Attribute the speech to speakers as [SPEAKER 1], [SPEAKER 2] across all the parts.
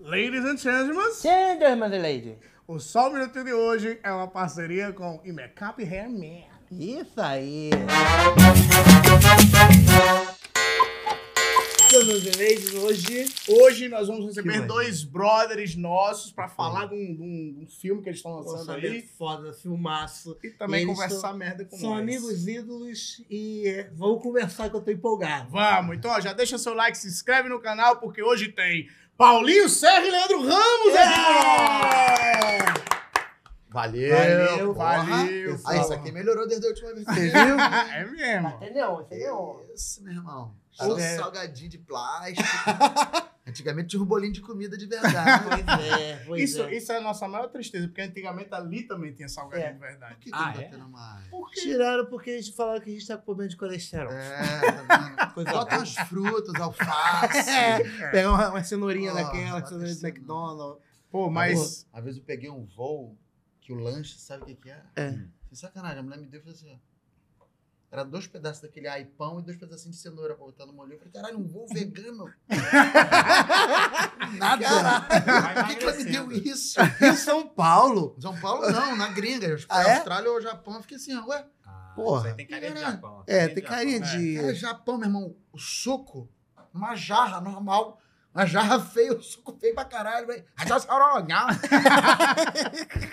[SPEAKER 1] Ladies and gentlemen,
[SPEAKER 2] Gentleman the Lady.
[SPEAKER 1] o Sol Minuto de hoje é uma parceria com Imecap Hair Man.
[SPEAKER 2] Isso aí.
[SPEAKER 1] Meus e-mails hoje. Hoje nós vamos
[SPEAKER 2] Que
[SPEAKER 1] receber
[SPEAKER 2] vai.
[SPEAKER 1] dois brothers nossos pra falar de um, de um- de um filme que eles estão lançando
[SPEAKER 3] Lançamento
[SPEAKER 1] aí.
[SPEAKER 3] foda, filmaço.
[SPEAKER 1] E também
[SPEAKER 3] Eles
[SPEAKER 1] conversar
[SPEAKER 3] são-
[SPEAKER 1] merda com
[SPEAKER 3] São
[SPEAKER 1] nós.
[SPEAKER 3] amigos ídolos e é, vamos conversar que eu tô empolgado.
[SPEAKER 1] Vamos, então ó, já deixa seu like, se inscreve no canal, porque hoje tem Paulinho Serra e Leandro Ramos aqui com nós.
[SPEAKER 4] Valeu!
[SPEAKER 3] Valeu,
[SPEAKER 4] porra.
[SPEAKER 1] valeu,
[SPEAKER 4] Ah, isso
[SPEAKER 1] porra.
[SPEAKER 4] aqui melhorou desde a última vez É que você viu?
[SPEAKER 1] É mesmo.
[SPEAKER 2] Entendeu?
[SPEAKER 4] Isso, meu irmão.
[SPEAKER 1] Tá
[SPEAKER 4] Só
[SPEAKER 1] vendo?
[SPEAKER 4] salgadinho de plástico. Antigamente tinha um bolinho de comida de verdade.
[SPEAKER 3] Pois é, pois
[SPEAKER 1] Isso,
[SPEAKER 3] é.
[SPEAKER 1] isso é a nossa maior tristeza, porque antigamente ali também tinha salgadinho
[SPEAKER 3] É.
[SPEAKER 1] de
[SPEAKER 4] Por
[SPEAKER 1] verdade.
[SPEAKER 4] que, que
[SPEAKER 3] Ah,
[SPEAKER 4] não tá
[SPEAKER 3] é?
[SPEAKER 4] tendo mais?
[SPEAKER 3] Tiraram porque eles falaram que a gente tá com problema de colesterol.
[SPEAKER 4] É, tá vendo?
[SPEAKER 3] Coisa
[SPEAKER 4] Bota
[SPEAKER 3] boa.
[SPEAKER 4] umas frutas, alface.
[SPEAKER 1] É.
[SPEAKER 3] Pegar É uma, uma cenourinha
[SPEAKER 4] Ah,
[SPEAKER 3] daquela,
[SPEAKER 4] bota
[SPEAKER 3] cenourinha do
[SPEAKER 4] cenoura.
[SPEAKER 3] McDonald's.
[SPEAKER 1] Pô, mas.
[SPEAKER 4] Às vezes eu peguei um voo que o lanche, sabe o que que era?
[SPEAKER 3] É.
[SPEAKER 4] Sem sacanagem, a mulher me deu e falou assim, ó. Era dois pedaços daquele aipão e dois pedacinhos de cenoura pra botar no molho. Eu falei, caralho, um voo vegano. Nada.
[SPEAKER 1] Vai
[SPEAKER 4] Por que, que ela me deu
[SPEAKER 1] emagrecendo.
[SPEAKER 4] isso?
[SPEAKER 3] Em São Paulo?
[SPEAKER 4] São Paulo não, na gringa. Eu fui
[SPEAKER 3] Ah, é?
[SPEAKER 4] Austrália ou Japão, eu fiquei assim, ué,
[SPEAKER 5] Ah,
[SPEAKER 3] Porra.
[SPEAKER 5] Isso aí tem carinha de
[SPEAKER 4] Caralho.
[SPEAKER 5] Japão.
[SPEAKER 3] É, tem carinha
[SPEAKER 1] né?
[SPEAKER 5] Japão.
[SPEAKER 3] de.
[SPEAKER 4] cara, Japão, meu irmão, o suco, uma jarra normal, uma jarra feia, o suco feio pra caralho, velho.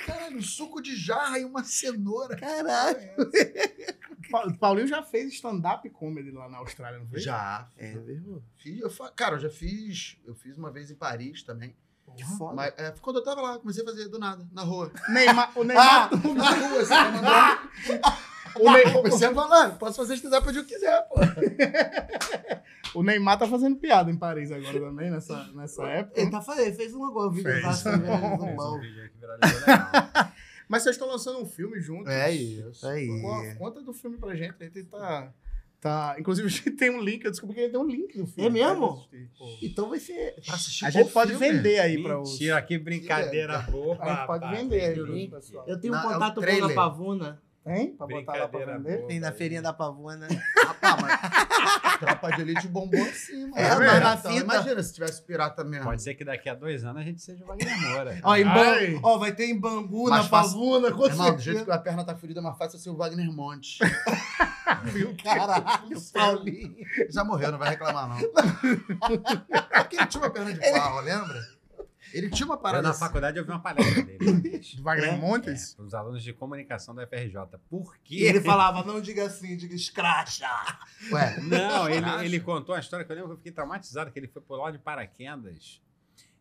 [SPEAKER 4] Caralho, um suco de jarra e uma cenoura.
[SPEAKER 3] Caralho.
[SPEAKER 1] É. Pa- Paulinho já fez stand-up comedy lá na Austrália, não fez?
[SPEAKER 4] Já.
[SPEAKER 3] É, viu?
[SPEAKER 4] Fiz, eu fa- cara, eu já fiz, eu fiz uma vez em Paris também.
[SPEAKER 3] Que foda.
[SPEAKER 4] Mas é, quando eu tava lá, comecei a fazer do nada, na rua.
[SPEAKER 1] Neymar, o Neymar.
[SPEAKER 4] Na rua, assim, mandando.
[SPEAKER 1] o, Ney-
[SPEAKER 4] Eu comecei a falar, "Ah, posso fazer stand-up onde eu quiser, pô.
[SPEAKER 1] o Neymar tá fazendo piada em Paris agora também, nessa, nessa época.
[SPEAKER 3] Ele tá falando, ele fez um agora, um vídeo
[SPEAKER 1] Fez.
[SPEAKER 3] lá, assim, né,
[SPEAKER 5] Fez um
[SPEAKER 3] normal.
[SPEAKER 5] vídeo aí que viralizou legal.
[SPEAKER 1] Mas vocês estão lançando um filme juntos.
[SPEAKER 4] É isso.
[SPEAKER 3] Aí.
[SPEAKER 1] Co- Conta do filme pra gente. A gente tá. tá... Inclusive, a gente tem um link. Eu descobri que a gente tem um link do filme.
[SPEAKER 3] É mesmo?
[SPEAKER 1] pra assistir. Tipo
[SPEAKER 3] Então vai ser.
[SPEAKER 4] Pra assistir
[SPEAKER 1] A
[SPEAKER 4] o
[SPEAKER 1] gente pode
[SPEAKER 4] filme.
[SPEAKER 1] vender aí pra os.
[SPEAKER 5] Mentira, que brincadeira boa.
[SPEAKER 1] A gente pode
[SPEAKER 5] rapaz.
[SPEAKER 1] vender aí
[SPEAKER 3] Link.
[SPEAKER 1] pro pessoal.
[SPEAKER 3] Eu tenho
[SPEAKER 4] Não,
[SPEAKER 3] um
[SPEAKER 4] é um
[SPEAKER 3] contato bom na
[SPEAKER 4] trailer.
[SPEAKER 3] Pavuna.
[SPEAKER 1] Tem? Pra botar lá pra
[SPEAKER 5] Brincadeira
[SPEAKER 1] vender?
[SPEAKER 5] boa.
[SPEAKER 3] Tem na feirinha da Pavuna.
[SPEAKER 4] Ah, pá, mas tropa de elite bombou assim, mano.
[SPEAKER 3] É,
[SPEAKER 4] Era
[SPEAKER 1] mas
[SPEAKER 3] na
[SPEAKER 4] piratão.
[SPEAKER 3] fita.
[SPEAKER 4] Imagina se tivesse pirata mesmo.
[SPEAKER 5] Pode ser que daqui a dois anos a gente seja Wagner Moura.
[SPEAKER 3] Ó, em Ban-
[SPEAKER 1] Ai.
[SPEAKER 3] ó, vai ter em Bangu,
[SPEAKER 4] Mais
[SPEAKER 3] na
[SPEAKER 4] fácil.
[SPEAKER 3] Pavuna, com
[SPEAKER 4] Irmão, É do jeito
[SPEAKER 3] certeza.
[SPEAKER 4] que a perna tá ferida, é mais fácil ser o Wagner Monte.
[SPEAKER 3] Caralho, Paulinho.
[SPEAKER 4] Já morreu, não vai reclamar, não. É porque ele tinha uma perna de pau, lembra? Ele tinha uma
[SPEAKER 5] Eu,
[SPEAKER 4] parada assim.
[SPEAKER 5] na faculdade eu vi uma palestra dele. né, uma vez.
[SPEAKER 1] Do Wagner
[SPEAKER 3] É?
[SPEAKER 1] Montes?
[SPEAKER 5] Os alunos de comunicação da FRJ. Por
[SPEAKER 3] E
[SPEAKER 5] quê?
[SPEAKER 3] ele falava, não diga assim, diga escracha.
[SPEAKER 4] assim. Ué,
[SPEAKER 5] Não,
[SPEAKER 4] Acha?
[SPEAKER 5] ele, ele contou uma história que eu lembro que eu fiquei traumatizado, que ele foi pular de paraquedas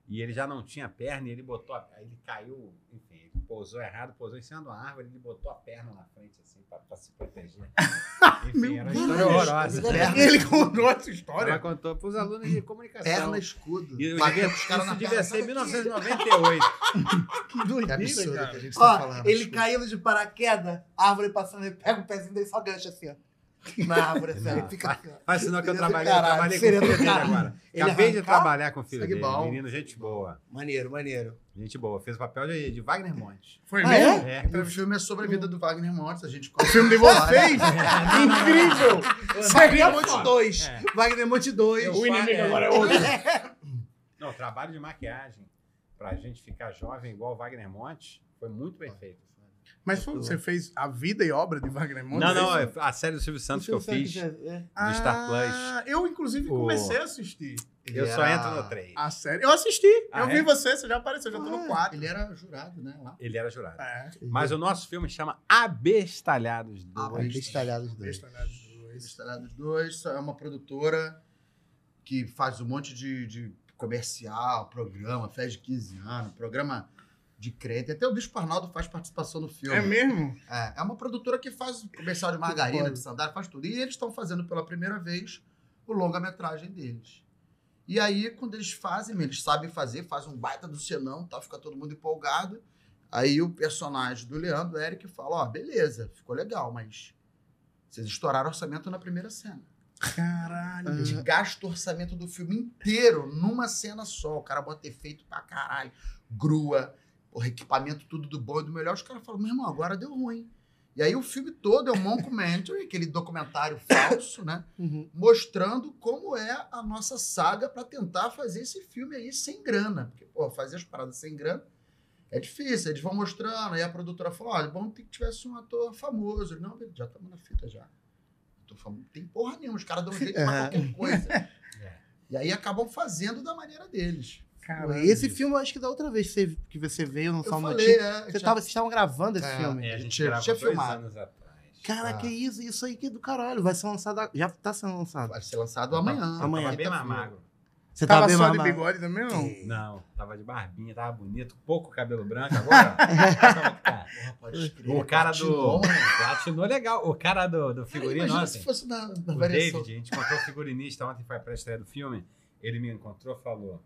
[SPEAKER 5] e ele já não tinha perna e ele botou a, aí ele caiu, enfim, ele pousou errado, pousou em cima de uma árvore, ele botou a perna na frente assim pra, pra se proteger. Enfim, era uma história
[SPEAKER 4] Deus.
[SPEAKER 5] horrorosa. né?
[SPEAKER 4] Perna.
[SPEAKER 1] Ele contou essa história.
[SPEAKER 5] Ela contou pros alunos de comunicação.
[SPEAKER 4] perna escudo.
[SPEAKER 5] E eu
[SPEAKER 4] Bateu
[SPEAKER 5] devia,
[SPEAKER 4] pros caras
[SPEAKER 5] isso
[SPEAKER 4] na
[SPEAKER 5] devia
[SPEAKER 4] perna.
[SPEAKER 5] ser em
[SPEAKER 4] sabe o quê?
[SPEAKER 5] 1998.
[SPEAKER 1] Que
[SPEAKER 4] Que
[SPEAKER 1] doideira,
[SPEAKER 4] absurdo
[SPEAKER 1] cara.
[SPEAKER 4] que a gente tá
[SPEAKER 3] Ó,
[SPEAKER 4] falando.
[SPEAKER 3] ele
[SPEAKER 4] desculpa.
[SPEAKER 3] caindo de paraquedas, árvore passando, ele pega o pezinho dele e só gancha assim, ó. Na árvore, assim, ó, ele
[SPEAKER 5] Não,
[SPEAKER 3] fica assim, ó.
[SPEAKER 5] Faz sinal que eu
[SPEAKER 3] Filha do
[SPEAKER 5] trabalhei, eu
[SPEAKER 3] caralho,
[SPEAKER 5] trabalhei com o
[SPEAKER 3] filha do
[SPEAKER 5] filho dele
[SPEAKER 3] caralho.
[SPEAKER 5] agora.
[SPEAKER 3] Ele
[SPEAKER 5] Acabei de
[SPEAKER 3] arrancar?
[SPEAKER 5] trabalhar com o filho
[SPEAKER 4] Segue
[SPEAKER 5] dele,
[SPEAKER 4] bom.
[SPEAKER 5] menino, gente boa.
[SPEAKER 3] Maneiro, maneiro.
[SPEAKER 5] Gente boa, fez o papel de, de Wagner Monte.
[SPEAKER 1] Foi
[SPEAKER 3] Ah,
[SPEAKER 1] mesmo?
[SPEAKER 3] é?
[SPEAKER 5] É,
[SPEAKER 4] E o filme é sobre a vida do Wagner Montes. A gente
[SPEAKER 1] O filme de vocês? Incrível!
[SPEAKER 3] Wagner Monte 2.
[SPEAKER 5] É.
[SPEAKER 3] Wagner Monte 2.
[SPEAKER 5] Eu
[SPEAKER 1] O inimigo
[SPEAKER 5] É.
[SPEAKER 1] agora é outro.
[SPEAKER 5] Não, o trabalho de maquiagem pra gente ficar jovem igual o Wagner Monte foi muito bem feito.
[SPEAKER 1] Mas foi- você fez a vida e obra de Wagner Montes?
[SPEAKER 5] Não,
[SPEAKER 1] é
[SPEAKER 5] não,
[SPEAKER 1] isso?
[SPEAKER 5] é a série do Silvio Santos que eu fiz, do
[SPEAKER 3] É.
[SPEAKER 5] Star Plus,
[SPEAKER 1] Ah, eu, inclusive,
[SPEAKER 5] O-
[SPEAKER 1] comecei a assistir
[SPEAKER 4] é
[SPEAKER 5] eu só entro no 3.
[SPEAKER 1] a série. Eu assisti.
[SPEAKER 5] Ah,
[SPEAKER 1] eu
[SPEAKER 5] é?
[SPEAKER 1] vi você, você já apareceu, já tô no
[SPEAKER 3] Ah,
[SPEAKER 1] 4.
[SPEAKER 4] Ele era jurado, né? Lá.
[SPEAKER 5] Ele era jurado.
[SPEAKER 1] É.
[SPEAKER 5] Mas o nosso filme chama Abestalhados 2.
[SPEAKER 6] Ah,
[SPEAKER 4] Abestalhados
[SPEAKER 1] Bestalhados né? dois.
[SPEAKER 4] Estrelados 2 é uma produtora que faz um monte de, de comercial, programa, festa de 15 anos, programa de crédito. Até o Bispo Arnaldo faz participação no filme.
[SPEAKER 1] É mesmo?
[SPEAKER 4] É, é uma produtora que faz comercial de margarina,
[SPEAKER 3] foda.
[SPEAKER 4] de sandália, faz tudo. E eles estão fazendo pela primeira vez o longa-metragem deles. E aí, quando eles fazem, eles sabem fazer, fazem um baita do senão, tá? fica todo mundo empolgado. Aí o personagem do Leandro, Eric, fala, ó, beleza, ficou legal, mas vocês estouraram o orçamento na primeira cena.
[SPEAKER 1] Caralho.
[SPEAKER 4] Eles gastam o orçamento do filme inteiro numa cena só. O cara bota efeito pra caralho, grua, porra, equipamento tudo do bom e do melhor. Os caras falam, meu irmão, agora deu ruim. E aí o filme todo é um mockumentary, aquele documentário falso, né?
[SPEAKER 3] Uhum.
[SPEAKER 4] Mostrando como é a nossa saga pra tentar fazer esse filme aí sem grana. Porque, pô, pô, fazer as paradas sem grana é difícil. Eles vão mostrando, aí a produtora falou: olha, bom que tivesse um ator famoso. Ele, Não, beleza, já estamos na fita já. Ator famoso. Tem porra nenhuma, os caras dão um jeito pra
[SPEAKER 2] Aham.
[SPEAKER 4] qualquer coisa. E aí acabam fazendo da maneira deles.
[SPEAKER 2] Pô,
[SPEAKER 1] Caralho.
[SPEAKER 2] Esse filme, eu acho que da outra vez que você- que você veio no
[SPEAKER 4] Eu
[SPEAKER 2] Salmo
[SPEAKER 4] falei,
[SPEAKER 2] Notícias,
[SPEAKER 4] é,
[SPEAKER 2] você
[SPEAKER 4] já-
[SPEAKER 2] tava, vocês estavam gravando esse
[SPEAKER 4] É.
[SPEAKER 2] filme.
[SPEAKER 5] É, a gente
[SPEAKER 4] Tinha-
[SPEAKER 5] gravou
[SPEAKER 4] tinha
[SPEAKER 5] dois
[SPEAKER 4] filmado.
[SPEAKER 5] anos atrás.
[SPEAKER 2] Cara,
[SPEAKER 4] Ah.
[SPEAKER 2] que isso? Isso aí que é do caralho. Vai ser lançado. a- Já tá sendo lançado.
[SPEAKER 4] vai ser lançado amanhã. tá
[SPEAKER 5] Eu
[SPEAKER 2] Amanhã.
[SPEAKER 5] Tava bem mais
[SPEAKER 4] Quinta-feira.
[SPEAKER 5] magro.
[SPEAKER 2] Você
[SPEAKER 1] Tava
[SPEAKER 2] tá bem
[SPEAKER 1] só
[SPEAKER 2] mamado?
[SPEAKER 1] de bigode também, não?
[SPEAKER 5] Não, tava de barbinha, tava bonito, pouco cabelo branco agora. ó, como é que tá?
[SPEAKER 4] Porra, pode crer.
[SPEAKER 5] O cara do.
[SPEAKER 4] Platinou, né?
[SPEAKER 5] Platinou legal. O cara do, do figurino
[SPEAKER 4] Imagina
[SPEAKER 5] ontem.
[SPEAKER 4] se fosse um na, na
[SPEAKER 5] O
[SPEAKER 4] variação.
[SPEAKER 5] David, a gente encontrou o figurinista ontem, foi pra estreia do filme. Ele me encontrou e falou: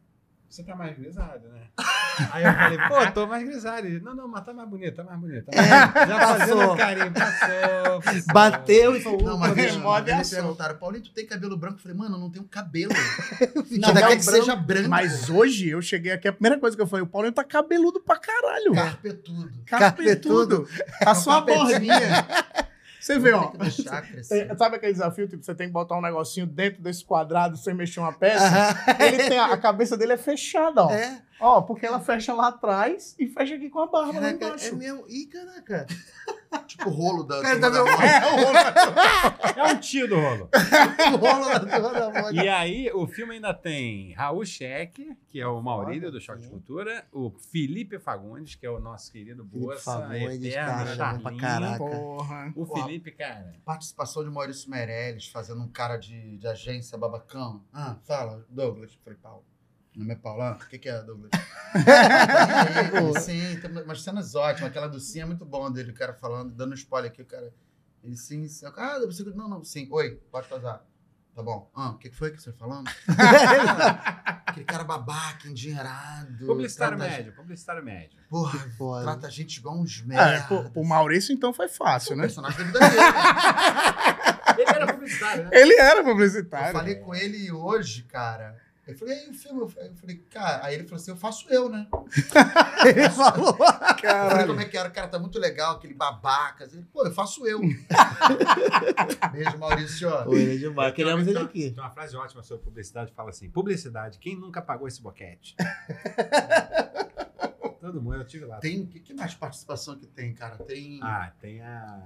[SPEAKER 5] Você tá mais grisalho, né? Aí eu falei: Pô, tô mais grisalho. Ele, não, não, mas tá mais bonito, tá mais bonito. Tá mais bonito." Já fazendo
[SPEAKER 2] passou.
[SPEAKER 5] a carinha, passou. passou.
[SPEAKER 2] Bateu e falou.
[SPEAKER 4] Não, mas
[SPEAKER 1] Remoda
[SPEAKER 4] eles, uma vez
[SPEAKER 1] é
[SPEAKER 4] me
[SPEAKER 1] ação.
[SPEAKER 4] perguntaram, Paulinho, tu tem cabelo branco? Eu falei, mano, eu não tenho cabelo.
[SPEAKER 1] Não,
[SPEAKER 4] Não,
[SPEAKER 1] não,
[SPEAKER 4] quer que
[SPEAKER 1] branco,
[SPEAKER 4] seja branco.
[SPEAKER 1] Mas hoje eu cheguei aqui, a primeira coisa que eu falei, o Paulinho tá cabeludo pra caralho.
[SPEAKER 4] né? é Carpetudo.
[SPEAKER 1] Carpetudo.
[SPEAKER 4] Então,
[SPEAKER 1] Tá só a borrinha. Você vê, ó.
[SPEAKER 4] é Tem que deixar crescer.
[SPEAKER 1] Tem- sabe aquele desafio? Tipo, você tem que botar um negocinho dentro desse quadrado sem mexer uma peça? Ele tem a, a cabeça dele é fechada, ó.
[SPEAKER 2] É,
[SPEAKER 1] Ó, porque ela fecha lá atrás e fecha aqui com a barba lá
[SPEAKER 2] caraca, é
[SPEAKER 1] embaixo.
[SPEAKER 2] mesmo. Ih, caraca.
[SPEAKER 4] Tipo o rolo da...
[SPEAKER 2] Cara,
[SPEAKER 4] da
[SPEAKER 2] tá vendo?
[SPEAKER 4] moda.
[SPEAKER 5] É um tio do rolo.
[SPEAKER 2] O rolo da turma da Mônica.
[SPEAKER 5] E aí, o filme ainda tem Raul Scheck, que é o Maurílio do Choque de Cultura, o Felipe Fagundes, que é o nosso querido
[SPEAKER 2] Felipe
[SPEAKER 5] Bossa,
[SPEAKER 2] Fagundes,
[SPEAKER 5] eterno,
[SPEAKER 2] cara, é bom pra
[SPEAKER 5] Charlinho.
[SPEAKER 2] caraca.
[SPEAKER 1] Porra.
[SPEAKER 5] O Felipe, cara.
[SPEAKER 4] Participação de Maurício Meirelles fazendo um cara de, de agência babacão. Ah, fala, Douglas. Eu falei, Paulo. Meu nome é Paulo. Ah, o que, que é, Douglas? Aí, sim, tem umas cenas ótimas. Aquela do sim é muito bom dele, o cara falando, dando spoiler aqui, o cara. Ele sim, sim. Ah, eu preciso- não, não, sim. Oi, pode casar. Tá bom. Ah, o que, que foi que você falando? Aquele cara babaca, endinheirado.
[SPEAKER 5] Publicitário
[SPEAKER 4] trata-
[SPEAKER 5] médio, Ah, publicitário médio.
[SPEAKER 4] Porra,
[SPEAKER 2] Que foda.
[SPEAKER 4] trata a gente igual uns
[SPEAKER 1] É,
[SPEAKER 4] merda.
[SPEAKER 1] pro, pro Maurício, então, foi fácil,
[SPEAKER 4] o
[SPEAKER 1] né?
[SPEAKER 4] personagem da vida dele.
[SPEAKER 5] Ele era publicitário, né?
[SPEAKER 1] Ele era
[SPEAKER 4] Eu
[SPEAKER 1] publicitário.
[SPEAKER 4] falei com ele hoje, cara. Eu falei, aí o filme, eu falei- eu falei, cara, aí ele falou assim, eu faço eu, né?
[SPEAKER 2] Ele falou.
[SPEAKER 4] Eu falei como é que era, cara, tá muito legal, aquele babaca. Ele, Pô, eu faço eu. Beijo, Maurício.
[SPEAKER 2] Pô, ele é demais. Queremos ele aqui.
[SPEAKER 5] Tem uma frase ótima sobre publicidade que fala assim: publicidade, quem nunca pagou esse boquete? Todo mundo, eu tive lá.
[SPEAKER 4] Tem, o que, que mais participação que tem, cara? Tem
[SPEAKER 5] Ah, tem a.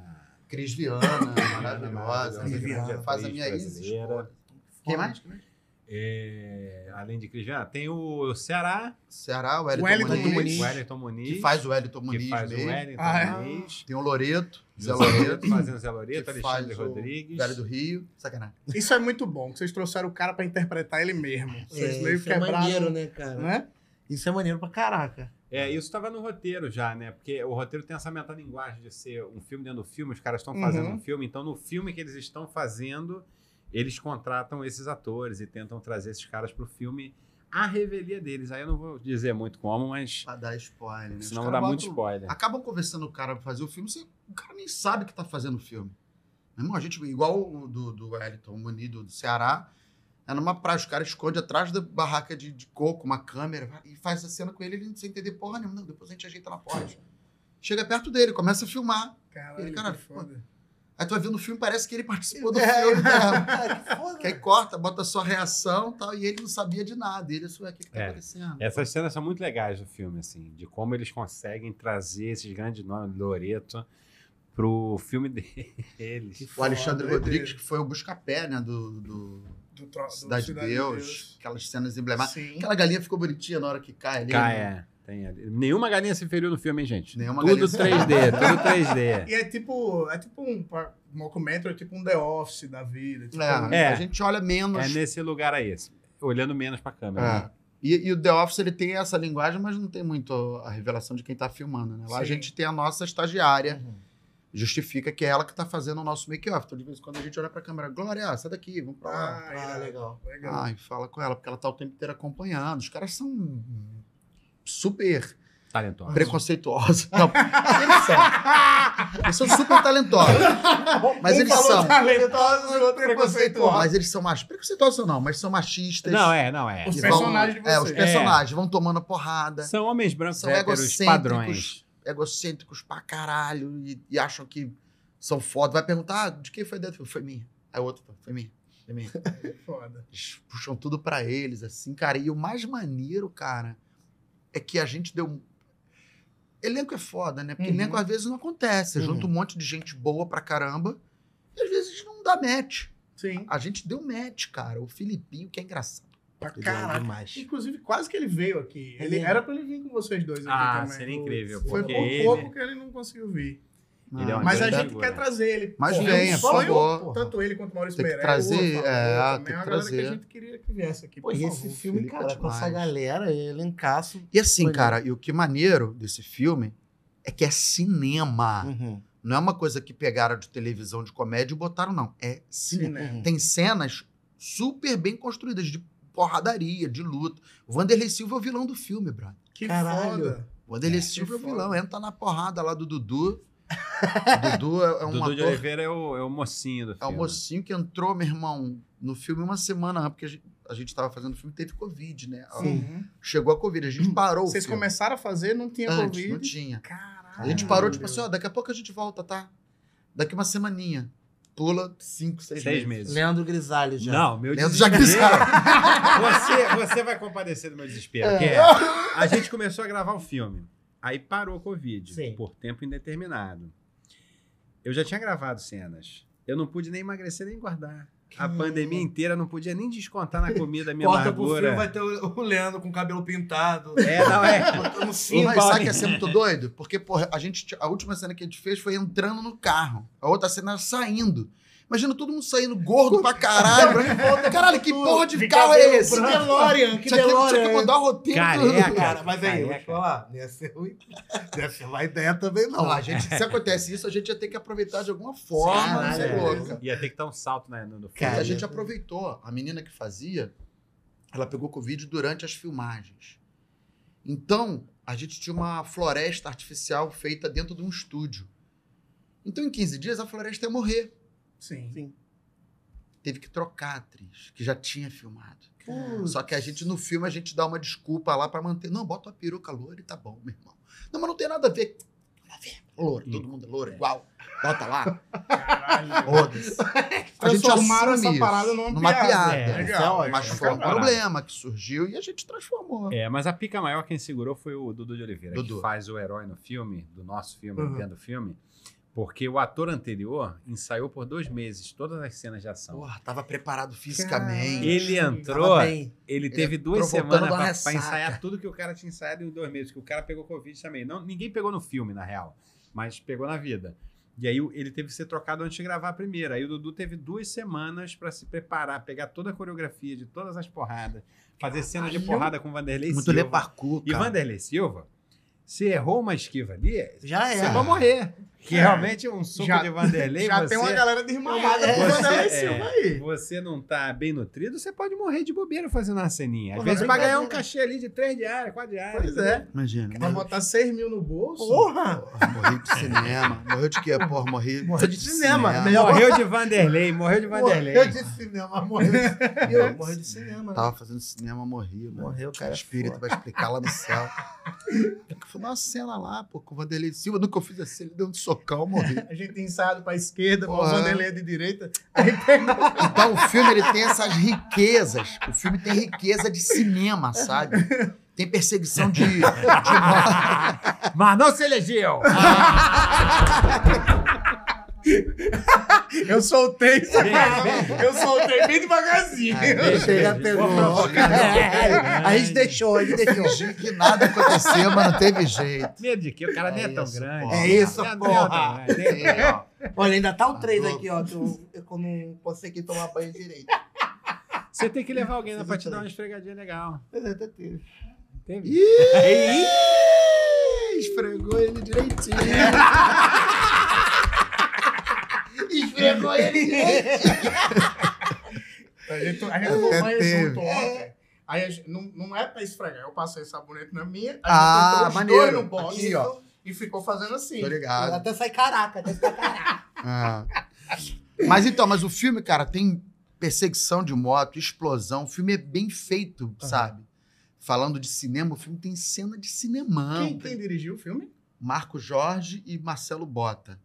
[SPEAKER 4] Cris Viana, maravilhosa.
[SPEAKER 5] maravilhosa,
[SPEAKER 4] Cris
[SPEAKER 5] grande
[SPEAKER 4] Viana faz a
[SPEAKER 5] atriz
[SPEAKER 4] minha Isis.
[SPEAKER 5] brasileira.
[SPEAKER 4] pô. Quem mais? Quem mais?
[SPEAKER 5] é, além de Cristiano, tem o Ceará,
[SPEAKER 4] Ceará, o
[SPEAKER 1] Wellington
[SPEAKER 4] Wellington Muniz,
[SPEAKER 5] o
[SPEAKER 1] Muniz.
[SPEAKER 5] Wellington Muniz.
[SPEAKER 4] que faz o Wellington
[SPEAKER 5] que
[SPEAKER 4] Muniz
[SPEAKER 5] faz o
[SPEAKER 4] mesmo.
[SPEAKER 5] Wellington
[SPEAKER 1] Ah, é?
[SPEAKER 5] Muniz.
[SPEAKER 4] Tem o Loreto, Zé
[SPEAKER 5] Zé
[SPEAKER 4] Loreto,
[SPEAKER 5] Loreto, fazendo Zé Loreto,
[SPEAKER 4] que faz
[SPEAKER 5] Alexandre
[SPEAKER 4] o
[SPEAKER 5] Rodrigues.
[SPEAKER 4] Velho do Rio. Sacanagem.
[SPEAKER 1] Isso é muito bom, que vocês trouxeram o cara pra interpretar ele mesmo. Vocês
[SPEAKER 2] É,
[SPEAKER 1] meio
[SPEAKER 2] isso é
[SPEAKER 1] quebraram,
[SPEAKER 2] maneiro, né, cara?
[SPEAKER 1] né?
[SPEAKER 2] Isso é maneiro pra caraca.
[SPEAKER 5] É, isso estava no roteiro já, né? Porque o roteiro tem essa metalinguagem de ser um filme dentro do filme, os caras estão
[SPEAKER 1] Uhum.
[SPEAKER 5] fazendo um filme, então no filme que eles estão fazendo, eles contratam esses atores e tentam trazer esses caras pro filme à revelia deles. Aí eu não vou dizer muito como, mas
[SPEAKER 4] Pra dar spoiler, né? Os
[SPEAKER 5] senão
[SPEAKER 4] caras
[SPEAKER 5] dá
[SPEAKER 4] botam-
[SPEAKER 5] muito spoiler.
[SPEAKER 4] Acabam conversando com o cara pra fazer o filme, você, o cara nem sabe que tá fazendo o filme. Meu irmão, a gente, igual o do, do Wellington Muniz, do, do Ceará, é numa praia, os caras escondem atrás da barraca de, de coco uma câmera e faz a cena com ele, ele sem entender porra nenhuma. Não, depois a gente ajeita na porta. Chega perto dele, começa a filmar.
[SPEAKER 1] Caralho,
[SPEAKER 4] Cara,
[SPEAKER 1] que é foda. É,
[SPEAKER 4] Aí tu vai vendo o filme, parece que ele participou do
[SPEAKER 5] É.
[SPEAKER 4] filme. né?
[SPEAKER 2] Cara, que foda.
[SPEAKER 4] Que aí corta, bota a sua reação e tal, e ele não sabia de nada. Ele, isso é o que, que tá
[SPEAKER 5] É.
[SPEAKER 4] acontecendo?
[SPEAKER 5] Essas cenas são muito legais do filme, assim, de como eles conseguem trazer esses grandes nomes, Loreto, pro filme deles.
[SPEAKER 4] O Alexandre
[SPEAKER 5] né?
[SPEAKER 1] Foda,
[SPEAKER 4] Rodrigues,
[SPEAKER 1] doideira.
[SPEAKER 4] que foi o buscapé, né, do, do
[SPEAKER 1] Do tro- do
[SPEAKER 4] Cidade, de Deus, aquelas cenas emblemáticas.
[SPEAKER 1] Sim.
[SPEAKER 4] Aquela galinha ficou bonitinha na hora que cai ali.
[SPEAKER 5] Cá
[SPEAKER 4] né?
[SPEAKER 5] é. Tem ali. Nenhuma galinha se feriu no filme, hein, gente?
[SPEAKER 4] Nenhuma
[SPEAKER 5] tudo
[SPEAKER 4] galinha se feriu.
[SPEAKER 5] 3D, tudo 3D.
[SPEAKER 1] E é tipo, é tipo um pa- mockumentary, é tipo um The Office da vida. Tipo,
[SPEAKER 4] É,
[SPEAKER 5] É.
[SPEAKER 4] A gente olha menos.
[SPEAKER 5] É nesse lugar aí, assim, olhando menos pra câmera.
[SPEAKER 4] É.
[SPEAKER 5] né?
[SPEAKER 4] E, e o The Office ele tem essa linguagem, mas não tem muito a revelação de quem tá filmando, né? Lá a
[SPEAKER 1] Sim.
[SPEAKER 4] gente tem a nossa estagiária. Justifica que é ela que tá fazendo o nosso make-off. Então, de vez em quando a gente olha pra câmera, Glória, sai daqui, vamos pra lá.
[SPEAKER 1] Ah,
[SPEAKER 2] Ah,
[SPEAKER 1] irado,
[SPEAKER 2] legal.
[SPEAKER 1] legal.
[SPEAKER 4] Ah, e fala com ela, porque ela tá o tempo inteiro acompanhando. Os caras são super
[SPEAKER 5] Talentosa.
[SPEAKER 4] preconceituosos. Não, eles são. Eles são super talentosos. Mas
[SPEAKER 1] um
[SPEAKER 4] eles
[SPEAKER 1] falou
[SPEAKER 4] são.
[SPEAKER 1] talentosos, o outro é preconceituoso.
[SPEAKER 4] Mas eles são machos. Preconceituosos não, mas são machistas.
[SPEAKER 5] Não, é, não, é.
[SPEAKER 1] Os
[SPEAKER 4] Que
[SPEAKER 1] personagens de
[SPEAKER 4] É,
[SPEAKER 1] vocês.
[SPEAKER 4] os personagens vão tomando porrada,
[SPEAKER 5] São homens brancos
[SPEAKER 4] São
[SPEAKER 5] héteros
[SPEAKER 4] egocêntricos.
[SPEAKER 5] padrões.
[SPEAKER 4] egocêntricos pra caralho e, e acham que são foda. Vai perguntar, ah, de quem foi dentro? Foi minha. Aí o outro, "Pô, foi minha. Foi minha.
[SPEAKER 1] Foda.
[SPEAKER 4] Eles puxam tudo pra eles, assim, cara. E o mais maneiro, cara, é que a gente deu. Elenco é foda, né? Porque
[SPEAKER 3] Uhum.
[SPEAKER 4] elenco às vezes não acontece. Você
[SPEAKER 2] Uhum.
[SPEAKER 4] junta um monte de gente boa pra caramba e às vezes não dá match.
[SPEAKER 1] Sim.
[SPEAKER 4] A gente deu match, cara. O Filipinho, que é engraçado.
[SPEAKER 1] Pra
[SPEAKER 2] Ele é
[SPEAKER 1] caraca.
[SPEAKER 2] demais.
[SPEAKER 1] Inclusive, quase que ele veio aqui. Ele,
[SPEAKER 2] Ele é.
[SPEAKER 1] era pra ele vir com vocês dois aqui
[SPEAKER 5] Ah,
[SPEAKER 1] também.
[SPEAKER 5] seria incrível,
[SPEAKER 1] Foi
[SPEAKER 5] porque
[SPEAKER 1] por
[SPEAKER 5] ele-
[SPEAKER 1] pouco que ele não conseguiu vir.
[SPEAKER 5] Ele é uma
[SPEAKER 1] Mas a
[SPEAKER 5] grande
[SPEAKER 1] gente
[SPEAKER 5] figura.
[SPEAKER 1] quer trazer ele.
[SPEAKER 4] Mas
[SPEAKER 1] Porra,
[SPEAKER 4] venha,
[SPEAKER 1] é um
[SPEAKER 4] por
[SPEAKER 1] sonho,
[SPEAKER 4] favor.
[SPEAKER 1] porra. Tanto ele quanto o Maurício
[SPEAKER 4] Tem que
[SPEAKER 1] Pereira.
[SPEAKER 4] trazer, é, ah, tem
[SPEAKER 1] é uma
[SPEAKER 4] que
[SPEAKER 1] galera que
[SPEAKER 4] trazer.
[SPEAKER 1] a gente queria que viesse aqui.
[SPEAKER 2] Pô,
[SPEAKER 1] por
[SPEAKER 2] e
[SPEAKER 1] favor.
[SPEAKER 2] esse filme,
[SPEAKER 4] Felipe é
[SPEAKER 2] cara, com essa
[SPEAKER 4] demais.
[SPEAKER 2] galera, elencaço.
[SPEAKER 4] E assim,
[SPEAKER 2] Maneiro.
[SPEAKER 4] cara, e o que maneiro desse filme é que é cinema.
[SPEAKER 2] Uhum.
[SPEAKER 4] Não é uma coisa que pegaram de televisão de comédia e botaram, não. É cinema.
[SPEAKER 1] Cinema.
[SPEAKER 2] Uhum.
[SPEAKER 4] Tem cenas super bem construídas, de porradaria, de luta. O Vanderlei Silva é o vilão do filme, brother.
[SPEAKER 1] Que
[SPEAKER 2] Caralho.
[SPEAKER 1] foda.
[SPEAKER 4] O Vanderlei
[SPEAKER 1] É,
[SPEAKER 4] Silva é o
[SPEAKER 1] que foda.
[SPEAKER 4] vilão. Entra na porrada lá do Dudu. Dudu é, é um
[SPEAKER 5] Dudu de
[SPEAKER 4] ator.
[SPEAKER 5] Oliveira é o, é o mocinho do
[SPEAKER 4] É
[SPEAKER 5] filme.
[SPEAKER 4] um mocinho que entrou, meu irmão, no filme uma semana antes, porque a gente, a gente tava fazendo o filme, teve Covid, né?
[SPEAKER 2] Sim.
[SPEAKER 1] Uhum.
[SPEAKER 4] Chegou a Covid, a gente parou.
[SPEAKER 1] Vocês
[SPEAKER 4] o filme.
[SPEAKER 1] começaram a fazer, não tinha
[SPEAKER 4] antes,
[SPEAKER 1] Covid.
[SPEAKER 4] não tinha.
[SPEAKER 1] Caralho.
[SPEAKER 4] A gente parou, tipo assim, ó, daqui a pouco a gente volta, tá? Daqui uma semaninha. Pula cinco, seis, meses.
[SPEAKER 5] Seis meses.
[SPEAKER 2] Leandro Grisalho já.
[SPEAKER 5] Não, meu
[SPEAKER 4] Leandro já
[SPEAKER 5] desespero.
[SPEAKER 4] grisaram.
[SPEAKER 5] Você, você vai compadecer do meu desespero. que é, a gente começou a gravar o filme. Aí parou o Covid
[SPEAKER 2] Sim.
[SPEAKER 5] por tempo indeterminado. Eu já tinha gravado cenas. Eu não pude nem emagrecer nem engordar. A pandemia inteira eu não podia nem descontar na comida a minha
[SPEAKER 3] Corta pro filme,
[SPEAKER 5] amargura.
[SPEAKER 3] vai ter o o Leandro com o cabelo pintado.
[SPEAKER 5] É, não é.
[SPEAKER 3] Botando
[SPEAKER 5] Sim,
[SPEAKER 4] Mas
[SPEAKER 5] Paulo.
[SPEAKER 4] sabe que ia ser muito doido? Porque, porra, a, gente, a última cena que a gente fez foi entrando no carro. A outra cena era saindo. Imagina todo mundo saindo gordo pra caralho. caralho, que porra de carro é
[SPEAKER 1] Que
[SPEAKER 4] esse?
[SPEAKER 1] DeLorean, que
[SPEAKER 4] Tinha que, é tinha que
[SPEAKER 1] DeLorean.
[SPEAKER 4] mudar o roteiro.
[SPEAKER 5] Careca.
[SPEAKER 3] Cara, mas aí, eu vou te
[SPEAKER 5] Careca.
[SPEAKER 3] falar, não ia ser ruim. Não ia ser uma ideia também, não.
[SPEAKER 4] Não, a gente, se acontece isso, a gente ia ter que aproveitar de alguma forma.
[SPEAKER 2] Caralho,
[SPEAKER 4] você é
[SPEAKER 2] é.
[SPEAKER 4] louca.
[SPEAKER 5] Ia ter que dar um salto né, no, no filme.
[SPEAKER 4] E
[SPEAKER 2] Cara,
[SPEAKER 4] a gente aproveitou. A menina que fazia, ela pegou Covid durante as filmagens. Então, a gente tinha uma floresta artificial feita dentro de um estúdio. Então, em 15 dias, a floresta ia morrer.
[SPEAKER 1] Sim.
[SPEAKER 4] Teve que trocar a atriz, que já tinha filmado.
[SPEAKER 2] Putz.
[SPEAKER 4] Só que a gente, no filme, a gente dá uma desculpa lá pra manter. Não, bota uma peruca loura e tá bom, meu irmão. Não, mas não tem nada a ver. Nada a ver. Loura,
[SPEAKER 5] Hum.
[SPEAKER 4] todo mundo é louro, igual. Bota lá.
[SPEAKER 1] Caralho.
[SPEAKER 4] Foda-se. A gente
[SPEAKER 1] Transformaram
[SPEAKER 4] assume
[SPEAKER 1] essa
[SPEAKER 4] isso
[SPEAKER 1] parada numa piada.
[SPEAKER 4] piada.
[SPEAKER 5] É,
[SPEAKER 1] legal,
[SPEAKER 2] isso é
[SPEAKER 4] Mas
[SPEAKER 1] legal.
[SPEAKER 4] foi um
[SPEAKER 5] caralho.
[SPEAKER 3] né?
[SPEAKER 4] problema que surgiu e a gente transformou.
[SPEAKER 5] É, mas a pica maior quem segurou foi o Dudu de Oliveira,
[SPEAKER 4] Uhum. Dudu.
[SPEAKER 5] que faz o herói no filme, do nosso filme,
[SPEAKER 1] Uhum.
[SPEAKER 5] dentro do filme, porque o ator anterior ensaiou por dois meses todas as cenas de ação.
[SPEAKER 4] Porra, tava preparado fisicamente.
[SPEAKER 5] Ele é entrou,
[SPEAKER 2] Tava bem.
[SPEAKER 5] ele teve duas
[SPEAKER 4] entrou voltando
[SPEAKER 5] semanas
[SPEAKER 4] da
[SPEAKER 5] pra, pra
[SPEAKER 4] ressaca.
[SPEAKER 5] ensaiar tudo que o cara tinha ensaiado em dois meses, que o cara pegou Covid também. Não, ninguém pegou no filme, na real, mas pegou na vida. E aí o- ele teve que ser trocado antes de gravar a primeira. Aí o Dudu teve duas semanas pra se preparar, pegar toda a coreografia de todas as porradas, fazer cenas de porrada com o Vanderlei
[SPEAKER 4] Muito
[SPEAKER 5] Silva.
[SPEAKER 4] lê parkour,
[SPEAKER 5] E
[SPEAKER 4] cara.
[SPEAKER 5] Vanderlei Silva, se errou uma esquiva ali,
[SPEAKER 2] Já
[SPEAKER 5] você
[SPEAKER 2] é.
[SPEAKER 5] vai morrer. Que
[SPEAKER 1] É.
[SPEAKER 5] realmente um soco
[SPEAKER 1] Já-
[SPEAKER 5] de Vanderlei,
[SPEAKER 1] Já
[SPEAKER 5] você,
[SPEAKER 1] tem uma galera desmamada
[SPEAKER 2] É,
[SPEAKER 1] com o Vanderlei
[SPEAKER 5] você-
[SPEAKER 1] Silva
[SPEAKER 5] é.
[SPEAKER 1] aí.
[SPEAKER 5] você não tá bem nutrido, você pode morrer de bobeira fazendo uma ceninha. Às
[SPEAKER 2] Porra,
[SPEAKER 5] vezes vai ganhar um
[SPEAKER 2] brincadeira.
[SPEAKER 5] cachê ali de 3 diárias, 4 diárias.
[SPEAKER 1] Pois é.
[SPEAKER 4] Imagina.
[SPEAKER 1] Vai botar 6 mil no bolso.
[SPEAKER 2] Porra!
[SPEAKER 4] Porra, morri de cinema. Morreu de quê? Porra, morri.
[SPEAKER 3] Morreu de cinema, melhor.
[SPEAKER 5] É, Morreu de Vanderlei, morreu de Vanderlei.
[SPEAKER 3] Morreu de cinema, morreu de
[SPEAKER 4] É.
[SPEAKER 3] é
[SPEAKER 2] Eu morri de cinema. né?
[SPEAKER 4] Tava fazendo cinema, morri. Mano.
[SPEAKER 2] Morreu,
[SPEAKER 4] O
[SPEAKER 2] cara. é
[SPEAKER 4] espírito vai explicar lá no céu. Foi uma cena lá, pô, com o Vanderlei Silva. Nunca eu fiz assim, ele deu um socão, eu morri.
[SPEAKER 1] A gente tem ensaiado pra esquerda, mas o
[SPEAKER 4] Porra.
[SPEAKER 1] Vanderlei é de direita. Aí pegou.
[SPEAKER 4] Então o filme ele tem essas riquezas. O filme tem riqueza de cinema, sabe? Tem perseguição de.
[SPEAKER 5] Mas não se elegeu.
[SPEAKER 1] Eu soltei isso
[SPEAKER 5] Bem, bem.
[SPEAKER 1] Eu soltei bem devagarzinho.
[SPEAKER 5] bem.
[SPEAKER 2] Ele já
[SPEAKER 5] Vou
[SPEAKER 2] pegou.
[SPEAKER 5] provocar,
[SPEAKER 2] É, A gente deixou, a gente deixou.
[SPEAKER 4] fingir que nada aconteceu, mas não teve jeito.
[SPEAKER 5] Medo de que o cara nem é
[SPEAKER 4] É
[SPEAKER 5] tão
[SPEAKER 4] isso,
[SPEAKER 5] grande.
[SPEAKER 4] porra. É
[SPEAKER 2] isso,
[SPEAKER 5] Não, não
[SPEAKER 2] porra.
[SPEAKER 5] é tão grande, nem é tão-
[SPEAKER 2] Olha, ainda tá
[SPEAKER 3] Ah,
[SPEAKER 2] o
[SPEAKER 4] Tá
[SPEAKER 2] 3
[SPEAKER 4] louco.
[SPEAKER 2] aqui, ó. que eu-
[SPEAKER 3] Eu não consegui tomar banho direito.
[SPEAKER 5] Você tem que levar alguém lá pra te dar uma esfregadinha legal.
[SPEAKER 3] é
[SPEAKER 5] Teve?
[SPEAKER 4] Ih, esfregou ele direitinho.
[SPEAKER 3] Esfregou ele. né?
[SPEAKER 1] A gente, a gente tomou
[SPEAKER 4] É. Até
[SPEAKER 1] banho
[SPEAKER 4] teve.
[SPEAKER 1] junto ontem. Aí a gente- não, não é pra esfregar. Eu passei sabonete na minha, aí
[SPEAKER 4] Ah,
[SPEAKER 1] botou os
[SPEAKER 4] maneiro.
[SPEAKER 1] dois no box
[SPEAKER 4] Aqui, ó.
[SPEAKER 1] e ficou fazendo assim.
[SPEAKER 4] Tô
[SPEAKER 3] Ah.
[SPEAKER 4] ligado.
[SPEAKER 2] Até sai caraca,
[SPEAKER 3] né?
[SPEAKER 2] até sai caraca.
[SPEAKER 4] Ah. Mas então, mas o filme, cara, tem perseguição de moto, explosão. O filme é bem feito, sabe? Falando de cinema, o filme tem cena de cinemão.
[SPEAKER 1] Quem, quem dirigiu o filme?
[SPEAKER 4] Marco Jorge e Marcelo Bota.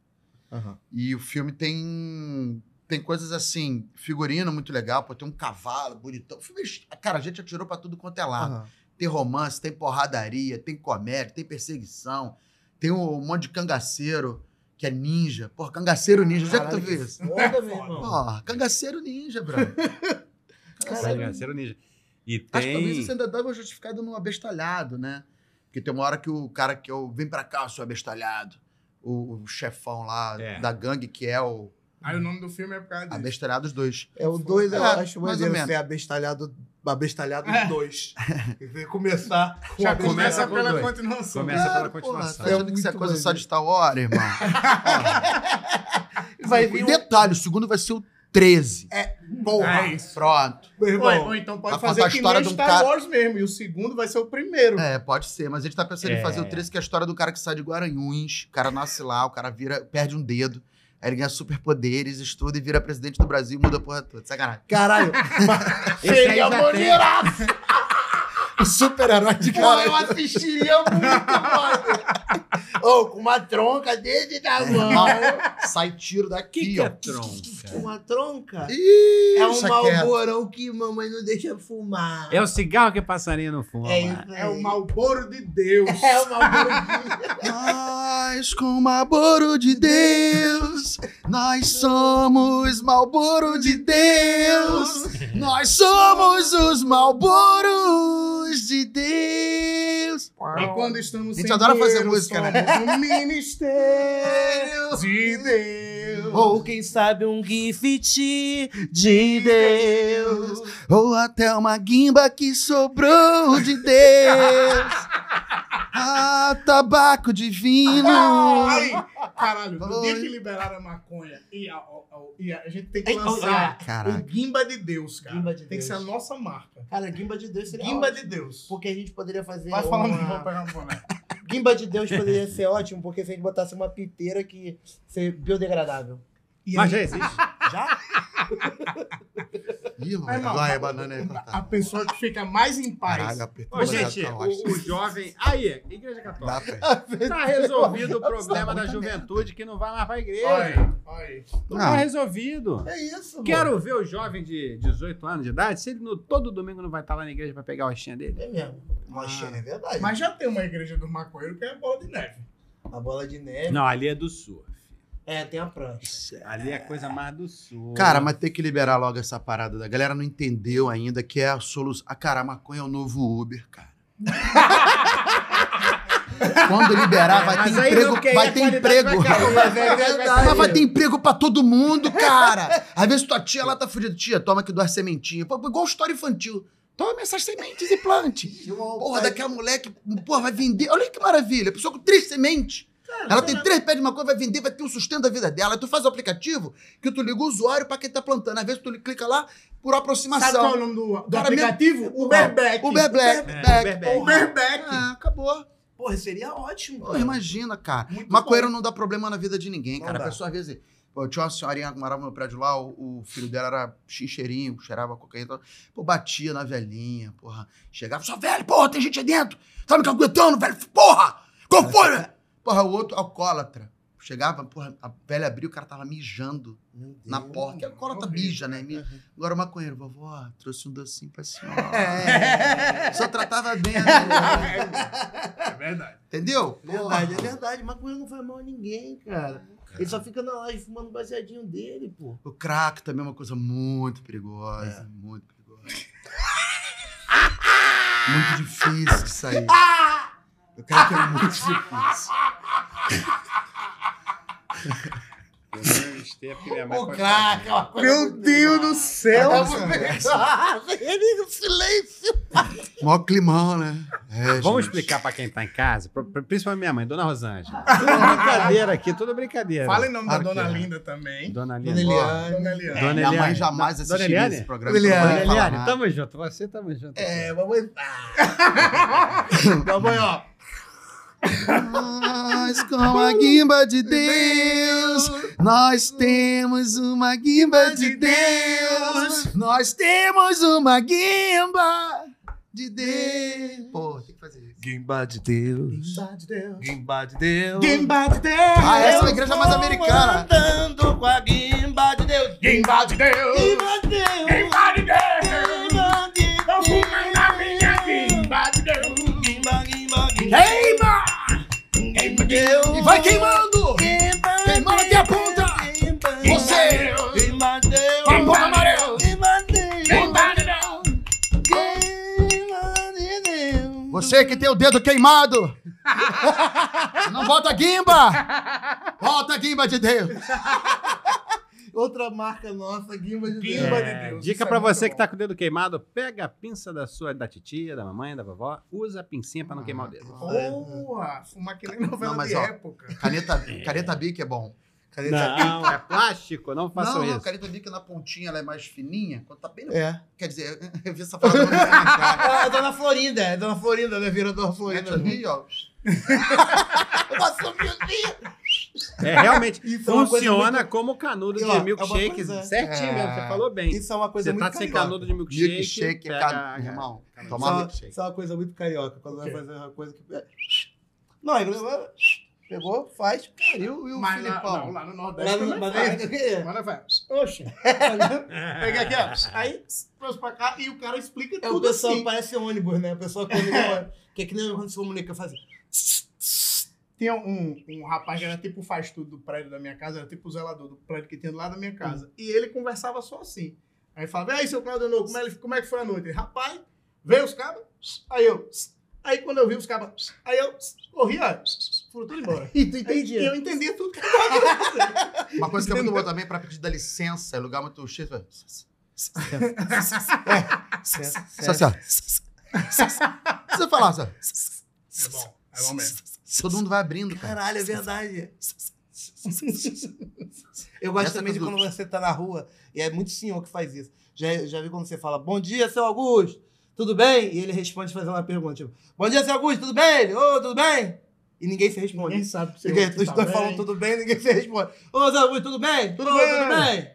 [SPEAKER 3] Aham.
[SPEAKER 4] E o filme tem tem coisas assim, figurino muito legal, pô, tem um cavalo bonitão. O filme, cara, a gente atirou pra tudo quanto é lado.
[SPEAKER 3] Aham.
[SPEAKER 4] Tem romance, tem porradaria, tem comédia, tem perseguição, tem um monte de cangaceiro que é ninja. Porra, cangaceiro ninja, onde é que tu
[SPEAKER 3] Caralho,
[SPEAKER 4] viu isso?
[SPEAKER 3] Foda, meu irmão.
[SPEAKER 4] Porra, cangaceiro ninja, brother.
[SPEAKER 5] Caralho. Cangaceiro ninja. E
[SPEAKER 4] Acho que talvez
[SPEAKER 5] tem.
[SPEAKER 4] isso ainda dava justificado num abestalhado, né? Porque tem uma hora que o cara que eu vem pra cá, seu abestalhado. O, o chefão lá
[SPEAKER 5] É.
[SPEAKER 4] da gangue, que é o
[SPEAKER 1] Aí o nome do filme é por
[SPEAKER 4] Ah,
[SPEAKER 1] causa disso.
[SPEAKER 4] abestalhado dos dois.
[SPEAKER 3] É o 2, eu
[SPEAKER 4] É,
[SPEAKER 3] acho
[SPEAKER 4] mais
[SPEAKER 3] maneiro
[SPEAKER 4] ou menos.
[SPEAKER 3] ser abestalhado, abestalhado
[SPEAKER 1] É.
[SPEAKER 3] 2. Vem começar com
[SPEAKER 1] Já
[SPEAKER 3] a
[SPEAKER 5] começa
[SPEAKER 1] começa
[SPEAKER 5] com
[SPEAKER 1] pela
[SPEAKER 5] dois.
[SPEAKER 1] continuação.
[SPEAKER 5] Começa
[SPEAKER 4] Cara,
[SPEAKER 5] pela continuação.
[SPEAKER 4] Porra, tá achando
[SPEAKER 3] É
[SPEAKER 4] que isso é
[SPEAKER 3] muito
[SPEAKER 4] coisa só
[SPEAKER 3] maneiro.
[SPEAKER 4] de Star Wars, irmão?
[SPEAKER 3] Vai
[SPEAKER 4] e
[SPEAKER 3] vir um...
[SPEAKER 4] detalhe, o segundo vai ser o 13.
[SPEAKER 1] É
[SPEAKER 3] Porra,
[SPEAKER 1] isso.
[SPEAKER 4] Pronto.
[SPEAKER 3] meu
[SPEAKER 1] Ou,
[SPEAKER 3] irmão.
[SPEAKER 1] ou então pode
[SPEAKER 4] Vai
[SPEAKER 1] fazer
[SPEAKER 4] contar a
[SPEAKER 1] que
[SPEAKER 4] história
[SPEAKER 1] nem
[SPEAKER 4] de um
[SPEAKER 1] Star
[SPEAKER 4] cara-
[SPEAKER 1] Wars mesmo. E o segundo vai ser o primeiro.
[SPEAKER 4] É, pode ser, mas ele tá pensando
[SPEAKER 5] É.
[SPEAKER 4] em fazer o 13, que é a história do cara que sai de Guaranhuns, o cara nasce lá, o cara vira, perde um dedo, aí ele ganha superpoderes, estuda e vira presidente do Brasil, muda a porra toda. Sacanagem.
[SPEAKER 3] Caralho,
[SPEAKER 5] Esse aí já tem.
[SPEAKER 3] o super-herói de
[SPEAKER 4] Pô, eu
[SPEAKER 3] caralho.
[SPEAKER 4] assistiria muito,
[SPEAKER 3] Ô, com uma tronca um desse tamanho.
[SPEAKER 4] mano. Sai tiro daqui,
[SPEAKER 5] Que que é
[SPEAKER 4] ó.
[SPEAKER 5] tronca?
[SPEAKER 3] Uma tronca?
[SPEAKER 4] Ih,
[SPEAKER 3] é um
[SPEAKER 4] deixa quieto.
[SPEAKER 3] malborão que mamãe não deixa fumar.
[SPEAKER 5] É o cigarro que passarinho não fuma.
[SPEAKER 3] É isso aí.
[SPEAKER 1] É o Malboro de Deus.
[SPEAKER 3] É o malborão.
[SPEAKER 4] Nós, com o Malboro de Deus, nós somos Malboro de Deus, nós somos os Malboros de Deus.
[SPEAKER 1] E quando estamos
[SPEAKER 4] A gente
[SPEAKER 1] sem
[SPEAKER 4] adora fazer
[SPEAKER 1] dinheiro,
[SPEAKER 4] música, né?
[SPEAKER 1] somos O ministério de Deus.
[SPEAKER 3] Ou quem sabe um gift de Deus.
[SPEAKER 4] Ou até uma guimba que sobrou de Deus. Ah, tabaco divino.
[SPEAKER 1] Ah! Aí, caralho, no dia
[SPEAKER 4] Oi.
[SPEAKER 1] que liberaram a maconha e a, a- a- e a- a gente tem que
[SPEAKER 3] Ei,
[SPEAKER 1] lançar
[SPEAKER 4] Caraca.
[SPEAKER 1] o Guimba de Deus, cara.
[SPEAKER 3] Guimba de
[SPEAKER 1] Tem que
[SPEAKER 3] Deus.
[SPEAKER 1] ser a nossa marca.
[SPEAKER 3] Cara, Guimba de Deus seria
[SPEAKER 1] Guimba
[SPEAKER 3] ótimo.
[SPEAKER 1] de Deus.
[SPEAKER 3] Porque a gente poderia fazer
[SPEAKER 1] Vai falar um vou
[SPEAKER 3] uma...
[SPEAKER 1] pegar um boné.
[SPEAKER 3] Guimba de Deus poderia ser ótimo, porque se a gente botasse uma piteira que seria biodegradável.
[SPEAKER 1] E aí,
[SPEAKER 5] Mas já
[SPEAKER 3] é
[SPEAKER 5] existe.
[SPEAKER 3] Já?
[SPEAKER 4] Ih,
[SPEAKER 1] Aí, irmão,
[SPEAKER 4] Lá é banana é
[SPEAKER 1] a pessoa que fica mais em paz.
[SPEAKER 4] Caralho, apertou. tá
[SPEAKER 5] Ô, gente, o, o jovem. Aí, Igreja Católica.
[SPEAKER 4] Dá pra...
[SPEAKER 5] Tá resolvido o problema da juventude que não vai mais pra
[SPEAKER 1] Olha
[SPEAKER 5] igreja.
[SPEAKER 1] aí, olha aí.
[SPEAKER 5] Não
[SPEAKER 4] Ah.
[SPEAKER 5] tá resolvido.
[SPEAKER 3] É isso, mano.
[SPEAKER 5] Quero ver o jovem de 18 anos de idade, se ele no- todo domingo não vai estar lá na igreja pra pegar a hostinha dele.
[SPEAKER 3] É mesmo. Mochila, é verdade.
[SPEAKER 1] Mas já tem uma igreja do maconheiro que é bola de neve.
[SPEAKER 3] A bola de neve.
[SPEAKER 5] Não, ali é do sul.
[SPEAKER 3] É, tem a prancha.
[SPEAKER 5] Ali é coisa mais do sul.
[SPEAKER 4] Cara, mas tem que liberar logo essa parada. da galera não entendeu ainda que é a solução. Ah, cara, a maconha é o novo Uber, cara. Quando liberar, vai
[SPEAKER 5] Mas
[SPEAKER 4] ter
[SPEAKER 5] aí não,
[SPEAKER 4] emprego.
[SPEAKER 5] porque aí a
[SPEAKER 4] vai ter
[SPEAKER 5] qualidade
[SPEAKER 4] emprego.
[SPEAKER 5] vai cair,
[SPEAKER 3] Mas é verdade.
[SPEAKER 4] Mas vai ter emprego pra todo mundo, cara. Às vezes tua tia lá tá fudida. Tia, toma aqui duas sementinhas. Pô, Igual história infantil. Toma essas sementes e plante.
[SPEAKER 3] um
[SPEAKER 4] Porra, daqui a moleque, porra, vai vender. Olha que maravilha. A pessoa com três sementes. Ela tem três pés de maconha, vai vender, vai ter o sustento da vida dela. Aí Tu faz o aplicativo que tu liga o usuário pra quem tá plantando. Às vezes tu clica lá por aproximação.
[SPEAKER 1] Sabe qual é o nome do, do
[SPEAKER 4] Cara,
[SPEAKER 1] aplicativo? Uberback.
[SPEAKER 4] Uber Black.
[SPEAKER 5] É,
[SPEAKER 4] Black.
[SPEAKER 5] Uberback.
[SPEAKER 1] Uberback.
[SPEAKER 4] Ah, acabou.
[SPEAKER 3] Porra, seria ótimo.
[SPEAKER 4] Pô, imagina, cara.
[SPEAKER 1] Muito
[SPEAKER 4] Maconheiro não dá problema na vida de ninguém,
[SPEAKER 3] Não
[SPEAKER 4] cara.
[SPEAKER 3] dá.
[SPEAKER 4] A pessoa às vezes. Pô, tinha uma senhorinha que morava no meu prédio lá, o, o filho dela era xincheirinho, cheirava cocaína. e tal. Pô, batia na velhinha, porra. Chegava, só velho, porra, tem gente aí dentro. Tá me caguetando, velho, porra!
[SPEAKER 3] É.
[SPEAKER 4] Qual foi, velho? Porra, o outro alcoólatra. Chegava, porra, a velha abriu, o cara tava mijando na porta. Que alcoólatra
[SPEAKER 1] horrível.
[SPEAKER 4] mija, né? Mija. Agora o maconheiro, vovó, trouxe um docinho pra senhora. Só tratava bem, né?
[SPEAKER 1] É verdade.
[SPEAKER 4] entendeu?
[SPEAKER 3] É verdade, é verdade. Maconha não faz mal a ninguém, cara. Ele só fica na laje fumando o baseadinho dele, pô.
[SPEAKER 4] O crack também é uma coisa muito perigosa. Muito perigosa. muito difícil de sair. O crack é muito difícil.
[SPEAKER 5] é O
[SPEAKER 3] ó.
[SPEAKER 1] Meu Deus do céu. né?
[SPEAKER 3] Ele silêncio.
[SPEAKER 4] Mó climão, né? É,
[SPEAKER 5] Vamos
[SPEAKER 4] gente.
[SPEAKER 5] explicar pra quem tá em casa, pro- pro- principalmente minha mãe, Dona Rosângela. Tudo brincadeira aqui, tudo brincadeira.
[SPEAKER 1] Fala em nome da
[SPEAKER 4] Claro que
[SPEAKER 1] Dona
[SPEAKER 4] é.
[SPEAKER 1] Linda também.
[SPEAKER 5] Dona
[SPEAKER 3] Dona
[SPEAKER 5] Eliane.
[SPEAKER 3] Eliane.
[SPEAKER 1] Dona Eliane.
[SPEAKER 5] Dona
[SPEAKER 4] Minha mãe
[SPEAKER 5] Eliane.
[SPEAKER 4] jamais
[SPEAKER 5] Dona
[SPEAKER 4] assistiu
[SPEAKER 5] Eliane?
[SPEAKER 4] esse programa.
[SPEAKER 3] Dona
[SPEAKER 4] então não
[SPEAKER 5] Dona
[SPEAKER 4] vou falar
[SPEAKER 5] Eliane,
[SPEAKER 4] nada.
[SPEAKER 5] tamo junto, você tamo junto.
[SPEAKER 3] É, mamãe.
[SPEAKER 6] Ah,
[SPEAKER 3] mamãe, ó.
[SPEAKER 4] Nós, com a guimba de Deus, nós temos uma guimba de Deus. Nós temos uma guimba de Deus. Pô, tem que fazer isso.
[SPEAKER 2] Guimba de Deus. Guimba de Deus.
[SPEAKER 1] Guimba de Deus.
[SPEAKER 4] Ah, essa é uma igreja mais americana.
[SPEAKER 3] Andando com a guimba de Deus.
[SPEAKER 1] Guimba de Deus.
[SPEAKER 3] Guimba de Deus.
[SPEAKER 1] Guimba de Deus.
[SPEAKER 3] Guimba de
[SPEAKER 1] Eu
[SPEAKER 3] Deus.
[SPEAKER 1] fumo na minha guimba de Deus. Queima! Queima, queima! Vai queimando! Queimando até a ponta! Você! Com a ponta amarela! Vontade não!
[SPEAKER 4] Você que tem o dedo queimado! Não volta guimba! Volta guimba de Deus!
[SPEAKER 6] É, Outra marca nossa, Guimba de Deus.
[SPEAKER 1] Guimba de Deus.
[SPEAKER 5] Dica
[SPEAKER 1] Isso
[SPEAKER 5] pra
[SPEAKER 1] é
[SPEAKER 5] você
[SPEAKER 1] muito
[SPEAKER 5] que tá com o dedo queimado, pega a pinça da sua, da titia, da mamãe, da vovó, usa a pincinha pra não queimar o dedo.
[SPEAKER 1] Boa! Fumar que nem novela
[SPEAKER 4] Não, mas,
[SPEAKER 1] de
[SPEAKER 4] ó,
[SPEAKER 1] época.
[SPEAKER 4] Caneta, caneta Bic é bom.
[SPEAKER 5] Não, é plástico, não façam
[SPEAKER 4] não, não,
[SPEAKER 5] isso.
[SPEAKER 4] caneta Bic na pontinha ela é mais fininha. Quando tá bem na...
[SPEAKER 6] É.
[SPEAKER 4] Quer dizer, né? eu vi essa parada.
[SPEAKER 6] Ah, é Dona Florinda, é Dona Florinda, né? Vira Dona Florinda.
[SPEAKER 4] Mete ali, ó.
[SPEAKER 5] É realmente
[SPEAKER 6] Isso é uma coisa
[SPEAKER 5] funciona como canudo
[SPEAKER 6] E, ó, é
[SPEAKER 5] de
[SPEAKER 6] uma
[SPEAKER 5] milkshake,
[SPEAKER 6] coisa-
[SPEAKER 5] certinho mesmo, você falou bem.
[SPEAKER 6] Isso é uma coisa
[SPEAKER 5] Você
[SPEAKER 6] muito
[SPEAKER 5] tá sem
[SPEAKER 6] carioca.
[SPEAKER 5] canudo de milkshake,
[SPEAKER 4] Milkshake, é
[SPEAKER 5] pega
[SPEAKER 4] cara.
[SPEAKER 5] a-
[SPEAKER 4] Irmão,
[SPEAKER 6] Isso é,
[SPEAKER 4] tomar
[SPEAKER 6] uma,
[SPEAKER 4] milkshake.
[SPEAKER 6] isso é uma coisa muito carioca. Quando vai
[SPEAKER 1] quê?
[SPEAKER 6] fazer uma coisa que. é, Não, ele leva- pegou, faz, pariu e o
[SPEAKER 1] Mas lá, não,
[SPEAKER 6] Filipão.
[SPEAKER 1] lá no
[SPEAKER 6] Lá
[SPEAKER 1] Nordeste
[SPEAKER 6] no-
[SPEAKER 1] também
[SPEAKER 6] mas
[SPEAKER 1] faz.
[SPEAKER 6] aí- o quê?
[SPEAKER 1] Agora vai. Oxe.
[SPEAKER 5] É.
[SPEAKER 1] Peguei aqui, ó. Aí trouxe pra cá e o cara explica
[SPEAKER 6] É,
[SPEAKER 1] tudo
[SPEAKER 6] o pessoal
[SPEAKER 1] assim.
[SPEAKER 6] parece ônibus, né? O pessoal quando que é que nem quando se comunica, faz assim.
[SPEAKER 1] Tinha um, um rapaz que era tipo o faz tudo do prédio da minha casa, era tipo o zelador do prédio que tem lá da minha casa. E ele conversava só assim. Aí falava, e aí, seu Claudio Novo, como, é, ele- como é que foi a noite? Ele, rapaz, veio os cabas, aí eu. Aí quando eu vi os cabas, aí eu corri, ó, foram tudo embora.
[SPEAKER 6] E tu
[SPEAKER 1] E eu
[SPEAKER 6] entendia.
[SPEAKER 1] entendia tudo que
[SPEAKER 4] Uma coisa que é muito boa também pra pedir da licença, é lugar muito cheio. Só assim, ó. Você falar, só.
[SPEAKER 1] É bom, é bom mesmo.
[SPEAKER 4] Todo mundo vai abrindo, cara.
[SPEAKER 6] Caralho, é verdade. Eu gosto
[SPEAKER 4] Essa
[SPEAKER 6] também de
[SPEAKER 4] coisa
[SPEAKER 6] quando você tá na rua, e é muito senhor que faz isso. Já, já vi quando você fala, bom dia, seu Augusto, tudo bem? E ele responde fazendo uma pergunta, tipo, bom dia, seu Augusto, tudo bem? Ô, tudo bem? E ninguém se responde.
[SPEAKER 1] Ninguém sabe se
[SPEAKER 6] Ninguém-
[SPEAKER 1] eu-
[SPEAKER 6] os
[SPEAKER 1] tá
[SPEAKER 6] dois
[SPEAKER 1] bem.
[SPEAKER 6] falam tudo bem, ninguém se responde. Ô, seu Augusto, tudo bem?
[SPEAKER 1] Tudo
[SPEAKER 6] Ô,
[SPEAKER 1] bem.
[SPEAKER 6] Tudo bem?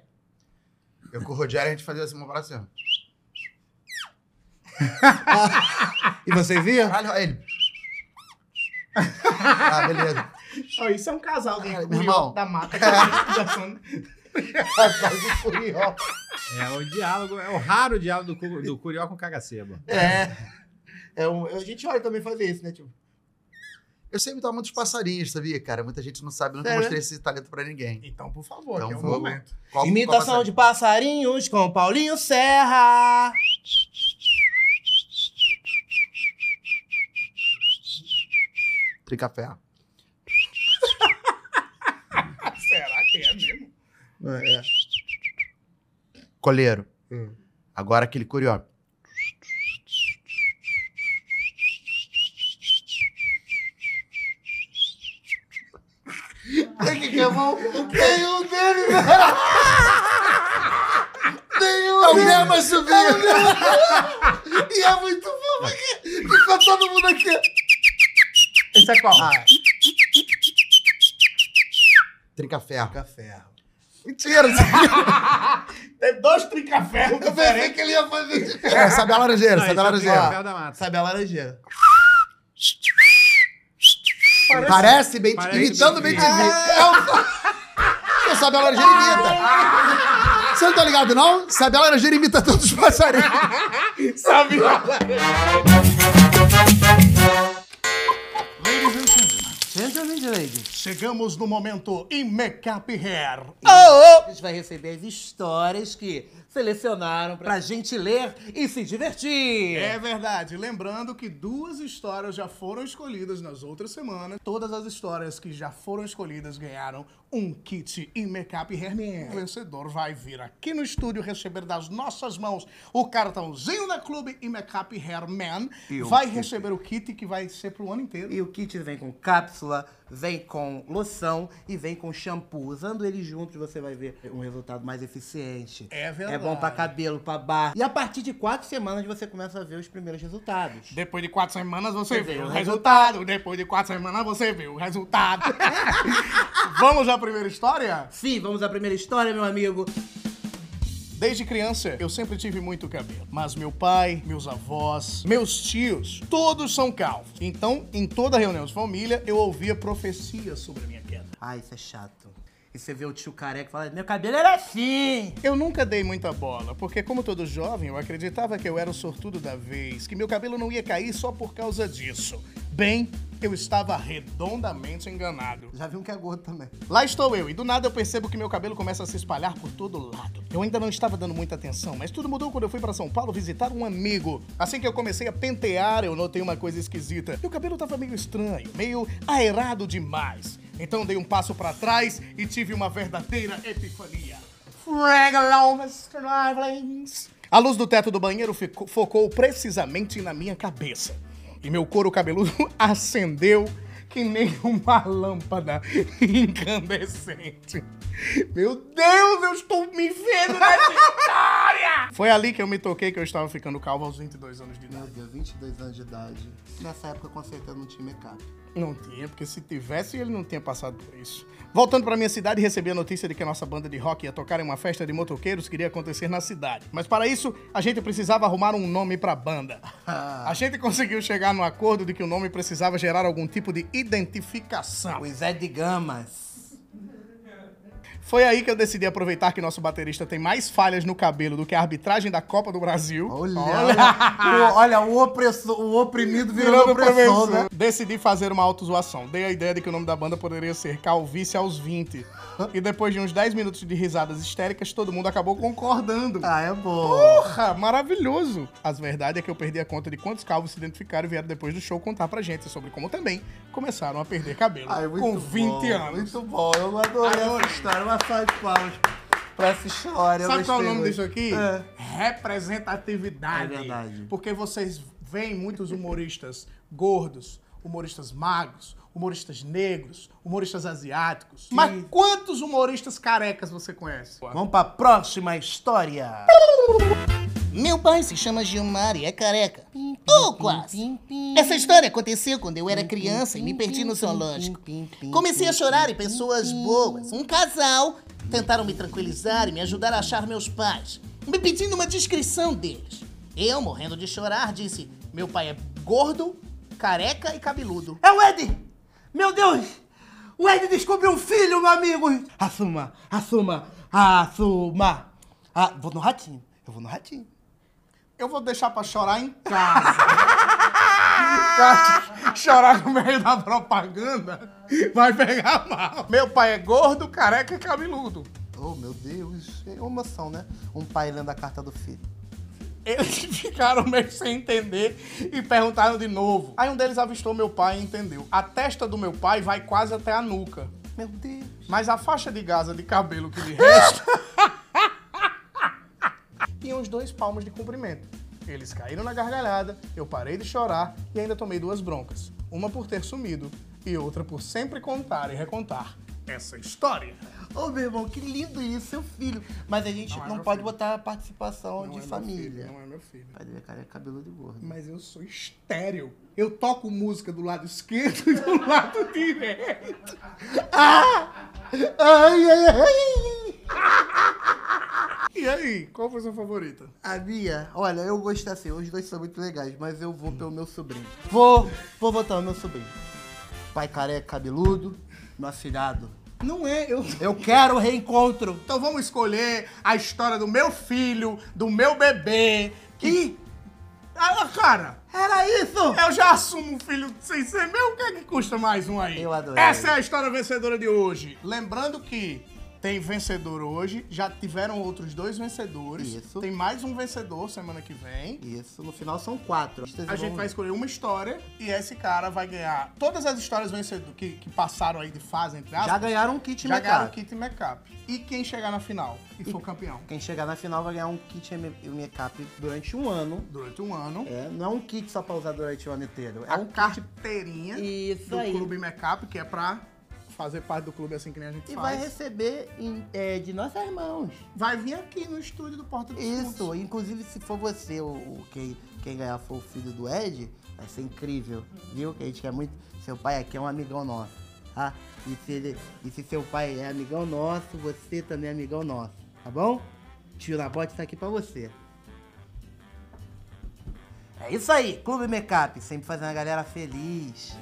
[SPEAKER 4] Eu com o Rogério, a gente fazia assim, uma parada assim, ó.
[SPEAKER 6] E você via?
[SPEAKER 4] Caralho, aí ele. Ah, beleza.
[SPEAKER 1] Ó, isso é um casal de
[SPEAKER 4] Ai, meu
[SPEAKER 1] curió
[SPEAKER 4] irmão.
[SPEAKER 1] da mata que tá conversando.
[SPEAKER 5] É o diálogo, é o raro diálogo do, cu- do curió com cagacebo.
[SPEAKER 6] É. é um, a gente olha também fazer isso, né? Tipo,
[SPEAKER 4] Eu sei imitar muitos passarinhos, sabia, cara? Muita gente não sabe, eu nunca
[SPEAKER 6] Sério?
[SPEAKER 4] mostrei esse talento pra ninguém.
[SPEAKER 1] Então, por favor,
[SPEAKER 4] Então,
[SPEAKER 1] que é o
[SPEAKER 4] vamos.
[SPEAKER 1] momento.
[SPEAKER 4] Qual- qual
[SPEAKER 6] Imitação de passarinhos com Paulinho Serra.
[SPEAKER 4] passarinho? Tricafé.
[SPEAKER 1] Será que é mesmo?
[SPEAKER 4] Coleiro.
[SPEAKER 6] Hum.
[SPEAKER 4] Agora aquele curió.
[SPEAKER 6] Tem que chamar o nenhum dele, né? Nenhum
[SPEAKER 4] É o
[SPEAKER 6] dele.
[SPEAKER 4] mesmo assobio.
[SPEAKER 6] E é muito bom porque fica todo mundo aqui.
[SPEAKER 1] Esse é qual?
[SPEAKER 4] Tricafé.
[SPEAKER 6] Café.
[SPEAKER 4] Mentira.
[SPEAKER 1] Tem dois um trincaferros
[SPEAKER 6] Eu pensei
[SPEAKER 1] diferentes.
[SPEAKER 6] que ele ia fazer.
[SPEAKER 4] É, sabe a laranjeira,
[SPEAKER 5] Não,
[SPEAKER 4] sabe
[SPEAKER 5] isso
[SPEAKER 4] a
[SPEAKER 5] é o
[SPEAKER 4] laranjeira.
[SPEAKER 5] papel da mata.
[SPEAKER 6] Sabe a laranjeira?
[SPEAKER 1] Parece-
[SPEAKER 4] Parece bem
[SPEAKER 5] Parece
[SPEAKER 4] imitando bem É
[SPEAKER 5] bem
[SPEAKER 4] de mim. Eu sabe a laranjeira imita. Você não tá ligado, não? Sabe a laranjeira imita todos os passarinhos.
[SPEAKER 1] Sabe? Chegamos no momento em Makeup Hair.
[SPEAKER 6] Oh, oh. A gente vai receber as histórias que selecionaram pra gente ler e se divertir.
[SPEAKER 1] É verdade. Lembrando que duas histórias já foram escolhidas nas outras semanas. Todas as histórias que já foram escolhidas ganharam um kit em Makeup Hairman. O vencedor vai vir aqui no estúdio receber das nossas mãos o cartãozinho da Clube em Makeup Hairman. Vai receber o kit que vai ser pro ano inteiro.
[SPEAKER 6] E o kit vem com cápsula, vem com loção e vem com shampoo. Usando eles juntos, você vai ver um resultado mais eficiente.
[SPEAKER 1] É verdade.
[SPEAKER 6] É bom pra cabelo, pra barba. E a partir de quatro semanas, você começa a ver os primeiros resultados.
[SPEAKER 1] Depois de quatro semanas você vê
[SPEAKER 6] vê
[SPEAKER 1] o
[SPEAKER 6] o
[SPEAKER 1] resultado. Depois de quatro semanas você vê o resultado. Vamos à primeira história?
[SPEAKER 6] Sim, vamos à primeira história, meu amigo.
[SPEAKER 1] Desde criança, eu sempre tive muito cabelo. Mas meu pai, meus avós, meus tios, todos são calvos. Então, em toda reunião de família, eu ouvia profecias sobre a minha queda.
[SPEAKER 6] Ai, isso é chato. E você vê o tio careca e fala, meu cabelo era assim.
[SPEAKER 1] Eu nunca dei muita bola, porque como todo jovem, eu acreditava que eu era o sortudo da vez, que meu cabelo não ia cair só por causa disso. Bem, eu estava redondamente enganado.
[SPEAKER 6] Já vi um que é gordo também.
[SPEAKER 1] Lá estou eu, e do nada eu percebo que meu cabelo começa a se espalhar por todo lado. Eu ainda não estava dando muita atenção, mas tudo mudou quando eu fui para São Paulo visitar um amigo. Assim que eu comecei a pentear, eu notei uma coisa esquisita. Meu cabelo estava meio estranho, meio aerado demais. Então dei um passo para trás e tive uma verdadeira epifania. Frag along the strivings. A luz do teto do banheiro ficou- focou precisamente na minha cabeça. E meu couro cabeludo acendeu que nem uma lâmpada incandescente. Meu Deus, eu estou me vendo nessa história! Foi ali que eu me toquei que eu estava ficando calvo aos 22 anos de idade.
[SPEAKER 6] Meu Deus, 22 anos de idade. Nessa época, com certeza, não tinha make-up.
[SPEAKER 1] Não tinha, porque se tivesse, ele não tinha passado por isso. Voltando pra minha cidade, recebi a notícia de que a nossa banda de rock ia tocar em uma festa de motoqueiros que iria acontecer na cidade. Mas para isso, a gente precisava arrumar um nome pra banda. A gente conseguiu chegar no acordo de que o nome precisava gerar algum tipo de identificação.
[SPEAKER 6] Os Zé de Gamas.
[SPEAKER 1] Foi aí que eu decidi aproveitar que nosso baterista tem mais falhas no cabelo do que a arbitragem da Copa do Brasil.
[SPEAKER 6] Olha, olha, o, olha, o opressor, o oprimido virando
[SPEAKER 1] Virando
[SPEAKER 6] opressor, né?
[SPEAKER 1] professor. Decidi fazer uma autozoação. Dei a ideia de que o nome da banda poderia ser Calvície aos 20. E depois de uns 10 minutos de risadas histéricas, todo mundo acabou concordando.
[SPEAKER 6] Ah, é bom.
[SPEAKER 1] Porra, maravilhoso! As verdade é que eu perdi a conta de quantos calvos se identificaram e vieram depois do show contar pra gente sobre como também começaram a perder cabelo
[SPEAKER 6] Ai, muito
[SPEAKER 1] com
[SPEAKER 6] bom,
[SPEAKER 1] 20 anos.
[SPEAKER 6] Muito bom, eu adorei essa história. Uma salva de palmas pra essa história. eu
[SPEAKER 1] Sabe qual é o
[SPEAKER 6] gostei
[SPEAKER 1] nome
[SPEAKER 6] muito.
[SPEAKER 1] disso aqui?
[SPEAKER 6] É.
[SPEAKER 1] Representatividade.
[SPEAKER 6] É verdade.
[SPEAKER 1] Porque vocês veem muitos humoristas gordos, humoristas magros, humoristas negros, humoristas asiáticos. Mas quantos humoristas carecas você conhece?
[SPEAKER 6] Vamos pra próxima história.
[SPEAKER 2] Meu pai se chama Gilmar e é careca. Ou quase. Essa história aconteceu quando eu era criança e me perdi no zoológico. Comecei a chorar e pessoas boas, um casal, tentaram me tranquilizar e me ajudar a achar meus pais, me pedindo uma descrição deles. Eu, morrendo de chorar, disse: Meu pai é gordo, careca e cabeludo.
[SPEAKER 6] É o Ed! Meu Deus! O Ed descobriu um filho, meu amigo! Assuma, assuma, assuma. Ah, vou no ratinho. Eu vou no ratinho.
[SPEAKER 1] Eu vou deixar pra chorar em casa. chorar no meio da propaganda vai pegar mal. Meu pai é gordo, careca e cabeludo.
[SPEAKER 6] Oh, meu Deus. É emoção, né? Um pai lendo a carta do filho.
[SPEAKER 1] Eles ficaram meio sem entender e perguntaram de novo. Aí um deles avistou meu pai e entendeu. A testa do meu pai vai quase até a nuca,
[SPEAKER 6] Meu Deus.
[SPEAKER 1] mas a faixa de gasa de cabelo que lhe resta tinha uns dois palmos de comprimento. Eles caíram na gargalhada, eu parei de chorar e ainda tomei duas broncas. Uma por ter sumido e outra por sempre contar e recontar essa história.
[SPEAKER 6] Ô, meu irmão, que lindo isso, seu filho. Mas a gente
[SPEAKER 1] Não é
[SPEAKER 6] não,
[SPEAKER 1] meu
[SPEAKER 6] pode
[SPEAKER 1] filho.
[SPEAKER 6] botar a
[SPEAKER 1] Não é
[SPEAKER 6] participação de
[SPEAKER 1] meu
[SPEAKER 6] família.
[SPEAKER 1] filho, não é meu filho.
[SPEAKER 6] Pai dele, cara, é cabelo de gordo.
[SPEAKER 1] Mas eu sou estéreo. Eu toco música do lado esquerdo e do lado direito.
[SPEAKER 6] Ai, ai, ai!
[SPEAKER 1] E aí, qual foi sua favorita?
[SPEAKER 6] A minha, olha, eu gostei assim, os dois são muito legais, mas eu vou pelo meu sobrinho. Vou, vou votar no meu sobrinho. Pai careca, cabeludo, meu afilhado.
[SPEAKER 1] Não é, eu.
[SPEAKER 6] Eu quero o reencontro.
[SPEAKER 1] Então vamos escolher a história do meu filho, do meu bebê. Que. Ah, cara,
[SPEAKER 6] Era isso!
[SPEAKER 1] eu já assumo um filho sem ser meu, o que é que custa mais um aí?
[SPEAKER 6] Eu adorei.
[SPEAKER 1] Essa é a história vencedora de hoje. Lembrando que. Tem vencedor hoje, já tiveram outros dois vencedores.
[SPEAKER 6] Isso.
[SPEAKER 1] Tem mais um vencedor semana que vem.
[SPEAKER 6] Isso, no final são quatro.
[SPEAKER 1] A gente vai escolher uma história e esse cara vai ganhar todas as histórias vencedoras que, que passaram aí de fase, entre aspas.
[SPEAKER 6] Já ganharam um kit
[SPEAKER 1] já ganharam
[SPEAKER 6] make-up.
[SPEAKER 1] kit e make-up. E quem chegar na final e, for campeão
[SPEAKER 6] Quem chegar na final vai ganhar um kit M- make-up durante um ano.
[SPEAKER 1] durante um ano,
[SPEAKER 6] É, não é um kit só pra usar durante o ano inteiro. É
[SPEAKER 1] a
[SPEAKER 6] um
[SPEAKER 1] carteirinha
[SPEAKER 6] Isso
[SPEAKER 1] do
[SPEAKER 6] aí.
[SPEAKER 1] clube make-up, que é pra fazer parte do clube assim que nem a gente
[SPEAKER 6] E vai
[SPEAKER 1] faz,
[SPEAKER 6] receber em- é, de nossas mãos.
[SPEAKER 1] vai vir aqui no estúdio do Porta dos
[SPEAKER 6] Isso,
[SPEAKER 1] Fundos.
[SPEAKER 6] inclusive se for você, o, o quem, quem ganhar for o filho do Ed, vai ser incrível, viu? Que a gente quer muito. Seu pai aqui é um amigão nosso, tá? E se, ele, e se seu pai é amigão nosso, você também é amigão nosso, tá bom? Tio na bote tá aqui pra você. É isso aí, Clube Make Up, sempre fazendo a galera feliz.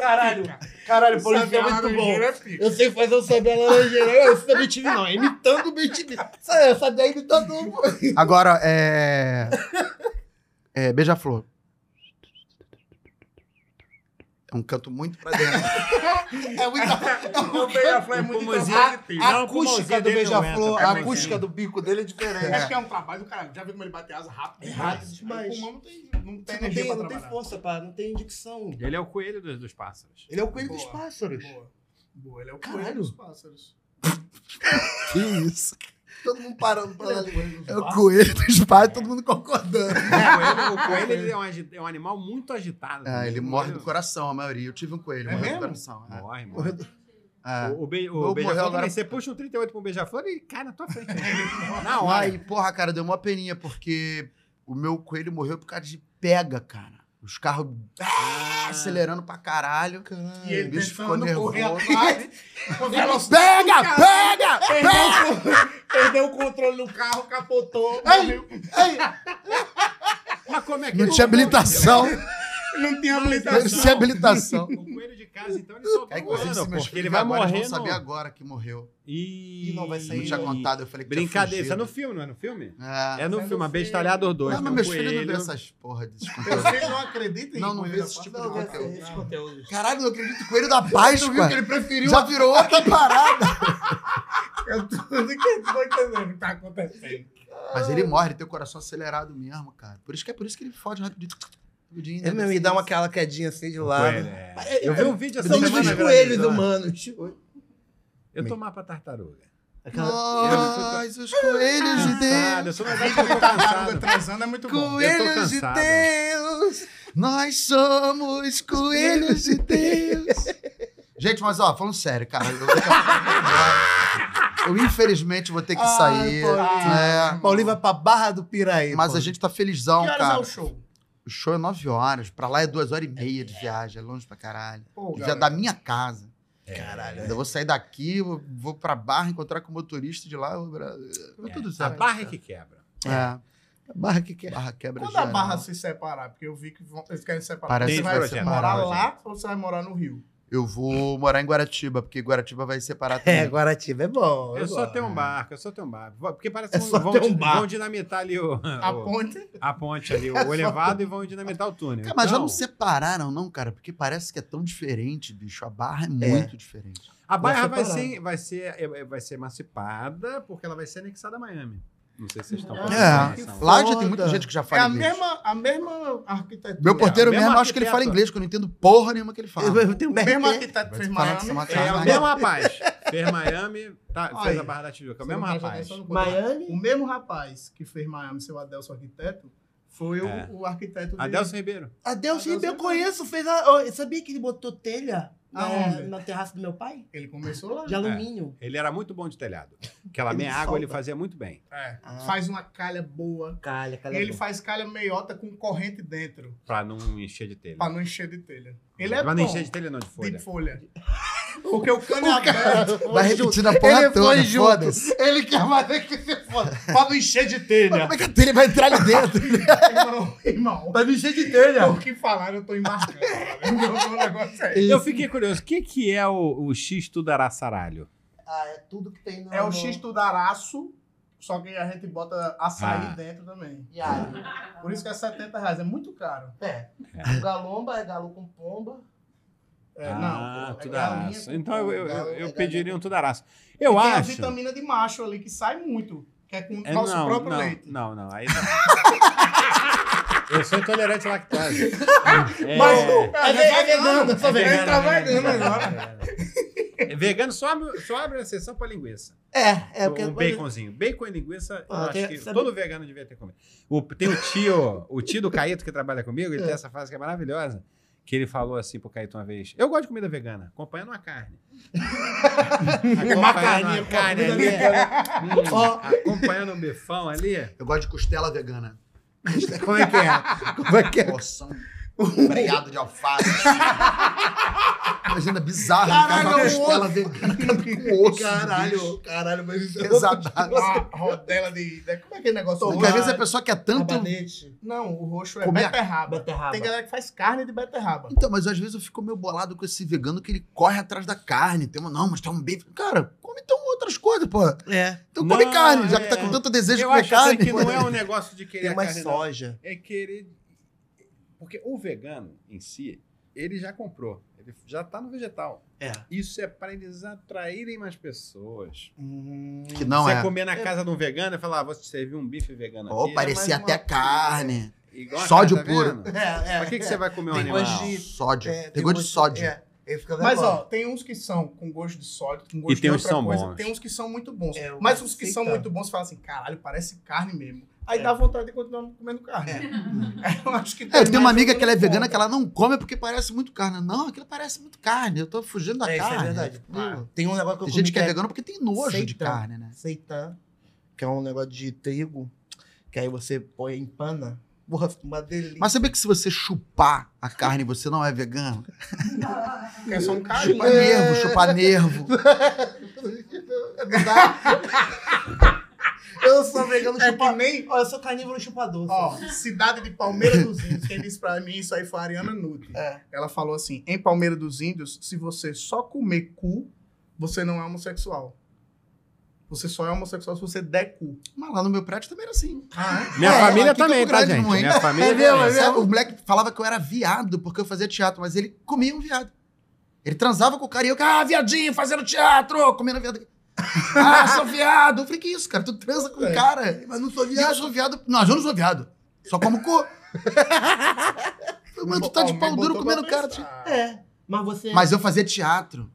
[SPEAKER 2] Caralho, caralho, Paulista é
[SPEAKER 1] Sabiá
[SPEAKER 2] muito bom.
[SPEAKER 1] Laranjeira é pica.
[SPEAKER 2] Eu sei fazer o Sabiá Laranjeira. Eu sou do time, não. é Imitando o BTV. Sabe, Sabiá imitando o...
[SPEAKER 7] Agora, é. é Beija-flor.
[SPEAKER 4] É um canto muito pra dentro.
[SPEAKER 2] É muito...
[SPEAKER 5] O beija-flor é muito
[SPEAKER 2] A, a acústica do beija-flor, a acústica do bico dele é diferente.
[SPEAKER 1] É porque é um trabalho do caralho. Já viu como ele bate asa rápido?
[SPEAKER 2] É rápido demais.
[SPEAKER 1] O pulmão não tem, não tem
[SPEAKER 2] Não
[SPEAKER 1] energia
[SPEAKER 2] tem,
[SPEAKER 1] pra
[SPEAKER 2] não tem
[SPEAKER 1] trabalhar.
[SPEAKER 2] força, pá. Não tem dicção.
[SPEAKER 5] Ele é o coelho dos, dos pássaros.
[SPEAKER 2] Ele é o coelho dos
[SPEAKER 1] Boa.
[SPEAKER 2] pássaros.
[SPEAKER 1] Boa. Boa, ele é o
[SPEAKER 2] Caralho.
[SPEAKER 1] coelho dos pássaros.
[SPEAKER 7] Que isso?
[SPEAKER 4] Todo mundo parando pra lá.
[SPEAKER 7] É o coelho do espaço, todo mundo
[SPEAKER 5] O
[SPEAKER 7] concordando.
[SPEAKER 5] coelho, o coelho, ele é, um, agi- é um animal muito agitado.
[SPEAKER 4] Ah, ele
[SPEAKER 5] O
[SPEAKER 4] morre
[SPEAKER 5] coelho
[SPEAKER 4] do coração, a maioria. Eu tive um coelho,
[SPEAKER 1] É
[SPEAKER 4] morre
[SPEAKER 1] mesmo?
[SPEAKER 4] do coração. é.
[SPEAKER 5] Morre, morre.
[SPEAKER 7] É.
[SPEAKER 5] O, o, be, o
[SPEAKER 4] Vou
[SPEAKER 5] beija-flor
[SPEAKER 4] morrer
[SPEAKER 5] também.
[SPEAKER 4] agora.
[SPEAKER 5] Você puxa um 38 pro beija-flor e cai na tua frente. Na hora.
[SPEAKER 4] Ai, porra, cara, deu uma peninha, porque o meu coelho morreu por causa de pega, cara. Os carros ah, acelerando pra caralho.
[SPEAKER 1] E ele
[SPEAKER 4] o bicho ficou
[SPEAKER 1] tentando correr
[SPEAKER 4] nervoso.
[SPEAKER 1] atrás. com velocidade.
[SPEAKER 4] Pega! Pega!
[SPEAKER 1] Perdeu o controle do carro, capotou. morreu.
[SPEAKER 5] Mas como é que
[SPEAKER 7] Não
[SPEAKER 5] ele-
[SPEAKER 7] tinha habilitação.
[SPEAKER 1] Não tinha
[SPEAKER 7] Não
[SPEAKER 1] habilitação.
[SPEAKER 7] tinha habilitação.
[SPEAKER 5] O coelho de casa, então, ele soltou
[SPEAKER 4] É que
[SPEAKER 5] o
[SPEAKER 4] vocês se
[SPEAKER 5] ano, porque
[SPEAKER 4] mexeram
[SPEAKER 5] ele vai
[SPEAKER 4] agora, eles
[SPEAKER 5] morrer.
[SPEAKER 4] vão saber
[SPEAKER 5] no-
[SPEAKER 4] agora que morreu.
[SPEAKER 5] E...
[SPEAKER 2] E não vai
[SPEAKER 4] Eu
[SPEAKER 2] sair
[SPEAKER 4] não tinha
[SPEAKER 2] Ih,
[SPEAKER 4] contado, eu falei que
[SPEAKER 5] Brincadeira, isso
[SPEAKER 4] tinha
[SPEAKER 5] é no
[SPEAKER 4] fugido.
[SPEAKER 5] filme, não é no filme?
[SPEAKER 4] É.
[SPEAKER 5] É no
[SPEAKER 1] no
[SPEAKER 5] filme, Abestalhados
[SPEAKER 4] Não,
[SPEAKER 5] 2. tem
[SPEAKER 4] mas
[SPEAKER 5] um
[SPEAKER 4] meus filhos não
[SPEAKER 5] coelho.
[SPEAKER 4] vêem essas porra desses
[SPEAKER 1] Meus
[SPEAKER 4] conteúdos.
[SPEAKER 1] filhos não acreditam em
[SPEAKER 4] Não, não
[SPEAKER 1] coelho
[SPEAKER 4] vê
[SPEAKER 1] da
[SPEAKER 4] esse tipo
[SPEAKER 1] Páscoa.
[SPEAKER 4] de
[SPEAKER 1] Não,
[SPEAKER 4] conteúdo.
[SPEAKER 1] não.
[SPEAKER 4] Caralho, não acredito. que o Coelho da Páscoa.
[SPEAKER 7] que
[SPEAKER 4] ele preferiu.
[SPEAKER 7] Já virou outra parada.
[SPEAKER 1] Eu tô eu não tô entendendo o que tá acontecendo.
[SPEAKER 4] Mas ele morre, ele tem o coração acelerado mesmo, cara. Por isso que é por isso que ele foge rapidinho. rapidinho, né?
[SPEAKER 2] É mesmo, e dá uma aquela quedinha assim de lado.
[SPEAKER 5] Coelho, é. Eu vi um vídeo essa
[SPEAKER 2] Somos dos
[SPEAKER 5] semana.
[SPEAKER 2] coelhos
[SPEAKER 5] grande.
[SPEAKER 2] humanos.
[SPEAKER 5] Eu tô mapa tartaruga.
[SPEAKER 4] Mas os coelhos de Deus,
[SPEAKER 5] Cansado, eu sou na verdade que eu tô cansado.
[SPEAKER 1] Transando é muito bom.
[SPEAKER 5] Eu tô
[SPEAKER 4] coelhos de
[SPEAKER 5] cansado.
[SPEAKER 4] Deus, nós somos coelhos de Deus. Gente, mas ó, falando sério, cara, eu, daqui a pouco eu infelizmente vou ter que
[SPEAKER 2] Ai,
[SPEAKER 4] sair.
[SPEAKER 2] Paulinho.
[SPEAKER 4] né?
[SPEAKER 2] Paulinho vai pra Barra do Piraí.
[SPEAKER 4] Mas a
[SPEAKER 2] Paulinho.
[SPEAKER 4] gente tá felizão,
[SPEAKER 1] Que Ah, horas é
[SPEAKER 4] cara.
[SPEAKER 1] o show?
[SPEAKER 4] O show é 9 horas, pra lá é 2 horas e meia de viagem, é longe pra caralho.
[SPEAKER 1] Pô,
[SPEAKER 4] Já é
[SPEAKER 1] galera.
[SPEAKER 4] da minha casa.
[SPEAKER 5] É,
[SPEAKER 2] Caralho.
[SPEAKER 4] Eu vou sair daqui, vou, vou pra barra, encontrar com o motorista de lá. eu vou pra- Vai tudo
[SPEAKER 5] A
[SPEAKER 4] certo.
[SPEAKER 5] barra é que quebra.
[SPEAKER 4] É.
[SPEAKER 2] Barra que quer.
[SPEAKER 4] Barra quebra
[SPEAKER 1] Quando a
[SPEAKER 4] geral.
[SPEAKER 1] barra se separar, porque eu vi que vão, eles querem separar.
[SPEAKER 4] Parece
[SPEAKER 1] você
[SPEAKER 5] que
[SPEAKER 1] vai
[SPEAKER 5] vai separar,
[SPEAKER 1] morar
[SPEAKER 5] gente.
[SPEAKER 1] lá ou você vai morar no Rio?
[SPEAKER 4] Eu vou morar em Guaratiba, porque Guaratiba vai separar também.
[SPEAKER 2] É, Guaratiba é bom.
[SPEAKER 5] Eu só
[SPEAKER 2] gosto.
[SPEAKER 5] tenho um barco, eu só tenho um barco. Porque parece que
[SPEAKER 2] É só
[SPEAKER 5] vão,
[SPEAKER 2] ter um
[SPEAKER 5] di-
[SPEAKER 2] barco.
[SPEAKER 5] vão dinamitar ali o,
[SPEAKER 1] A
[SPEAKER 5] o-
[SPEAKER 1] ponte? é
[SPEAKER 5] a ponte ali, o elevado, e vão dinamitar o túnel.
[SPEAKER 4] Cara, mas já
[SPEAKER 5] Então,
[SPEAKER 4] não separaram, não, cara? Porque parece que é tão diferente, bicho. A barra é muito diferente.
[SPEAKER 5] a barra
[SPEAKER 2] já
[SPEAKER 5] vai
[SPEAKER 2] separaram.
[SPEAKER 5] ser, vai, ser, é, é, vai ser emancipada, porque ela vai ser anexada a Miami. Não sei se vocês estão
[SPEAKER 4] É.
[SPEAKER 5] dessa.
[SPEAKER 4] Lá já tem muita
[SPEAKER 2] foda.
[SPEAKER 4] gente que já
[SPEAKER 1] É
[SPEAKER 4] fala
[SPEAKER 1] a
[SPEAKER 4] inglês.
[SPEAKER 1] mesma, É, a mesma arquitetura.
[SPEAKER 4] Meu porteiro
[SPEAKER 5] mesmo
[SPEAKER 4] mesmo, acho que ele fala
[SPEAKER 5] arquiteto.
[SPEAKER 4] inglês, que eu não entendo porra nenhuma que ele fala.
[SPEAKER 2] Eu, eu tenho um
[SPEAKER 1] O mesmo
[SPEAKER 2] BRT.
[SPEAKER 1] arquiteto
[SPEAKER 4] Vai
[SPEAKER 1] fez
[SPEAKER 4] te falar que
[SPEAKER 1] Miami.
[SPEAKER 4] isso é uma
[SPEAKER 5] É o
[SPEAKER 4] Caralho.
[SPEAKER 5] mesmo rapaz. Fez Miami, tá, fez
[SPEAKER 1] Aí.
[SPEAKER 5] a Barra da Tijuca. É o
[SPEAKER 1] Você não
[SPEAKER 5] mesmo
[SPEAKER 1] presta
[SPEAKER 5] rapaz.
[SPEAKER 1] atenção no
[SPEAKER 6] é-
[SPEAKER 1] conteúdo. O
[SPEAKER 2] Miami.
[SPEAKER 1] mesmo rapaz que fez Miami, seu Adelso arquiteto, foi o-
[SPEAKER 5] É.
[SPEAKER 1] o, arquiteto de...
[SPEAKER 5] Adelson Ribeiro.
[SPEAKER 2] Adeus,
[SPEAKER 1] Adeus,
[SPEAKER 2] Ribeiro, eu
[SPEAKER 1] Ribeiro.
[SPEAKER 2] conheço. Fez a, ó, sabia que ele botou telha na,
[SPEAKER 1] Aonde?
[SPEAKER 2] na terraça do meu pai?
[SPEAKER 1] Ele começou lá.
[SPEAKER 2] De alumínio.
[SPEAKER 5] Ele era muito bom de telhado. Aquela
[SPEAKER 2] Ele
[SPEAKER 5] meia água ele
[SPEAKER 2] solta.
[SPEAKER 5] fazia muito bem.
[SPEAKER 1] É.
[SPEAKER 2] Ah.
[SPEAKER 1] Faz uma calha boa.
[SPEAKER 2] Calha,
[SPEAKER 1] E
[SPEAKER 2] calha.
[SPEAKER 1] ele
[SPEAKER 2] boa.
[SPEAKER 1] faz calha meiota com corrente dentro,
[SPEAKER 5] Pra não encher de telha.
[SPEAKER 1] pra não encher de telha. Ah, Ele é
[SPEAKER 5] Pra
[SPEAKER 1] bom.
[SPEAKER 5] não encher de telha, não, de folha.
[SPEAKER 1] De folha. Porque o cano é aberto.
[SPEAKER 7] Vai repetindo a porra toda. Foda-se.
[SPEAKER 1] Ele quer mais é que se foda. Pra não encher de telha.
[SPEAKER 7] Como é que a telha vai entrar ali dentro?
[SPEAKER 1] irmão, irmão.
[SPEAKER 2] Pra não encher de telha.
[SPEAKER 1] O que falaram, eu tô embarcando. cara. Meu, meu negócio é,
[SPEAKER 5] Eu fiquei curioso. O que, que é o, o X tudará saralho?
[SPEAKER 3] Ah, é tudo que tem no...
[SPEAKER 1] é o X tudaraço, só que a gente bota açaí
[SPEAKER 5] Ah.
[SPEAKER 1] dentro também.
[SPEAKER 3] E aí?
[SPEAKER 1] Por isso que é 70 reais. É muito caro.
[SPEAKER 3] É. O galomba é galo com pomba.
[SPEAKER 1] É,
[SPEAKER 5] ah,
[SPEAKER 1] não. galinha
[SPEAKER 5] tudaraço.
[SPEAKER 1] com
[SPEAKER 5] Então eu, eu,
[SPEAKER 1] pombo.
[SPEAKER 5] eu,
[SPEAKER 3] é galinha.
[SPEAKER 5] pediria um tudaraço. Eu
[SPEAKER 1] E Tem a
[SPEAKER 5] acho.
[SPEAKER 1] vitamina de macho ali que sai muito. Que é com o
[SPEAKER 5] É,
[SPEAKER 1] nosso
[SPEAKER 5] não,
[SPEAKER 1] próprio
[SPEAKER 5] não,
[SPEAKER 1] leite.
[SPEAKER 5] Não, não, aí não. Eu sou intolerante à lactose. É,
[SPEAKER 2] Mas
[SPEAKER 5] é
[SPEAKER 4] tá
[SPEAKER 2] É ve- é vegano, só vegano.
[SPEAKER 1] tá Ele tá
[SPEAKER 2] é
[SPEAKER 1] vegano
[SPEAKER 5] vegano, vegano,
[SPEAKER 1] agora.
[SPEAKER 5] vegano. É, Vegano só abre, só abre a sessão pra linguiça.
[SPEAKER 2] É, é
[SPEAKER 5] o
[SPEAKER 2] porque.
[SPEAKER 5] um baconzinho. Bacon e linguiça, eu
[SPEAKER 2] Ah,
[SPEAKER 5] acho
[SPEAKER 2] tem-
[SPEAKER 5] que
[SPEAKER 2] sabe-
[SPEAKER 5] todo vegano devia ter comido. O, tem o tio, o tio do Caíto que trabalha comigo, ele tem essa frase que é maravilhosa. Que ele falou assim pro Caíto uma vez: Eu gosto de comida vegana, acompanhando uma carne. acompanhando uma
[SPEAKER 2] carninha com a
[SPEAKER 5] carne
[SPEAKER 2] comida
[SPEAKER 5] ali. Hum,
[SPEAKER 2] Ó.
[SPEAKER 5] acompanhando um bifão ali.
[SPEAKER 4] Eu gosto de costela vegana.
[SPEAKER 2] Como é que é? Como é que é?
[SPEAKER 4] Porção. Breiado de alface. legenda bizarra.
[SPEAKER 2] Caralho,
[SPEAKER 4] né? uma
[SPEAKER 2] é um
[SPEAKER 4] costela de- com osso.
[SPEAKER 2] Caralho, caralho, mas isso é
[SPEAKER 4] Pesadaço.
[SPEAKER 1] A rodela de. de- Como é aquele negócio?
[SPEAKER 4] Porque
[SPEAKER 1] roxo?
[SPEAKER 4] às vezes a pessoa quer tanto.
[SPEAKER 2] Rabanete.
[SPEAKER 1] Não, o roxo é
[SPEAKER 4] Comer a-
[SPEAKER 1] beterraba.
[SPEAKER 2] beterraba.
[SPEAKER 1] Tem galera que faz carne de beterraba.
[SPEAKER 4] Então, mas às vezes eu fico meio bolado com esse vegano que ele corre atrás da carne. Tem uma, não, mas tem um bacon. Cara, come então outras coisas, pô.
[SPEAKER 2] É.
[SPEAKER 4] Então come
[SPEAKER 5] Não,
[SPEAKER 4] carne, já
[SPEAKER 5] é.
[SPEAKER 4] que tá com tanto desejo de
[SPEAKER 5] Eu
[SPEAKER 4] comer
[SPEAKER 5] acho
[SPEAKER 4] carne.
[SPEAKER 5] que não é um negócio de querer
[SPEAKER 2] Tem
[SPEAKER 5] a
[SPEAKER 2] mais
[SPEAKER 5] carne, não.
[SPEAKER 2] soja.
[SPEAKER 5] É querer. Porque o vegano em si, ele já comprou. Ele já tá no vegetal.
[SPEAKER 2] É.
[SPEAKER 5] Isso é para eles atraírem mais pessoas.
[SPEAKER 4] Que não
[SPEAKER 5] você
[SPEAKER 4] é.
[SPEAKER 5] comer na casa de um vegano e falar, ah, vou te servir um bife vegano
[SPEAKER 4] Ó,
[SPEAKER 5] aqui. é
[SPEAKER 4] parecia
[SPEAKER 5] mais uma
[SPEAKER 4] até
[SPEAKER 5] coisa.
[SPEAKER 4] carne.
[SPEAKER 5] Igual a
[SPEAKER 4] Sódio
[SPEAKER 5] carne, tá
[SPEAKER 4] puro.
[SPEAKER 5] vendo?
[SPEAKER 2] É,
[SPEAKER 5] Pra que, que você vai comer um
[SPEAKER 2] Tem
[SPEAKER 5] animal?
[SPEAKER 2] gosto de-
[SPEAKER 4] Sódio.
[SPEAKER 2] É,
[SPEAKER 4] tem gosto de sódio.
[SPEAKER 2] É, ele fica
[SPEAKER 1] Mas,
[SPEAKER 2] nervoso.
[SPEAKER 1] ó, tem uns que são com gosto de sódio, com gosto de
[SPEAKER 5] tem uns
[SPEAKER 1] outra
[SPEAKER 5] que são
[SPEAKER 1] coisa.
[SPEAKER 5] bons.
[SPEAKER 1] Tem uns que são muito bons.
[SPEAKER 2] É, eu
[SPEAKER 1] Mas os que
[SPEAKER 2] sei
[SPEAKER 1] são
[SPEAKER 2] que tá.
[SPEAKER 1] muito bons falam assim, caralho, parece carne mesmo. Aí
[SPEAKER 2] É.
[SPEAKER 1] dá vontade de continuar comendo carne. Eu acho que
[SPEAKER 4] É, eu tenho uma
[SPEAKER 1] mais
[SPEAKER 4] amiga
[SPEAKER 1] um
[SPEAKER 4] que ela é
[SPEAKER 1] ponto.
[SPEAKER 4] vegana que ela não come porque parece muito carne. Não, aquilo parece muito carne. Eu tô fugindo da
[SPEAKER 2] É, isso
[SPEAKER 4] carne.
[SPEAKER 2] é verdade.
[SPEAKER 4] Pô,
[SPEAKER 2] Tem um negócio que
[SPEAKER 4] Tem
[SPEAKER 2] eu comi
[SPEAKER 4] gente que é vegana porque tem nojo de
[SPEAKER 2] Seita.
[SPEAKER 4] carne, né?
[SPEAKER 2] seitã, que é um negócio de trigo, que aí você põe em pana. Porra, fica uma delícia.
[SPEAKER 4] Mas sabia que se você chupar a carne, você não é vegano?
[SPEAKER 1] Porque são um carne.
[SPEAKER 4] Chupar nervo, chupar nervo.
[SPEAKER 2] É verdade. eu sou vegano
[SPEAKER 1] É
[SPEAKER 2] chupa...
[SPEAKER 1] que nem-
[SPEAKER 2] Ó, eu sou carnívoro chupador.
[SPEAKER 1] Ó, cidade de Palmeira dos Índios. Quem disse pra mim isso aí foi a Ariana Nutti.
[SPEAKER 2] É.
[SPEAKER 1] Ela falou assim: em Palmeira dos Índios, se você só comer cu, você não é homossexual. Você só é homossexual se você der cu.
[SPEAKER 4] Mas lá no meu prédio também era assim.
[SPEAKER 5] Minha
[SPEAKER 4] É,
[SPEAKER 5] família
[SPEAKER 4] aqui
[SPEAKER 2] um
[SPEAKER 4] em
[SPEAKER 5] também,
[SPEAKER 4] Campo
[SPEAKER 5] tá,
[SPEAKER 4] Grande
[SPEAKER 5] gente?
[SPEAKER 4] não, hein?
[SPEAKER 5] Minha família
[SPEAKER 4] É mesmo, é
[SPEAKER 5] também.
[SPEAKER 4] mesmo. O moleque falava que eu era viado porque eu fazia teatro, mas ele comia um viado. Ele transava com o cara e eu, ah, viadinho, fazendo teatro, comendo viado. ah, sou viado. Eu falei, que isso, cara? Tu transa com o cara. Mas não sou viado. Eu sou viado. Não, eu não sou viado. Só como cu. Mas tu tá de
[SPEAKER 1] Ó,
[SPEAKER 4] pau
[SPEAKER 1] me
[SPEAKER 4] duro
[SPEAKER 1] botou
[SPEAKER 4] comendo
[SPEAKER 1] pra
[SPEAKER 4] cara. tio.
[SPEAKER 1] pensar.
[SPEAKER 2] É, mas você...
[SPEAKER 4] Mas eu fazia teatro.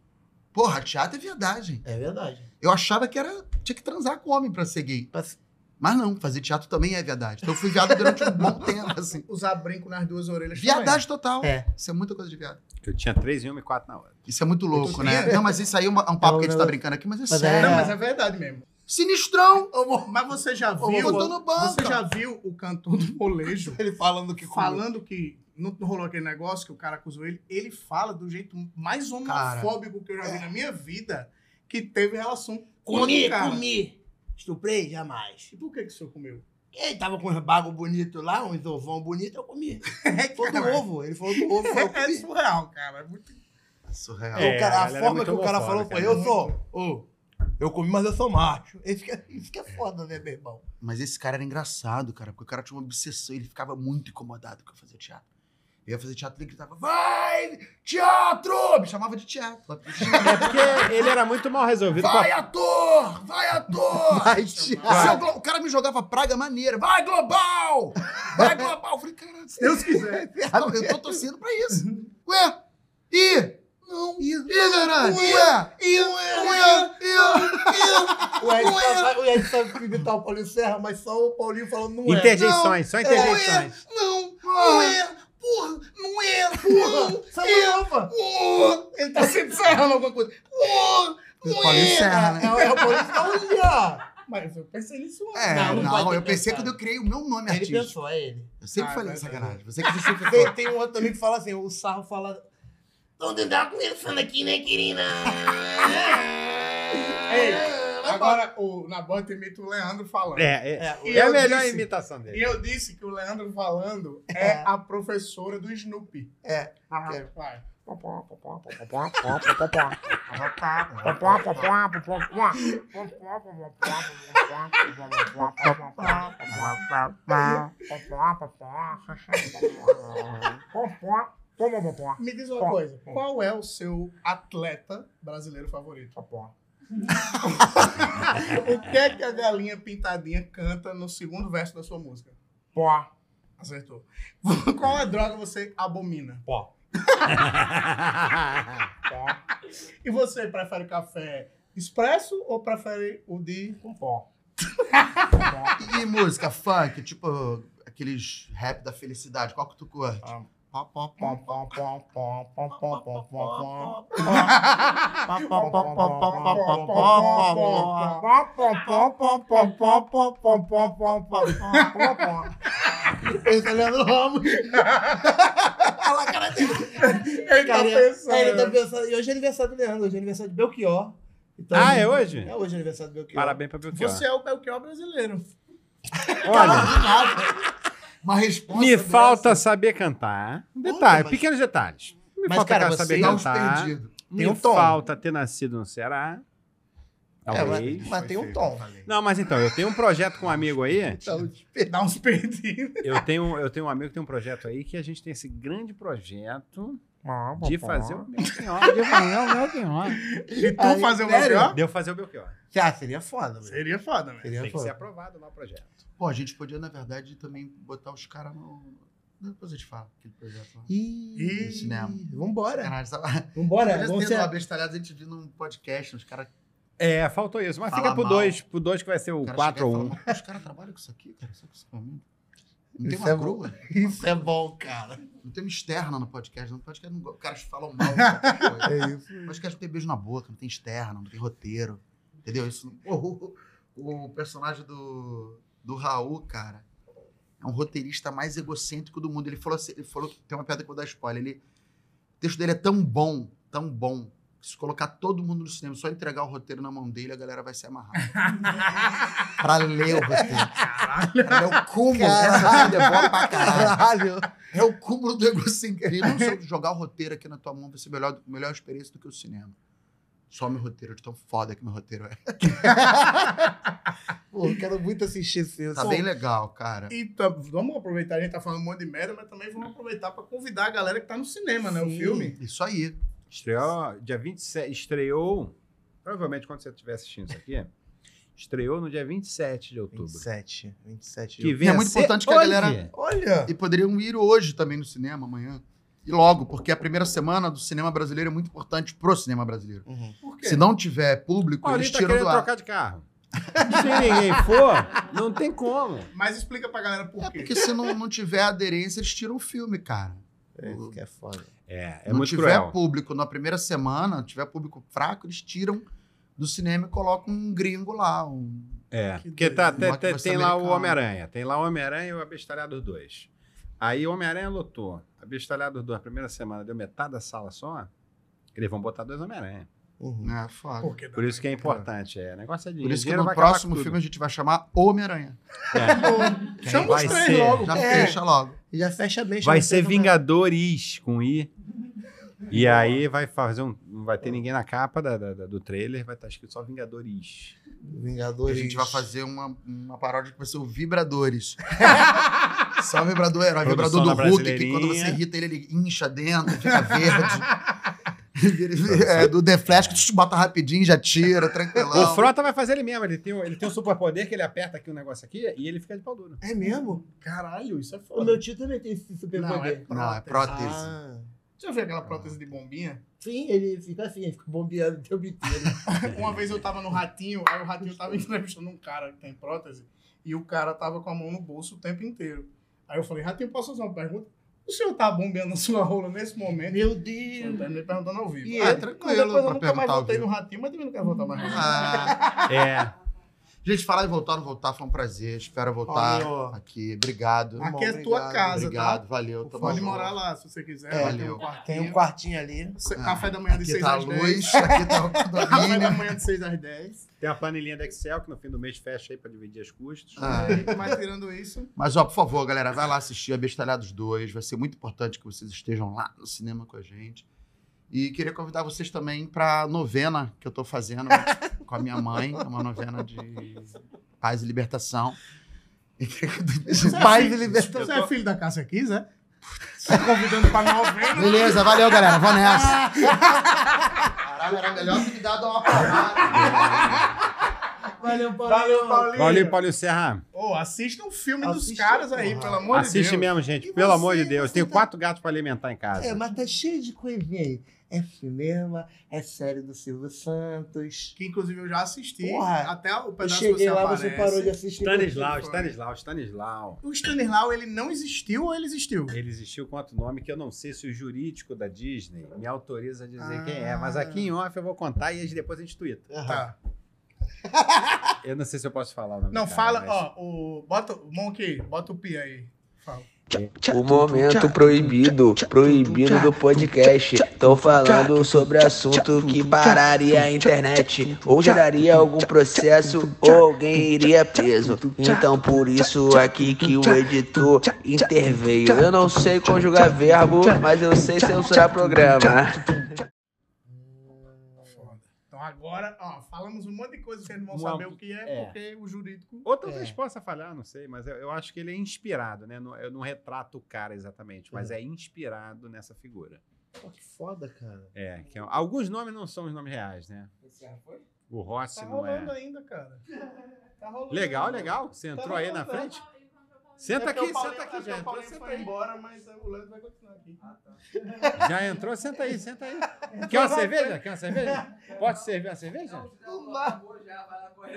[SPEAKER 4] Porra, teatro é viadagem.
[SPEAKER 2] É verdade.
[SPEAKER 4] Eu achava que era tinha que transar com homem pra ser gay.
[SPEAKER 2] Pra se-
[SPEAKER 4] Mas não, fazer teatro também é viadagem. Então eu fui viado durante um bom tempo, assim.
[SPEAKER 1] Usar brinco nas duas orelhas.
[SPEAKER 4] Viadagem total.
[SPEAKER 2] É.
[SPEAKER 4] Isso é muita coisa de viado.
[SPEAKER 5] Eu tinha três em uma e quatro na outra.
[SPEAKER 4] Isso é muito louco,
[SPEAKER 1] tô
[SPEAKER 4] né?
[SPEAKER 1] sem-
[SPEAKER 4] Não, mas isso aí é uma- é um papo
[SPEAKER 2] Não,
[SPEAKER 4] que a gente tá
[SPEAKER 2] não.
[SPEAKER 4] brincando aqui, mas é
[SPEAKER 2] Mas
[SPEAKER 1] também.
[SPEAKER 4] sério.
[SPEAKER 1] Não,
[SPEAKER 2] É.
[SPEAKER 1] mas é verdade mesmo.
[SPEAKER 4] Sinistrão!
[SPEAKER 1] Mas você já
[SPEAKER 4] Ô,
[SPEAKER 1] viu.
[SPEAKER 4] botou no banco.
[SPEAKER 1] Você já viu o cantor do molejo
[SPEAKER 2] Ele falando que...
[SPEAKER 1] falando que não rolou aquele negócio que o cara acusou ele, ele fala do jeito mais homofóbico que eu já vi na minha vida que teve relação com
[SPEAKER 2] Comi,
[SPEAKER 1] outro cara.
[SPEAKER 2] comi. Estuprei? Jamais.
[SPEAKER 1] E por que, que o senhor comeu?
[SPEAKER 2] Ele tava com uns bagos bonitos lá, uns ovão bonito, eu comi. Foi do
[SPEAKER 1] Caralho.
[SPEAKER 2] ovo. Ele falou do ovo, foi eu
[SPEAKER 1] É
[SPEAKER 2] comi.
[SPEAKER 1] surreal, cara. É muito
[SPEAKER 4] Surreal.
[SPEAKER 5] É,
[SPEAKER 2] O cara-
[SPEAKER 5] a
[SPEAKER 2] a,
[SPEAKER 5] galera é
[SPEAKER 2] forma
[SPEAKER 5] muito
[SPEAKER 2] que o cara falou
[SPEAKER 5] homofóbica,
[SPEAKER 2] foi:
[SPEAKER 5] né?
[SPEAKER 2] eu sou. ô, eu comi, mas eu sou macho. Isso que, é- isso que é foda, né, meu irmão?
[SPEAKER 4] Mas esse cara era engraçado, cara, porque o cara tinha uma obsessão, ele ficava muito incomodado que eu fazia teatro. Eu ia fazer teatro, ele gritava, vai, teatro! Me chamava de teatro.
[SPEAKER 5] É porque ele era muito mal resolvido. com a
[SPEAKER 4] Vai, ator! Vai, ator!
[SPEAKER 2] Vai,
[SPEAKER 4] Seu Glo- O cara me jogava praga maneira. Vai, global! Vai, global! Eu falei, cara, se Deus quiser. Eu tô torcendo pra isso. Ué? Ih! Não. é. Ih, caralho! Ué! é? Ih! Ué! Ih!
[SPEAKER 2] O Ed sabe- o Ed sabe que imitar o Paulinho Serra, mas só o Paulinho falando não é.
[SPEAKER 5] Interjeições, só interjeições.
[SPEAKER 4] Não!
[SPEAKER 2] Não
[SPEAKER 4] Ué! Porra! Não é! Porra!
[SPEAKER 2] Não, Sabe nova.
[SPEAKER 4] Ué!
[SPEAKER 1] Ele tá se encerrando alguma coisa.
[SPEAKER 4] O Paulinho Serra, né?
[SPEAKER 2] É, é o Paulinho Serra.
[SPEAKER 1] Mas eu pensei nisso antes.
[SPEAKER 4] É,
[SPEAKER 2] Não,
[SPEAKER 4] não,
[SPEAKER 2] não vai ter
[SPEAKER 4] eu pensei
[SPEAKER 2] pensado.
[SPEAKER 4] quando eu criei o meu nome
[SPEAKER 2] Ele
[SPEAKER 4] artístico.
[SPEAKER 2] pensou, é ele.
[SPEAKER 4] Eu sempre
[SPEAKER 1] Ah,
[SPEAKER 4] falei
[SPEAKER 1] mas-
[SPEAKER 4] sacanagem. Você que você
[SPEAKER 2] Tem, tem um outro também que fala assim: o sarro fala.
[SPEAKER 3] Então, você tá conversando aqui, né, querida?
[SPEAKER 1] Ei, agora o Nabota imita o Leandro falando.
[SPEAKER 5] É, é.
[SPEAKER 2] É,
[SPEAKER 1] E
[SPEAKER 5] É a
[SPEAKER 1] eu
[SPEAKER 5] melhor
[SPEAKER 1] disse-
[SPEAKER 5] imitação
[SPEAKER 1] E
[SPEAKER 5] dele.
[SPEAKER 1] eu disse que o Leandro falando é, a professora do Snoopy.
[SPEAKER 2] É.
[SPEAKER 1] Ah,
[SPEAKER 2] É.
[SPEAKER 1] vai. Me diz uma coisa, qual é o seu atleta brasileiro favorito? o que é que a galinha pintadinha canta no segundo verso da sua música? Acertou. Qual é a droga você abomina?
[SPEAKER 2] Pó.
[SPEAKER 1] E você prefere café expresso ou prefere o de com pó?
[SPEAKER 4] E música funk, tipo aqueles rap da felicidade, qual que tu curte?
[SPEAKER 2] Ah.
[SPEAKER 4] Pó, pó, pó.
[SPEAKER 2] Esse é Leandro Ramos. lá, cara.
[SPEAKER 5] Ele tá
[SPEAKER 2] Cara,
[SPEAKER 5] pensando.
[SPEAKER 2] Aí ele tá pensando. E hoje é aniversário do Leandro, hoje é aniversário de Belchior. Então,
[SPEAKER 5] Ah, é hoje?
[SPEAKER 2] É hoje o aniversário do Belchior.
[SPEAKER 5] Parabéns pra Belchior.
[SPEAKER 1] Você é o Belchior brasileiro.
[SPEAKER 5] Olha,
[SPEAKER 4] Uma resposta.
[SPEAKER 5] me
[SPEAKER 4] dessa,
[SPEAKER 5] falta saber cantar. Detalhe,
[SPEAKER 2] mas-
[SPEAKER 5] pequenos detalhes. Me
[SPEAKER 2] Mas,
[SPEAKER 5] falta
[SPEAKER 2] cara,
[SPEAKER 5] saber
[SPEAKER 2] você-
[SPEAKER 4] dá uns
[SPEAKER 5] cantar.
[SPEAKER 4] perdidos.
[SPEAKER 5] Me
[SPEAKER 2] um tom.
[SPEAKER 5] falta ter nascido no Ceará.
[SPEAKER 2] É, mas-
[SPEAKER 5] Talvez.
[SPEAKER 2] mas tem um tom.
[SPEAKER 5] Não, mas então, eu tenho um projeto com um amigo aí.
[SPEAKER 4] Então,
[SPEAKER 1] Dá uns perdidos.
[SPEAKER 5] Eu tenho, eu tenho um amigo que tem um projeto aí que a gente tem esse grande projeto
[SPEAKER 1] Ah,
[SPEAKER 5] de fazer o Belchior. De fazer o Belchior.
[SPEAKER 1] E tu
[SPEAKER 2] Aí,
[SPEAKER 1] fazer o
[SPEAKER 2] sério?
[SPEAKER 1] Belchior?
[SPEAKER 5] De eu fazer o Belchior.
[SPEAKER 2] Ah, seria foda, velho.
[SPEAKER 1] Seria foda, né?
[SPEAKER 2] Seria
[SPEAKER 5] Tem que ser
[SPEAKER 2] foda.
[SPEAKER 5] aprovado lá o projeto.
[SPEAKER 4] Pô, a gente podia, na verdade, também botar os caras no. Depois eu te falo aquele projeto lá.
[SPEAKER 2] Ih,
[SPEAKER 4] Do cinema.
[SPEAKER 2] vambora.
[SPEAKER 4] Caralho, sabe?
[SPEAKER 2] Vambora.
[SPEAKER 4] Podia
[SPEAKER 2] É, Vamos
[SPEAKER 4] ter
[SPEAKER 2] ser...
[SPEAKER 4] uma bestalhada, a gente viu num podcast, né? os caras.
[SPEAKER 5] É, faltou isso. Mas
[SPEAKER 4] Fala
[SPEAKER 5] fica pro
[SPEAKER 4] mal.
[SPEAKER 5] 2, pro 2 que vai ser o 4 ou 1. Um.
[SPEAKER 4] Os caras trabalham com isso aqui, cara. Só com isso pra mim. Não tem
[SPEAKER 2] Isso
[SPEAKER 4] uma
[SPEAKER 2] é bom.
[SPEAKER 4] crua.
[SPEAKER 2] Isso é bom, cara.
[SPEAKER 4] Não tem uma externa no podcast. No podcast não, os caras falam mal. de qualquer coisa.
[SPEAKER 2] É isso.
[SPEAKER 4] O podcast não tem beijo na boca, não tem externa, não tem roteiro. Entendeu? Isso, não- o, o- o personagem do, do Raul, cara, é um roteirista mais egocêntrico do mundo. Ele falou assim, ele falou que tem uma piada que eu vou dar spoiler. Ele, o texto dele é tão bom, tão bom, que se colocar todo mundo no cinema, só entregar o roteiro na mão dele, a galera vai se amarrar.
[SPEAKER 2] Pra ler o roteiro.
[SPEAKER 4] Cara, é o cúmulo. Essa
[SPEAKER 2] Caralho.
[SPEAKER 4] dele é boa pra caralho.
[SPEAKER 2] Caralho.
[SPEAKER 4] É o cúmulo do egocentrismo. Se eu jogar o roteiro aqui na tua mão, vai ser melhor, melhor experiência do que o cinema. Só meu roteiro, de tão foda que meu roteiro é.
[SPEAKER 2] Pô, eu quero muito assistir esse filme.
[SPEAKER 4] Tá bem legal, cara.
[SPEAKER 1] Então, vamos aproveitar, a gente tá falando um monte de merda, mas também vamos aproveitar pra convidar a galera que tá no cinema, né? O
[SPEAKER 2] Sim.
[SPEAKER 1] filme.
[SPEAKER 4] Isso aí.
[SPEAKER 5] Estreou dia 27. Estreou. Provavelmente quando você estiver assistindo isso aqui, estreou no dia 27 de outubro.
[SPEAKER 2] 27, 27
[SPEAKER 5] Que
[SPEAKER 2] de
[SPEAKER 5] vem
[SPEAKER 4] E é
[SPEAKER 5] a
[SPEAKER 4] muito
[SPEAKER 5] ser
[SPEAKER 4] importante que a
[SPEAKER 5] hoje.
[SPEAKER 4] galera-
[SPEAKER 2] Olha!
[SPEAKER 4] E poderiam ir hoje também no cinema, amanhã. E logo, porque a primeira semana do cinema brasileiro é muito importante pro cinema brasileiro.
[SPEAKER 2] Uhum.
[SPEAKER 1] Por quê?
[SPEAKER 4] Se não tiver público, eles
[SPEAKER 5] Paulinho tá
[SPEAKER 4] tiram
[SPEAKER 5] querendo
[SPEAKER 4] do ar.
[SPEAKER 5] trocar de carro. Se ninguém for, não tem como.
[SPEAKER 1] Mas explica pra galera por
[SPEAKER 4] É
[SPEAKER 1] quê.
[SPEAKER 4] porque se não, não tiver aderência, eles tiram o filme, cara.
[SPEAKER 2] É, isso que é foda.
[SPEAKER 5] É, é
[SPEAKER 4] não
[SPEAKER 5] muito
[SPEAKER 4] tiver
[SPEAKER 5] cruel.
[SPEAKER 4] público na primeira semana, tiver público fraco, eles tiram do cinema e colocam um gringo lá. Um...
[SPEAKER 5] É,
[SPEAKER 1] Que
[SPEAKER 5] porque tá,
[SPEAKER 4] doido.
[SPEAKER 5] te- te-
[SPEAKER 4] Rock
[SPEAKER 5] tem lá o
[SPEAKER 4] americano.
[SPEAKER 5] Homem-Aranha. Tem lá o Homem-Aranha e o Abestalhados 2. Aí o Homem-Aranha lotou. Abestalhados 2, primeira semana, deu metade da sala só. Eles vão botar dois Homem-Aranha.
[SPEAKER 2] Uhum.
[SPEAKER 4] É, foda.
[SPEAKER 1] Porque dá
[SPEAKER 5] Por isso que é importante. É, negócio é dinheiro.
[SPEAKER 4] Por isso que
[SPEAKER 5] Dinheiro
[SPEAKER 4] no
[SPEAKER 5] vai acabar
[SPEAKER 4] próximo
[SPEAKER 5] com tudo.
[SPEAKER 4] filme a gente vai chamar Homem-Aranha.
[SPEAKER 1] Pô, Chama os
[SPEAKER 5] É. Vai
[SPEAKER 1] três
[SPEAKER 5] ser.
[SPEAKER 1] logo.
[SPEAKER 4] Já
[SPEAKER 2] É.
[SPEAKER 4] fecha logo.
[SPEAKER 2] E Já fecha
[SPEAKER 5] Vai
[SPEAKER 2] bem. chama
[SPEAKER 5] ser
[SPEAKER 2] fecha
[SPEAKER 5] Vingadores com I. E aí vai fazer um. Não vai ter ninguém na capa da- da- da- do trailer, vai estar escrito só Vingadores.
[SPEAKER 2] bem.
[SPEAKER 4] E
[SPEAKER 2] Vingadores.
[SPEAKER 4] a gente vai fazer uma, uma paródia que vai ser o Vibradores. Só o vibrador herói, o
[SPEAKER 5] Produção
[SPEAKER 4] vibrador do
[SPEAKER 5] da
[SPEAKER 4] Hulk, que quando você
[SPEAKER 5] Brasileirinha.
[SPEAKER 4] irrita ele, ele incha dentro, fica verde. Vira- é, do The Flash, que tu bota rapidinho, já tira,
[SPEAKER 5] O
[SPEAKER 4] tranquilão.
[SPEAKER 5] Frota vai fazer ele mesmo. Ele tem, um- ele tem um superpoder que ele aperta aqui um negócio aqui e ele fica de pau duro.
[SPEAKER 2] É mesmo?
[SPEAKER 1] Caralho, isso é
[SPEAKER 2] O
[SPEAKER 1] foda.
[SPEAKER 2] meu tio também tem esse super
[SPEAKER 1] Não, é
[SPEAKER 2] poder.
[SPEAKER 4] Não, é
[SPEAKER 1] prótese.
[SPEAKER 4] prótese.
[SPEAKER 2] Ah.
[SPEAKER 1] Já viu aquela prótese de bombinha?
[SPEAKER 2] Sim, ele fica assim, ele fica bombeando o tempo inteiro.
[SPEAKER 1] Uma vez eu tava no ratinho, aí o ratinho tava entrevistando um cara que tem prótese, e o cara tava com a mão no bolso o tempo inteiro. Aí eu falei, ratinho, posso fazer uma pergunta? O senhor tá bombeando a sua rola nesse momento?
[SPEAKER 2] Meu
[SPEAKER 1] Ele
[SPEAKER 2] Deus!
[SPEAKER 1] tá me perguntando ao vivo.
[SPEAKER 4] E
[SPEAKER 1] Ah,
[SPEAKER 4] é
[SPEAKER 1] Depois
[SPEAKER 4] tranquilo
[SPEAKER 1] eu
[SPEAKER 4] pra
[SPEAKER 1] nunca mais
[SPEAKER 4] perguntar ao
[SPEAKER 1] voltei no
[SPEAKER 4] vivo.
[SPEAKER 1] ratinho, mas também não quero voltar mais. no Ratinho.
[SPEAKER 4] Ah,
[SPEAKER 5] É.
[SPEAKER 4] gente, falar em voltar, não voltar, foi um prazer. Espero voltar
[SPEAKER 2] Paulinho.
[SPEAKER 4] aqui. Ah, Obrigado.
[SPEAKER 1] Aqui é tua
[SPEAKER 2] obrigado,
[SPEAKER 1] casa,
[SPEAKER 4] Obrigado,
[SPEAKER 1] tá?
[SPEAKER 4] valeu. Tamo
[SPEAKER 1] Pode
[SPEAKER 4] junto.
[SPEAKER 1] morar lá, se você quiser.
[SPEAKER 2] É,
[SPEAKER 1] Vai ter
[SPEAKER 4] valeu.
[SPEAKER 1] um quartinho.
[SPEAKER 2] Tem um quartinho ali.
[SPEAKER 1] Cê-
[SPEAKER 4] Ah,
[SPEAKER 1] Café da manhã de
[SPEAKER 4] Aqui
[SPEAKER 1] 6
[SPEAKER 4] tá a
[SPEAKER 1] às 10.
[SPEAKER 4] luz, aqui tá o
[SPEAKER 1] Café da
[SPEAKER 4] condomínio.
[SPEAKER 1] manhã de 6 às 10.
[SPEAKER 5] Tem uma planilhinha da Excel que no fim do mês fecha aí pra dividir os custos.
[SPEAKER 4] Ah.
[SPEAKER 1] Aí, Mas tirando isso,
[SPEAKER 4] Mas, ó, por favor, galera, vai lá assistir Abestalhados 2. Vai ser muito importante que vocês estejam lá no cinema com a gente. E queria convidar vocês também para novena que eu tô fazendo com a minha mãe. É uma novena de paz e libertação.
[SPEAKER 2] Paz e
[SPEAKER 1] você
[SPEAKER 2] libertação.
[SPEAKER 1] é filho da Cássia Kiss, né? Tá convidando pra novena.
[SPEAKER 4] Beleza, valeu, galera. Vou nessa. Caralho, era melhor me dar uma parada.
[SPEAKER 2] Valeu, Paulo.
[SPEAKER 1] Valeu, Paulinho.
[SPEAKER 5] Paulinho, Paulinho Serra,
[SPEAKER 1] Ô, assista um filme dos
[SPEAKER 2] Assista,
[SPEAKER 1] caras aí,
[SPEAKER 2] porra.
[SPEAKER 1] pelo amor
[SPEAKER 5] assiste
[SPEAKER 1] de Deus.
[SPEAKER 5] mesmo, gente.
[SPEAKER 2] E
[SPEAKER 5] Pelo
[SPEAKER 2] você,
[SPEAKER 5] amor de Deus.
[SPEAKER 2] você
[SPEAKER 5] Tenho
[SPEAKER 2] tá-
[SPEAKER 5] quatro gatos pra alimentar em casa.
[SPEAKER 2] É, mas tá cheio de coisinha aí. É cinema, é série do Silvio Santos.
[SPEAKER 1] Que inclusive eu já assisti.
[SPEAKER 2] Porra.
[SPEAKER 1] até o
[SPEAKER 2] Eu
[SPEAKER 1] pedaço que
[SPEAKER 2] cheguei
[SPEAKER 1] você
[SPEAKER 2] lá,
[SPEAKER 1] aparece.
[SPEAKER 2] você parou de assistir.
[SPEAKER 5] Stanislau, Stanislau, Stanislau.
[SPEAKER 1] O Stanislau, ele não existiu ou ele existiu?
[SPEAKER 5] Ele existiu com outro nome que eu não sei se o jurídico da Disney me autoriza a dizer
[SPEAKER 1] Ah.
[SPEAKER 5] quem é, mas aqui em off eu vou contar e depois a gente twitta.
[SPEAKER 1] Tá.
[SPEAKER 5] Eu não sei se eu posso falar o nome do
[SPEAKER 1] Não,
[SPEAKER 5] cara,
[SPEAKER 1] fala,
[SPEAKER 5] mas-
[SPEAKER 1] ó, o. Bota. Monkey, bota o Pi aí. Fala.
[SPEAKER 8] O momento proibido, proibido do podcast. Tô falando sobre assunto que pararia a internet, ou geraria algum processo, ou alguém iria preso. Então por isso aqui que o editor interveio. Eu não sei conjugar verbo, mas eu sei censurar programa.
[SPEAKER 1] Foda. Então agora, ó, falamos um monte de coisa que vocês não vão
[SPEAKER 5] Uma-
[SPEAKER 1] saber o que é,
[SPEAKER 5] é.
[SPEAKER 1] porque o jurídico.
[SPEAKER 5] Ou talvez possa falhar, não sei, mas eu, eu acho que ele é inspirado, né? Não- eu não retrato o cara exatamente, mas é inspirado nessa figura.
[SPEAKER 2] Pô, que foda, cara.
[SPEAKER 5] É, que é- alguns nomes não são os nomes reais, né? O Rossi
[SPEAKER 1] Tá
[SPEAKER 5] não
[SPEAKER 1] rolando Tá
[SPEAKER 5] é.
[SPEAKER 1] ainda, cara. Tá rolando.
[SPEAKER 5] Legal,
[SPEAKER 1] ainda.
[SPEAKER 5] legal. Você entrou aí na frente.
[SPEAKER 1] É
[SPEAKER 5] Senta
[SPEAKER 1] porque
[SPEAKER 5] aqui,
[SPEAKER 1] o Paulinho-
[SPEAKER 5] senta aqui,
[SPEAKER 1] acho que
[SPEAKER 5] já
[SPEAKER 1] o
[SPEAKER 5] entrou,
[SPEAKER 1] Paulinho
[SPEAKER 5] senta
[SPEAKER 1] foi
[SPEAKER 5] aí.
[SPEAKER 1] embora, mas o Leandro vai continuar aqui.
[SPEAKER 5] Já entrou, senta aí, senta aí. Quer uma cerveja? Quer uma cerveja? Pode servir uma cerveja?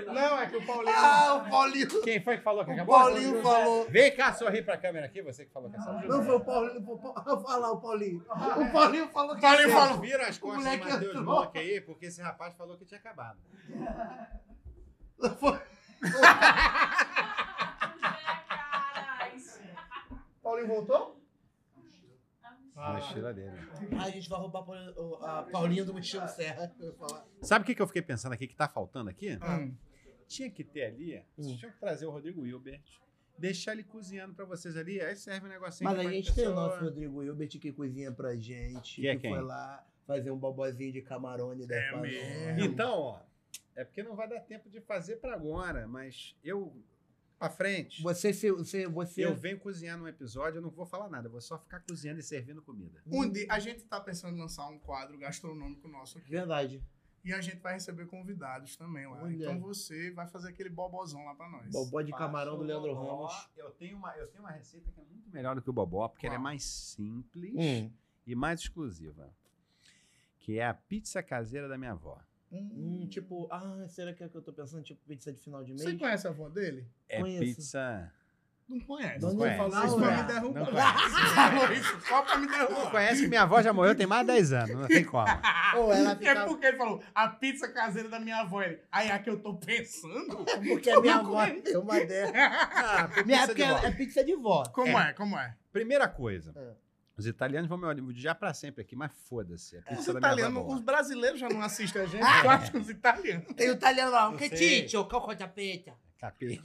[SPEAKER 1] Não, é que o Paulinho.
[SPEAKER 2] Ah, o Paulinho.
[SPEAKER 5] Quem foi que falou que
[SPEAKER 2] O
[SPEAKER 5] acabou?
[SPEAKER 2] Paulinho falou.
[SPEAKER 5] Vem cá sorrir pra câmera aqui, você que é falou que essa
[SPEAKER 2] Não foi o Paulinho. Foi o Paulinho. Olha lá o Paulinho.
[SPEAKER 1] Ah, é.
[SPEAKER 2] O Paulinho falou que
[SPEAKER 5] Paulinho falou, vira as costas do
[SPEAKER 2] moleque
[SPEAKER 5] Matheus
[SPEAKER 2] entrou.
[SPEAKER 5] Monk aí, porque esse rapaz falou que tinha acabado.
[SPEAKER 1] Paulinho voltou?
[SPEAKER 5] A
[SPEAKER 2] Ah.
[SPEAKER 5] mochila dele.
[SPEAKER 2] A gente vai roubar Paulinho- o- a Paulinha do Mochila Serra. eu ia falar.
[SPEAKER 5] Sabe o que, que eu fiquei pensando aqui que tá faltando aqui?
[SPEAKER 2] Ah.
[SPEAKER 5] Tinha que ter ali,
[SPEAKER 2] Hum.
[SPEAKER 5] vocês tinham que trazer o Rodrigo Hilbert, deixar ele cozinhando pra vocês ali, aí serve um negocinho.
[SPEAKER 2] Mas
[SPEAKER 5] pra
[SPEAKER 2] a gente tem o
[SPEAKER 5] pessoa.
[SPEAKER 2] nosso Rodrigo Hilbert que cozinha pra gente.
[SPEAKER 5] Que é
[SPEAKER 2] foi
[SPEAKER 5] quem?
[SPEAKER 2] lá fazer um bobozinho de camarone da
[SPEAKER 1] É
[SPEAKER 2] Fazenda.
[SPEAKER 1] mesmo.
[SPEAKER 5] Então, ó, é porque não vai dar tempo de fazer pra agora, mas eu, pra frente,
[SPEAKER 2] Você, se- você, você é
[SPEAKER 5] eu venho cozinhar num episódio, eu não vou falar nada, eu vou só ficar cozinhando e servindo comida.
[SPEAKER 1] Um dia, a gente tá pensando em lançar um quadro gastronômico nosso aqui.
[SPEAKER 2] Verdade.
[SPEAKER 1] E a gente vai receber convidados também lá.
[SPEAKER 2] Olha.
[SPEAKER 1] Então você vai fazer aquele bobozão lá pra nós.
[SPEAKER 2] Bobó de camarão
[SPEAKER 5] Faço
[SPEAKER 2] do
[SPEAKER 5] o
[SPEAKER 2] Leandro
[SPEAKER 5] bobó.
[SPEAKER 2] Ramos.
[SPEAKER 5] Eu tenho, uma, eu tenho uma receita que é muito melhor do que o bobó, porque ela é mais simples
[SPEAKER 3] Hum.
[SPEAKER 5] e mais exclusiva. Que é a pizza caseira da minha avó.
[SPEAKER 2] Hum, tipo, ah, será que é o que eu tô pensando? Tipo, pizza de final de mês?
[SPEAKER 1] Você conhece a avó dele?
[SPEAKER 5] É
[SPEAKER 2] Conheço.
[SPEAKER 5] pizza.
[SPEAKER 1] Não conhece.
[SPEAKER 5] Não
[SPEAKER 1] Você falou
[SPEAKER 2] conhece.
[SPEAKER 1] isso pra
[SPEAKER 2] Não,
[SPEAKER 1] me derrubar.
[SPEAKER 5] não
[SPEAKER 1] Você falou isso só pra me derrubar.
[SPEAKER 5] Não conhece que minha avó já morreu tem mais de 10 anos, não tem como.
[SPEAKER 2] Ou ela
[SPEAKER 1] É
[SPEAKER 2] ficava-
[SPEAKER 1] porque ele falou, a pizza caseira da minha avó. Ele, aí é a que eu tô pensando?
[SPEAKER 2] Porque a minha avó tem uma dessa.
[SPEAKER 5] Ah, pizza
[SPEAKER 2] Minha,
[SPEAKER 5] de
[SPEAKER 2] porque ela-
[SPEAKER 5] vó.
[SPEAKER 2] é pizza de vó.
[SPEAKER 1] Como é, como é?
[SPEAKER 5] Primeira coisa.
[SPEAKER 2] É.
[SPEAKER 5] Os italianos vão me odiar pra sempre aqui, mas foda-se. A
[SPEAKER 1] Os
[SPEAKER 5] pizza da minha avó. é
[SPEAKER 1] italianos,
[SPEAKER 5] boa.
[SPEAKER 1] os brasileiros já não assistem a gente, eu
[SPEAKER 2] é.
[SPEAKER 1] acho que os italianos.
[SPEAKER 2] Tem o italiano lá, um
[SPEAKER 5] Você-
[SPEAKER 2] quetito, cocote preta,
[SPEAKER 5] Capete.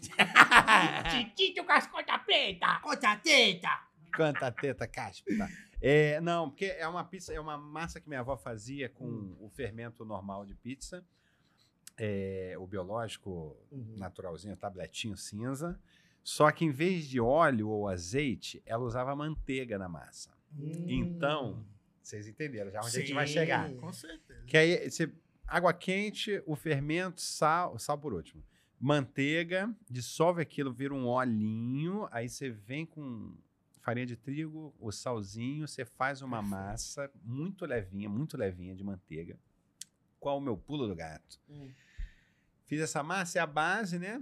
[SPEAKER 9] Titito cascota preta.
[SPEAKER 2] cocote teta.
[SPEAKER 5] Canta a teta, cáspita. É, não, porque é uma pizza, é uma massa que minha avó fazia com o fermento normal de pizza, é, o biológico naturalzinho, tabletinho cinza. Só que em vez de óleo ou azeite, ela usava manteiga na massa.
[SPEAKER 2] Hum,
[SPEAKER 5] Então, vocês entenderam já onde a gente vai chegar.
[SPEAKER 1] Com certeza.
[SPEAKER 5] Que aí você, água quente, o fermento, sal, sal por último. Manteiga, dissolve aquilo, vira um olhinho, aí você vem com farinha de trigo, o salzinho, você faz uma massa muito levinha, muito levinha de manteiga. Qual o meu pulo do gato?
[SPEAKER 2] Hum.
[SPEAKER 5] Fiz essa massa, é a base, né?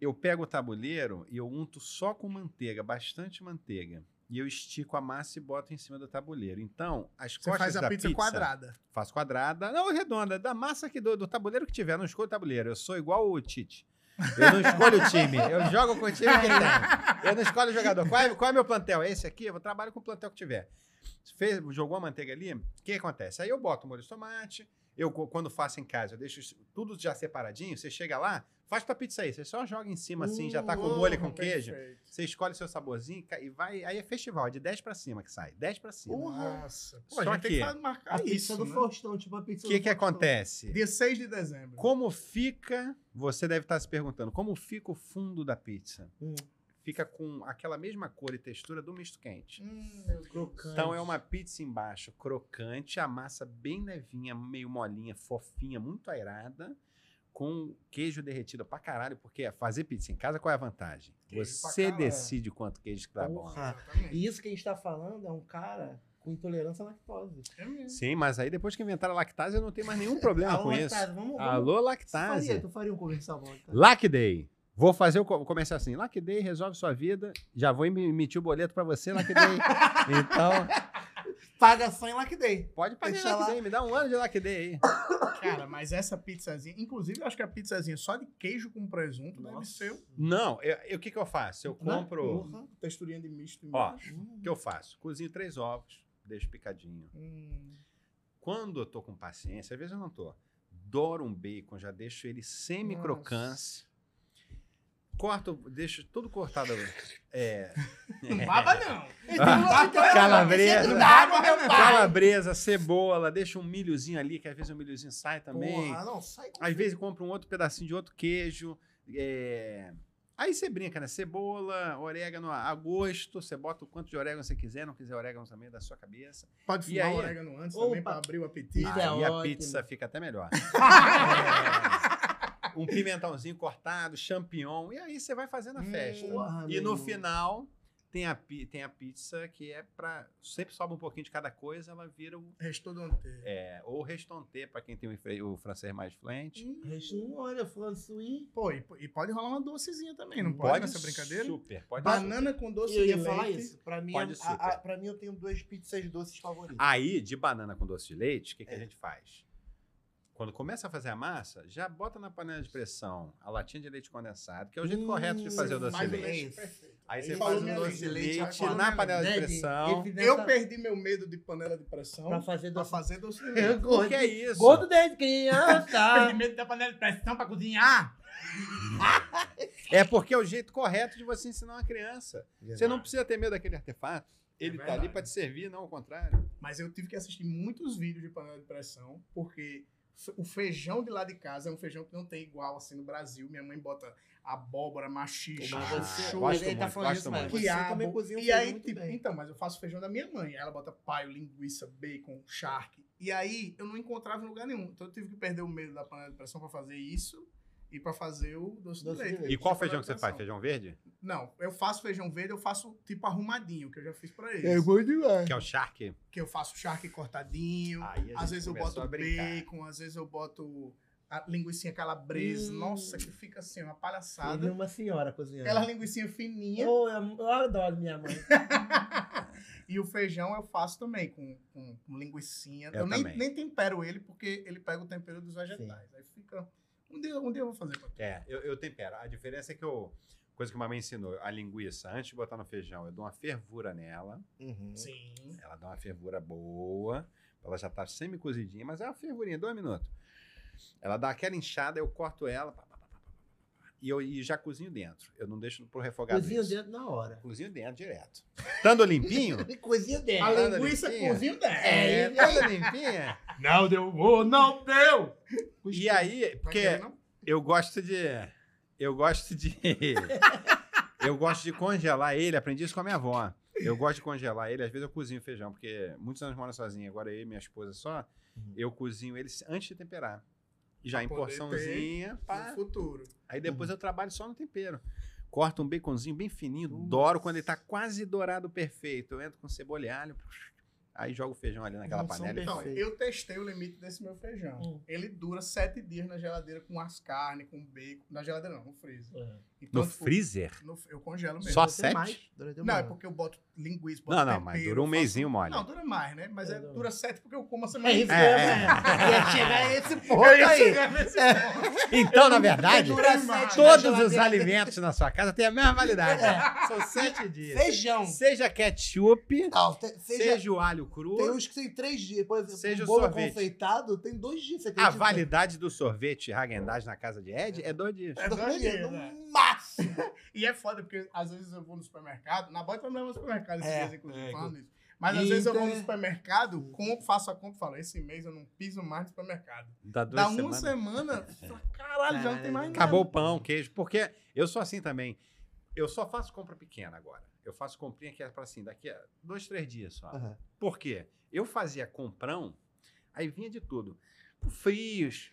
[SPEAKER 5] Eu pego o tabuleiro e eu unto só com manteiga, bastante manteiga. E eu estico a massa e boto em cima do tabuleiro. Então, as
[SPEAKER 1] Você
[SPEAKER 5] costas
[SPEAKER 1] faz a
[SPEAKER 5] da
[SPEAKER 1] pizza, quadrada.
[SPEAKER 5] Faço quadrada. Não, é redonda. Da massa que do, do tabuleiro que tiver. Não escolho o tabuleiro. Eu sou igual o Tite. Eu não escolho o time. Eu jogo com o time que tem. Eu não escolho o jogador. Qual é, qual é meu plantel? É esse aqui? Eu vou trabalhar com o plantel que tiver. Fez, jogou a manteiga ali? O que acontece? Aí eu boto o molho de tomate. Eu, co- quando faço em casa, eu deixo isso tudo já separadinho. Você chega lá, faz tua pizza aí. Você só joga em cima assim, já tá com molho e com queijo.
[SPEAKER 1] Perfeito.
[SPEAKER 5] Você escolhe seu saborzinho ca- e vai. Aí é festival, é de 10 pra cima que sai. 10 pra cima.
[SPEAKER 1] Uhum. Nossa. Pô,
[SPEAKER 5] Só
[SPEAKER 1] a gente tem
[SPEAKER 5] que
[SPEAKER 1] que marcar
[SPEAKER 2] A pizza
[SPEAKER 1] isso,
[SPEAKER 2] do
[SPEAKER 1] né?
[SPEAKER 2] Faustão, tipo a pizza
[SPEAKER 5] O que
[SPEAKER 2] do
[SPEAKER 5] que
[SPEAKER 2] Faustão.
[SPEAKER 5] acontece?
[SPEAKER 1] Dia 6 de dezembro.
[SPEAKER 5] Como fica, você deve estar se perguntando, como fica o fundo da pizza?
[SPEAKER 2] Hum.
[SPEAKER 5] Fica com aquela mesma cor e textura do misto quente.
[SPEAKER 1] Hum,
[SPEAKER 2] Crocante.
[SPEAKER 5] Então é uma pizza embaixo crocante, a massa bem levinha, meio molinha, fofinha, muito airada, com queijo derretido pra caralho, porque fazer pizza em casa qual é a vantagem?
[SPEAKER 1] Queijo pra
[SPEAKER 5] você
[SPEAKER 1] caralho.
[SPEAKER 5] decide quanto queijo que tá bom.
[SPEAKER 2] Porra.
[SPEAKER 1] exatamente.
[SPEAKER 2] E isso que a gente tá falando é um cara com intolerância à lactose.
[SPEAKER 1] É mesmo.
[SPEAKER 5] Sim, mas aí depois que inventaram a lactase, eu não tenho mais nenhum problema Ah, com isso.
[SPEAKER 2] lactase, Então, vamos, vamos.
[SPEAKER 5] Alô, lactase.
[SPEAKER 2] Faria, tu faria um comercial bom, tá?
[SPEAKER 5] Lack Day. Vou fazer o co- começar assim. Lack Day resolve sua vida. Já vou em- emitir o boleto pra você, Lack Day. então,
[SPEAKER 2] Paga só em Lack Day.
[SPEAKER 5] Pode pagar
[SPEAKER 2] Deixa
[SPEAKER 5] Lack
[SPEAKER 2] lá.
[SPEAKER 5] Day, me dá um ano de Lack Day aí.
[SPEAKER 1] Cara, mas essa pizzazinha. Inclusive, eu acho que a pizzazinha só de queijo com presunto deve ser
[SPEAKER 5] Não, eu- eu- o que, que eu faço? Eu compro.
[SPEAKER 1] Porra, Hum, texturinha de misto
[SPEAKER 5] Ó,
[SPEAKER 1] embaixo.
[SPEAKER 5] o que eu faço? Cozinho três ovos, deixo picadinho.
[SPEAKER 1] Hum.
[SPEAKER 5] Quando eu tô com paciência, às vezes eu não tô. Doro um bacon, já deixo ele semi-crocante. Corto, deixo tudo cortado. É.
[SPEAKER 1] Não baba, não.
[SPEAKER 5] Calabresa.
[SPEAKER 1] Não baba, meu pai.
[SPEAKER 5] Calabresa, cebola, deixa um milhozinho ali, que às vezes o milhozinho sai também.
[SPEAKER 2] Porra, não, sai com
[SPEAKER 5] Às vezes compra um outro pedacinho de outro queijo. é. Aí você brinca, né? Cebola, orégano a a gosto. Você bota o quanto de orégano você quiser. Não quiser orégano também, é da sua cabeça.
[SPEAKER 1] Pode
[SPEAKER 5] E
[SPEAKER 1] fumar
[SPEAKER 5] aí?
[SPEAKER 1] orégano antes
[SPEAKER 2] Opa.
[SPEAKER 1] também pra abrir o apetite.
[SPEAKER 5] aí
[SPEAKER 2] é
[SPEAKER 5] a
[SPEAKER 2] ótimo.
[SPEAKER 5] pizza fica até melhor. É, um pimentãozinho cortado, champignon. E aí você vai fazendo a festa.
[SPEAKER 2] Hum, Porra,
[SPEAKER 5] e
[SPEAKER 2] meu
[SPEAKER 5] no
[SPEAKER 2] irmão.
[SPEAKER 5] final tem a, pi- tem a pizza que é pra... Sempre sobe um pouquinho de cada coisa, ela vira o...
[SPEAKER 1] Restodonteiro.
[SPEAKER 5] É, ou restonté, pra quem tem o, fre- o francês mais fluente.
[SPEAKER 2] Hum, Olha, François.
[SPEAKER 1] Pô, e, e pode rolar uma docezinha também, não pode,
[SPEAKER 5] Pode
[SPEAKER 1] nessa brincadeira?
[SPEAKER 5] Super, pode
[SPEAKER 1] Banana com doce
[SPEAKER 2] Eu
[SPEAKER 1] de
[SPEAKER 2] ia
[SPEAKER 1] leite.
[SPEAKER 2] falar isso. Pra mim,
[SPEAKER 5] Pode
[SPEAKER 2] a-
[SPEAKER 5] super.
[SPEAKER 2] a- pra mim, eu tenho duas pizzas doces É. favoritas.
[SPEAKER 5] Aí, de banana com doce de leite, o que, que a gente faz? Quando começa a fazer a massa, já bota na panela de pressão a latinha de leite condensado, que é o jeito correto de fazer o
[SPEAKER 2] Hum,
[SPEAKER 5] doce de
[SPEAKER 1] faz o
[SPEAKER 5] leite.
[SPEAKER 1] leite.
[SPEAKER 5] Aí
[SPEAKER 1] Ele
[SPEAKER 5] você
[SPEAKER 1] falou
[SPEAKER 5] faz o
[SPEAKER 2] é
[SPEAKER 1] minha
[SPEAKER 5] doce de
[SPEAKER 1] língua.
[SPEAKER 5] leite
[SPEAKER 1] Ele falou
[SPEAKER 5] na
[SPEAKER 1] minha
[SPEAKER 5] panela de
[SPEAKER 2] Né,
[SPEAKER 5] pressão.
[SPEAKER 2] Esse
[SPEAKER 1] Eu
[SPEAKER 2] dessa-
[SPEAKER 1] perdi meu medo de panela de pressão
[SPEAKER 2] Pra fazer
[SPEAKER 1] pra
[SPEAKER 2] doce.
[SPEAKER 1] fazer doce de leite.
[SPEAKER 2] Eu
[SPEAKER 5] O
[SPEAKER 2] gordo.
[SPEAKER 5] que é isso?
[SPEAKER 2] Gordo desde criança.
[SPEAKER 1] medo da panela de pressão pra cozinhar.
[SPEAKER 5] É porque é o jeito correto de você ensinar uma criança. Você não precisa ter medo daquele artefato. Ele tá ali pra te servir, não ao contrário.
[SPEAKER 1] Mas eu tive que assistir muitos vídeos de panela de pressão, porque fe- o feijão de lá de casa é um feijão que não tem igual assim no Brasil. Minha mãe bota abóbora, machixe,
[SPEAKER 2] Mas você-
[SPEAKER 6] é
[SPEAKER 1] chuchu,
[SPEAKER 5] gosto
[SPEAKER 2] ele tá
[SPEAKER 5] muito,
[SPEAKER 2] falando
[SPEAKER 5] gosto
[SPEAKER 2] isso, mas
[SPEAKER 5] muito.
[SPEAKER 2] você também
[SPEAKER 1] quiabo.
[SPEAKER 2] cozinha um
[SPEAKER 1] E
[SPEAKER 2] feijão
[SPEAKER 1] aí,
[SPEAKER 2] muito
[SPEAKER 1] tipo,
[SPEAKER 2] bem.
[SPEAKER 1] então, mas eu faço feijão da minha mãe. Ela bota paio, linguiça, bacon, charque. E aí eu não encontrava em lugar nenhum. Então eu tive que perder o medo da panela de pressão pra fazer isso e pra fazer o doce,
[SPEAKER 2] Doce
[SPEAKER 1] de
[SPEAKER 2] de
[SPEAKER 1] leite.
[SPEAKER 2] leite.
[SPEAKER 5] E qual
[SPEAKER 1] Isso é
[SPEAKER 5] feijão que você
[SPEAKER 1] panela de pressão.
[SPEAKER 5] faz? Feijão verde?
[SPEAKER 1] Não, eu faço feijão verde, eu faço tipo arrumadinho, que eu já fiz pra eles.
[SPEAKER 7] É bom demais.
[SPEAKER 5] Que é o charque?
[SPEAKER 1] Que eu faço charque cortadinho.
[SPEAKER 5] Aí a
[SPEAKER 1] Às
[SPEAKER 5] gente
[SPEAKER 1] vezes eu
[SPEAKER 5] começou
[SPEAKER 1] boto
[SPEAKER 5] a brincar.
[SPEAKER 1] bacon, às vezes eu boto a linguiça calabresa.
[SPEAKER 5] Hum.
[SPEAKER 1] Nossa, que fica assim, uma
[SPEAKER 2] Eu vi
[SPEAKER 1] palhaçada.
[SPEAKER 2] é uma senhora cozinhando.
[SPEAKER 1] Aquela linguiça fininha.
[SPEAKER 2] Oh, eu, eu adoro minha mãe.
[SPEAKER 1] E o feijão eu faço também, com, com, com linguiçinha. Eu,
[SPEAKER 5] Eu
[SPEAKER 1] nem,
[SPEAKER 5] também.
[SPEAKER 1] nem tempero ele, porque ele pega o tempero dos vegetais. Aí fica... Um dia, um dia eu vou fazer. pra tu.
[SPEAKER 5] É, eu, eu tempero. A diferença é que eu. Coisa que a mamãe ensinou, a linguiça, antes de botar no feijão, eu dou uma fervura nela.
[SPEAKER 2] Uhum.
[SPEAKER 1] Sim.
[SPEAKER 5] Ela dá uma fervura boa. Ela já tá semi-cozidinha, mas é uma fervurinha, dois minutos. Ela dá aquela inchada, eu corto ela. pá, pá, pá, pá, pá, pá, pá, e eu e já cozinho dentro. Eu não deixo pro refogado.
[SPEAKER 2] Cozinha
[SPEAKER 5] isso.
[SPEAKER 2] dentro na hora.
[SPEAKER 5] Cozinho dentro, direto. Estando limpinho?
[SPEAKER 2] Cozinha dentro.
[SPEAKER 1] É, A
[SPEAKER 5] Nada
[SPEAKER 1] linguiça
[SPEAKER 5] limpinha.
[SPEAKER 1] cozinha dela.
[SPEAKER 5] é, estando limpinha.
[SPEAKER 1] Não deu, oh, não deu!
[SPEAKER 5] E aí,
[SPEAKER 1] Vai
[SPEAKER 5] porque é
[SPEAKER 1] querer, não?
[SPEAKER 5] Eu gosto de. Eu gosto de. eu gosto de congelar ele. Aprendi isso com a minha avó. Eu gosto de congelar ele. Às vezes eu cozinho feijão, porque muitos anos moro sozinho. Agora eu e minha esposa só. Eu cozinho ele antes de temperar. Já
[SPEAKER 1] Pra
[SPEAKER 5] em
[SPEAKER 1] poder
[SPEAKER 5] porçãozinha. pá.
[SPEAKER 1] No futuro.
[SPEAKER 5] Aí depois eu trabalho só no tempero. Corto um baconzinho bem fininho, doro quando ele tá quase dourado perfeito. Eu entro com cebola e alho. Aí jogo o feijão ali naquela
[SPEAKER 2] Não são
[SPEAKER 5] panela. e
[SPEAKER 1] Então,
[SPEAKER 5] foi.
[SPEAKER 2] Perfeito.
[SPEAKER 1] eu testei o limite desse meu feijão.
[SPEAKER 2] Hum.
[SPEAKER 1] Ele dura sete dias na geladeira com as carnes, com bacon. Na geladeira não, no freezer.
[SPEAKER 2] É.
[SPEAKER 1] Então,
[SPEAKER 5] No
[SPEAKER 1] tipo,
[SPEAKER 5] freezer?
[SPEAKER 1] no- eu congelo mesmo.
[SPEAKER 5] Só
[SPEAKER 2] Você
[SPEAKER 5] sete?
[SPEAKER 2] mais, durante o
[SPEAKER 1] Não, é
[SPEAKER 2] ano.
[SPEAKER 1] porque eu boto linguiça, boto
[SPEAKER 5] Não, não,
[SPEAKER 1] tempero,
[SPEAKER 5] mas dura um
[SPEAKER 1] faço-
[SPEAKER 5] mesinho mole.
[SPEAKER 1] Não, dura mais, né? Mas
[SPEAKER 2] É,
[SPEAKER 1] é,
[SPEAKER 2] dura.
[SPEAKER 1] dura sete porque eu como a semana
[SPEAKER 2] É isso
[SPEAKER 1] inteira.
[SPEAKER 2] que eu
[SPEAKER 5] É, é.
[SPEAKER 2] ia falar. Ia chegar a esse ponto
[SPEAKER 1] Eu ia
[SPEAKER 2] aí.
[SPEAKER 1] chegar nesse ponto.
[SPEAKER 5] Então, na verdade,
[SPEAKER 1] Dura
[SPEAKER 6] Ah,
[SPEAKER 1] sete
[SPEAKER 5] todos os alimentos na sua casa têm a mesma validade. São sete dias.
[SPEAKER 6] um.
[SPEAKER 2] Feijão.
[SPEAKER 5] Seja ketchup,
[SPEAKER 2] Não, te- seja,
[SPEAKER 5] seja o alho cru,
[SPEAKER 2] tem uns que tem três dias. Por exemplo,
[SPEAKER 5] Seja
[SPEAKER 2] um
[SPEAKER 5] o
[SPEAKER 2] bolo
[SPEAKER 5] sorvete.
[SPEAKER 2] confeitado tem dois dias. Você
[SPEAKER 5] a
[SPEAKER 2] acredita?
[SPEAKER 5] validade do sorvete Häagen-Dazs na casa de Ed é dois dias.
[SPEAKER 1] É dois dias, né?
[SPEAKER 2] no máximo.
[SPEAKER 1] E é foda, porque às vezes eu vou no supermercado. Na boia também vou no supermercado esses
[SPEAKER 2] É,
[SPEAKER 1] dias, inclusive,
[SPEAKER 2] é,
[SPEAKER 1] falando isso. Mas às
[SPEAKER 2] Eita.
[SPEAKER 1] vezes eu vou no supermercado, compro, faço a compra e falo: esse mês eu não piso mais no supermercado.
[SPEAKER 5] Dá duas
[SPEAKER 2] um
[SPEAKER 1] Dá uma
[SPEAKER 5] semanas.
[SPEAKER 1] semana, caralho, já não tem mais nada.
[SPEAKER 5] Acabou o pão, queijo. Porque eu sou assim também. Eu só faço compra pequena agora. Eu faço comprinha que é pra assim, daqui a dois, três dias só.
[SPEAKER 2] Aham.
[SPEAKER 5] Por quê? Eu fazia comprão, aí vinha de tudo. O Frios,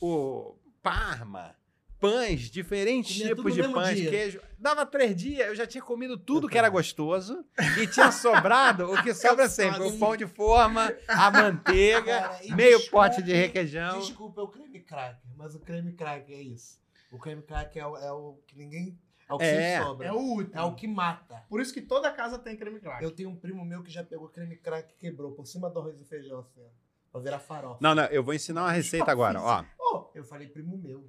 [SPEAKER 5] o parma, pães, diferentes
[SPEAKER 2] Comia tudo
[SPEAKER 5] tipos
[SPEAKER 2] no
[SPEAKER 5] de
[SPEAKER 2] mesmo
[SPEAKER 5] pães,
[SPEAKER 2] dia.
[SPEAKER 5] queijo. Dava três dias, eu já tinha comido tudo que era gostoso e tinha sobrado o que
[SPEAKER 2] É
[SPEAKER 5] sobra sempre. O pão de forma, a manteiga,
[SPEAKER 2] Cara, e
[SPEAKER 5] meio
[SPEAKER 2] desculpe-
[SPEAKER 5] pote de requeijão.
[SPEAKER 2] Desculpa, é o creme cracker, mas o creme cracker é isso. O creme cracker é o, é o que ninguém.
[SPEAKER 6] É o que
[SPEAKER 5] É.
[SPEAKER 6] sempre sobra.
[SPEAKER 1] É o útero.
[SPEAKER 6] É o que mata.
[SPEAKER 1] Por isso que toda casa tem creme crack.
[SPEAKER 6] Eu tenho um primo meu que já pegou creme crack e quebrou por cima do arroz e feijão, assim, ó. Pra virar farofa.
[SPEAKER 5] Não, não, eu vou ensinar uma receita agora, ó.
[SPEAKER 6] Ô, eu falei, primo meu.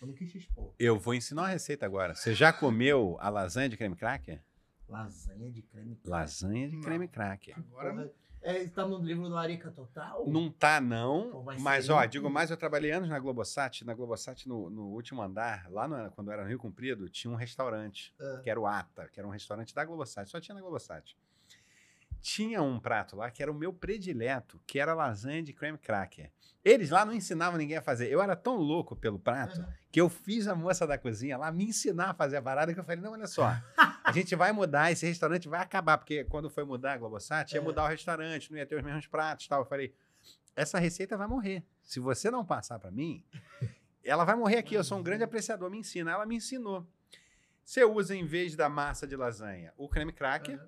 [SPEAKER 6] Eu não quis te expor.
[SPEAKER 5] Eu vou ensinar uma receita agora. Você já comeu a lasanha de creme cracker?
[SPEAKER 6] Lasanha de creme crack.
[SPEAKER 5] Lasanha de
[SPEAKER 1] Não.
[SPEAKER 5] creme cracker.
[SPEAKER 1] Agora,
[SPEAKER 6] Porra, É, tá no livro do Larica Total?
[SPEAKER 5] Não tá, não.
[SPEAKER 6] Pô, mas
[SPEAKER 5] mas,
[SPEAKER 6] seria
[SPEAKER 5] ó,
[SPEAKER 6] um-
[SPEAKER 5] digo mais, eu trabalhei anos na Globosat. Na Globosat, no, no último andar, lá no- quando eu era no Rio Comprido, tinha um restaurante,
[SPEAKER 6] Ah.
[SPEAKER 5] que era o Ata, que era um restaurante da Globosat. Só tinha na Globosat. Tinha um prato lá que era o meu predileto, que era lasanha de creme cracker. Eles lá não ensinavam ninguém a fazer. Eu era tão louco pelo prato que eu fiz a moça da cozinha lá me ensinar a fazer a parada que eu falei, não, olha só, a gente vai mudar, esse restaurante vai acabar, porque quando foi mudar a Globosat, ia
[SPEAKER 6] É.
[SPEAKER 5] mudar o restaurante, não ia ter os mesmos pratos e tal. Eu falei, essa receita vai morrer. Se você não passar para mim, ela vai morrer aqui. Eu sou um grande apreciador, me ensina. Ela me ensinou. Você usa, em vez da massa de lasanha, o creme cracker,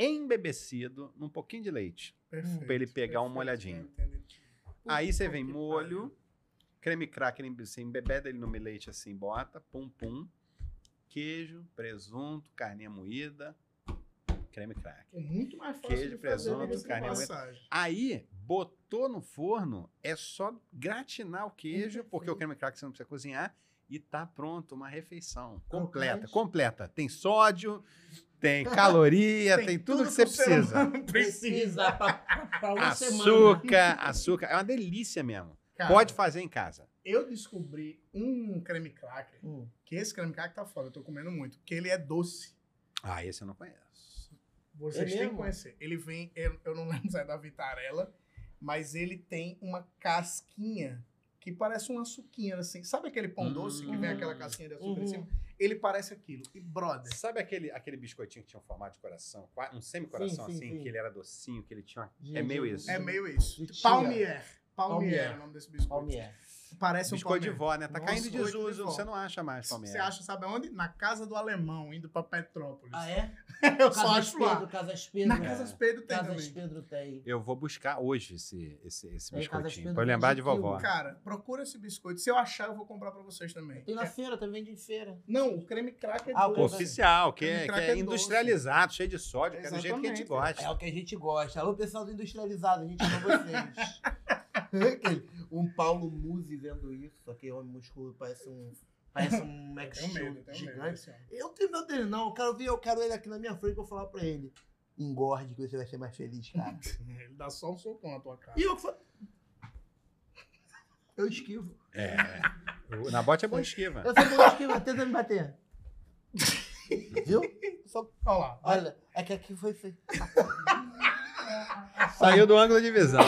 [SPEAKER 5] embebecido num pouquinho de leite.
[SPEAKER 1] perfeito.
[SPEAKER 5] pra ele pegar um
[SPEAKER 1] Perfeito,
[SPEAKER 5] molhadinho.
[SPEAKER 1] entendi.
[SPEAKER 5] Aí você vem
[SPEAKER 1] que
[SPEAKER 5] molho, creme cracker, embe- você embebeda ele no leite assim, bota, pum pum, queijo, presunto, carninha moída, creme cracker.
[SPEAKER 1] É muito mais fácil
[SPEAKER 5] Queijo,
[SPEAKER 1] de fazer
[SPEAKER 5] presunto,
[SPEAKER 1] diga-se de
[SPEAKER 5] carne moída.
[SPEAKER 1] passagem.
[SPEAKER 5] Aí, botou no forno, é só gratinar o queijo, porque o creme cracker você não precisa cozinhar, e tá pronto, uma refeição completa,
[SPEAKER 6] Crocante.
[SPEAKER 5] completa. Tem sódio, tem
[SPEAKER 1] É,
[SPEAKER 5] caloria, tem, tudo, que você
[SPEAKER 1] o ser
[SPEAKER 5] precisa.
[SPEAKER 1] humano Precisa.
[SPEAKER 6] Precisa pra, pra- pra uma semana.
[SPEAKER 5] Açúcar, açúcar, é uma delícia mesmo.
[SPEAKER 1] Cara,
[SPEAKER 5] Pode fazer em casa.
[SPEAKER 1] Eu descobri um creme cracker,
[SPEAKER 6] Hum.
[SPEAKER 1] que esse creme cracker tá foda, eu tô comendo muito, que ele é doce.
[SPEAKER 5] Ah, esse eu não conheço.
[SPEAKER 1] Vocês têm que
[SPEAKER 6] É mesmo?
[SPEAKER 1] conhecer. Ele vem, eu, eu não lembro se é da Vitarella, mas ele tem uma casquinha que parece uma suquinha, assim. Sabe aquele pão
[SPEAKER 5] Hum.
[SPEAKER 1] doce que vem aquela casquinha de açúcar
[SPEAKER 6] Uhum.
[SPEAKER 1] em cima? Ele parece aquilo. E brother,
[SPEAKER 5] Sabe aquele, aquele biscoitinho que tinha um formato de coração? qua- Um semi-coração
[SPEAKER 6] Sim, sim,
[SPEAKER 5] assim,
[SPEAKER 6] sim.
[SPEAKER 5] que ele era docinho, que ele tinha uma...
[SPEAKER 6] De-
[SPEAKER 5] É meio
[SPEAKER 6] de-
[SPEAKER 5] isso.
[SPEAKER 1] é meio isso.
[SPEAKER 6] Vitinha.
[SPEAKER 1] Palmier. Palmier
[SPEAKER 6] Palmier.
[SPEAKER 1] é o nome desse biscoito.
[SPEAKER 6] Palmier.
[SPEAKER 1] Parece um
[SPEAKER 5] Biscoito de
[SPEAKER 1] palmier.
[SPEAKER 5] vó, né? Tá
[SPEAKER 1] Nossa,
[SPEAKER 5] caindo em
[SPEAKER 1] biscoito de
[SPEAKER 5] desuso,
[SPEAKER 1] vó.
[SPEAKER 5] você não acha
[SPEAKER 6] É
[SPEAKER 5] mais
[SPEAKER 1] Tipo, Você
[SPEAKER 5] palmeira.
[SPEAKER 1] acha, sabe aonde? Na casa do alemão, indo pra Petrópolis.
[SPEAKER 6] Ah, é?
[SPEAKER 1] Eu só
[SPEAKER 6] Casas
[SPEAKER 1] acho lá.
[SPEAKER 6] Pedro, Casas Pedro.
[SPEAKER 1] Na Casas Pedro tem
[SPEAKER 6] Casas
[SPEAKER 1] também.
[SPEAKER 6] Pedro tem.
[SPEAKER 5] Eu vou buscar hoje esse, esse, esse
[SPEAKER 6] É, cada
[SPEAKER 5] biscoitinho,
[SPEAKER 6] espelho
[SPEAKER 5] pra eu
[SPEAKER 6] tem
[SPEAKER 5] lembrar
[SPEAKER 6] um
[SPEAKER 5] de
[SPEAKER 6] quilo,
[SPEAKER 5] vovó.
[SPEAKER 1] Cara, procura esse biscoito. Se eu achar, eu vou comprar pra vocês também.
[SPEAKER 6] Tem na
[SPEAKER 1] É-
[SPEAKER 6] feira, também vende em feira.
[SPEAKER 1] Não, o creme cracker
[SPEAKER 6] Ah,
[SPEAKER 1] é
[SPEAKER 6] o
[SPEAKER 5] Pô,
[SPEAKER 1] doce.
[SPEAKER 5] Oficial, que
[SPEAKER 1] Creme
[SPEAKER 5] é, que
[SPEAKER 1] cracker é
[SPEAKER 5] é
[SPEAKER 1] doce.
[SPEAKER 5] industrializado, cheio de sódio, que é do jeito que a gente
[SPEAKER 1] Exatamente.
[SPEAKER 5] gosta.
[SPEAKER 6] É o que a gente gosta. Alô, pessoal do industrializado, a gente ama vocês. Aquele- um Paulo Musi vendo isso, aquele homem musculoso, parece um. Parece um Max
[SPEAKER 1] Tenho medo,
[SPEAKER 6] Steel
[SPEAKER 1] tenho medo
[SPEAKER 6] gigante.
[SPEAKER 1] desse homem.
[SPEAKER 6] Eu não tenho medo dele, não. Eu quero, ver, eu quero ele aqui na minha frente, eu vou falar pra ele. Engorde que você vai ser mais feliz, cara.
[SPEAKER 1] Ele dá só um socão na tua cara.
[SPEAKER 6] E eu fa- Eu esquivo.
[SPEAKER 5] O Nabote é bom de esquiva.
[SPEAKER 6] Eu sempre esquivo, tenta me bater. Viu?
[SPEAKER 1] Só, olha lá.
[SPEAKER 6] Olha, é que aqui foi feito.
[SPEAKER 5] Saiu do ângulo de visão.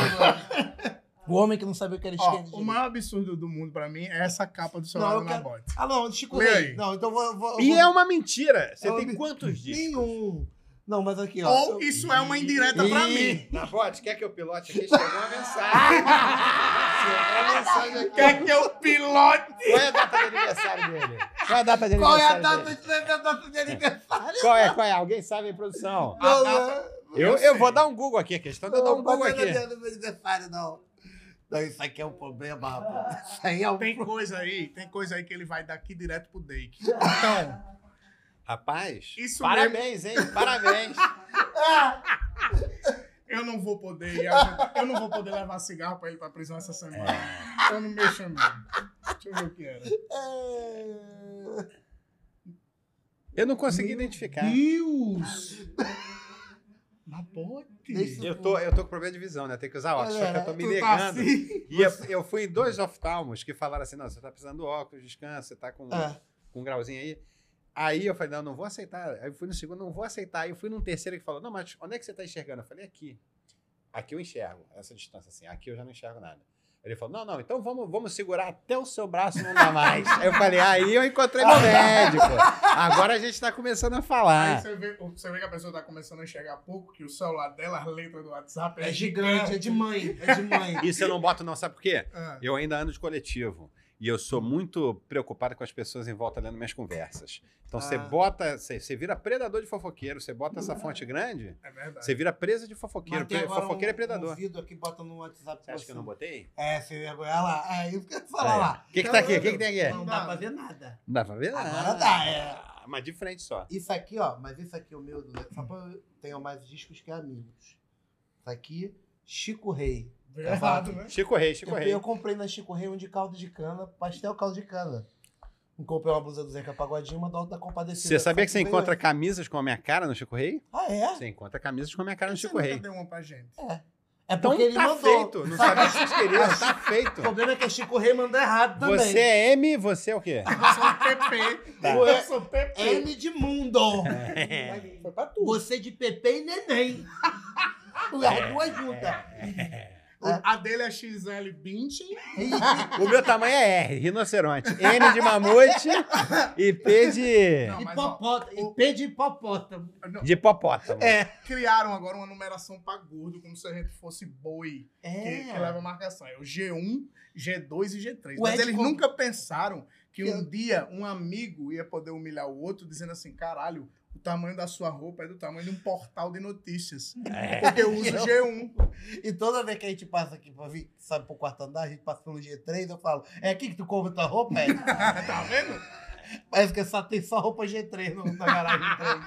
[SPEAKER 6] O homem que não sabia o que era
[SPEAKER 1] Ó,
[SPEAKER 6] esquerda.
[SPEAKER 1] o maior absurdo do mundo pra mim é essa capa do
[SPEAKER 6] Não,
[SPEAKER 1] celular
[SPEAKER 6] eu
[SPEAKER 1] do
[SPEAKER 6] quero-
[SPEAKER 1] Nabote.
[SPEAKER 6] Ah, não, Chico
[SPEAKER 1] Lê
[SPEAKER 6] Rei.
[SPEAKER 1] aí.
[SPEAKER 6] Não, então vou. vou
[SPEAKER 5] E
[SPEAKER 6] vou...
[SPEAKER 5] é uma mentira. Você
[SPEAKER 6] Eu
[SPEAKER 5] tem
[SPEAKER 6] me-
[SPEAKER 5] quantos discos?
[SPEAKER 6] Nenhum. Não, mas aqui, ó.
[SPEAKER 1] Ou isso é uma indireta pra mim.
[SPEAKER 5] Nabote, quer que eu pilote aqui? Chegou uma mensagem.
[SPEAKER 1] Quer que eu pilote?
[SPEAKER 5] Qual é a data de aniversário dele? Qual é a data de
[SPEAKER 6] Qual é a
[SPEAKER 5] aniversário dele?
[SPEAKER 6] data de a data de aniversário?
[SPEAKER 5] Qual é? Qual é? Alguém sabe aí, produção? Ah,
[SPEAKER 6] Não,
[SPEAKER 5] Eu, eu vou dar um Google aqui, a questão de eu dar um
[SPEAKER 6] não, mas
[SPEAKER 5] Google
[SPEAKER 6] não é
[SPEAKER 5] aqui.
[SPEAKER 6] data de aniversário, não. Não, isso aqui é um problema, rapaz. Isso aí é um
[SPEAKER 1] Tem coisa aí, tem coisa aí que ele vai daqui direto pro Dake. Então,
[SPEAKER 5] Rapaz,
[SPEAKER 1] Isso
[SPEAKER 5] parabéns, hein? Parabéns.
[SPEAKER 1] eu não vou poder ir ajudar- eu não vou poder levar cigarro pra ele pra prisão essa semana. Então não mexa não. Deixa eu ver o que era.
[SPEAKER 5] Eu não consegui identificar.
[SPEAKER 1] Deus! Nabote!
[SPEAKER 6] Deixa
[SPEAKER 5] Eu tô, eu tô com problema de visão, né? Tem que usar óculos, só que eu tô me
[SPEAKER 1] Tu tá
[SPEAKER 5] negando.
[SPEAKER 1] assim?
[SPEAKER 5] E eu, eu fui em dois oftalmos que falaram assim: não, você tá precisando do óculos, descansa, você tá com,
[SPEAKER 6] É.
[SPEAKER 5] com um grauzinho aí. Aí eu falei, não, não vou aceitar. Aí eu fui no segundo, não vou aceitar. Aí eu fui num terceiro que falou, não, mas onde é que você tá enxergando? Eu falei, aqui. Aqui eu enxergo, essa distância assim, aqui eu já não enxergo nada. Ele falou, não, não, então vamos, vamos segurar até o seu braço não dá mais. Aí eu falei, aí eu encontrei meu médico. Agora a gente tá começando a
[SPEAKER 1] Aí
[SPEAKER 5] falar.
[SPEAKER 1] você vê, você vê que a pessoa tá começando a enxergar pouco, que o celular dela, as letras do WhatsApp é,
[SPEAKER 6] É gigante, é de mãe, é de mãe.
[SPEAKER 5] Isso eu não boto não, sabe por quê?
[SPEAKER 1] Ah,
[SPEAKER 5] Eu ainda ando de coletivo. E eu
[SPEAKER 6] Hum.
[SPEAKER 5] sou muito preocupado com as pessoas em volta lendo minhas conversas. Então você
[SPEAKER 6] Ah.
[SPEAKER 5] bota, você você vira predador de fofoqueiro, você bota essa fonte grande,
[SPEAKER 1] é verdade.
[SPEAKER 5] você vira presa de fofoqueiro.
[SPEAKER 6] Mas tem
[SPEAKER 5] Pre-
[SPEAKER 6] Tá. agora
[SPEAKER 5] Fofoqueiro é
[SPEAKER 6] um-
[SPEAKER 5] predador.
[SPEAKER 6] Um vidro aqui, bota no WhatsApp.
[SPEAKER 5] Você acha que eu não botei? tá
[SPEAKER 6] É, sem vergonha. Olha lá, é isso que eu ia falar lá.
[SPEAKER 5] O que, que tá aqui? O que, que tem aqui?
[SPEAKER 6] Não dá pra ver nada.
[SPEAKER 5] Não dá pra ver? Ah,
[SPEAKER 6] Agora dá, é.
[SPEAKER 5] mas de frente só.
[SPEAKER 6] Isso aqui, ó, mas isso aqui, é o meu, do- só pra eu tenho mais discos que amigos. Isso aqui, Chico Rei.
[SPEAKER 1] Errado, né?
[SPEAKER 5] Chico Rei, Chico
[SPEAKER 6] eu,
[SPEAKER 5] Rei.
[SPEAKER 6] eu comprei na Chico Rei um de caldo de cana, pastel caldo de cana. Eu comprei uma blusa do Zeca Pagodinho, uma da Alta Compadecida.
[SPEAKER 5] Você sabia que você
[SPEAKER 6] Só veio-
[SPEAKER 5] encontra camisas com a minha cara no Chico Rei?
[SPEAKER 6] Ah, é?
[SPEAKER 5] Você encontra camisas com a minha cara no
[SPEAKER 1] Você
[SPEAKER 5] Chico
[SPEAKER 1] nunca
[SPEAKER 5] Rei.
[SPEAKER 1] deu uma pra gente.
[SPEAKER 6] É
[SPEAKER 5] Então
[SPEAKER 6] porque ele
[SPEAKER 5] tá
[SPEAKER 6] mandou.
[SPEAKER 5] feito. Não sabia o que vocês queriam. Tá feito.
[SPEAKER 6] O problema é que a Chico Rei mandou errado também.
[SPEAKER 5] Você é M, você é o quê?
[SPEAKER 1] Eu sou PP. Eu sou PP.
[SPEAKER 6] M de mundo.
[SPEAKER 1] Foi pra tu.
[SPEAKER 6] Você de Pepe e Neném. As duas juntas.
[SPEAKER 1] A dele é XL20.
[SPEAKER 5] O meu tamanho é R, rinoceronte. M de mamute e P de,
[SPEAKER 1] Não, mas ó,
[SPEAKER 6] Hipopótamo. E P de hipopótamo.
[SPEAKER 5] de hipopótamo. É.
[SPEAKER 1] criaram agora uma numeração pra gordo, como se a gente fosse boi, que, que
[SPEAKER 6] É.
[SPEAKER 1] leva a marcação. É o G1, G2 e G3.
[SPEAKER 6] O
[SPEAKER 1] Mas
[SPEAKER 6] Ed
[SPEAKER 1] eles
[SPEAKER 6] com-
[SPEAKER 1] nunca pensaram que um dia um amigo ia poder humilhar o outro dizendo assim, caralho, o tamanho da sua roupa é do tamanho de um portal de notícias.
[SPEAKER 5] É.
[SPEAKER 1] Porque eu uso G1.
[SPEAKER 6] E toda vez que a gente passa aqui pra vir, sabe, pro quarto andar, a gente passa pelo G3, eu falo, é aqui que tu compra tua roupa, é?
[SPEAKER 1] tá vendo?
[SPEAKER 6] Parece que só tem só roupa G3 no- na garagem.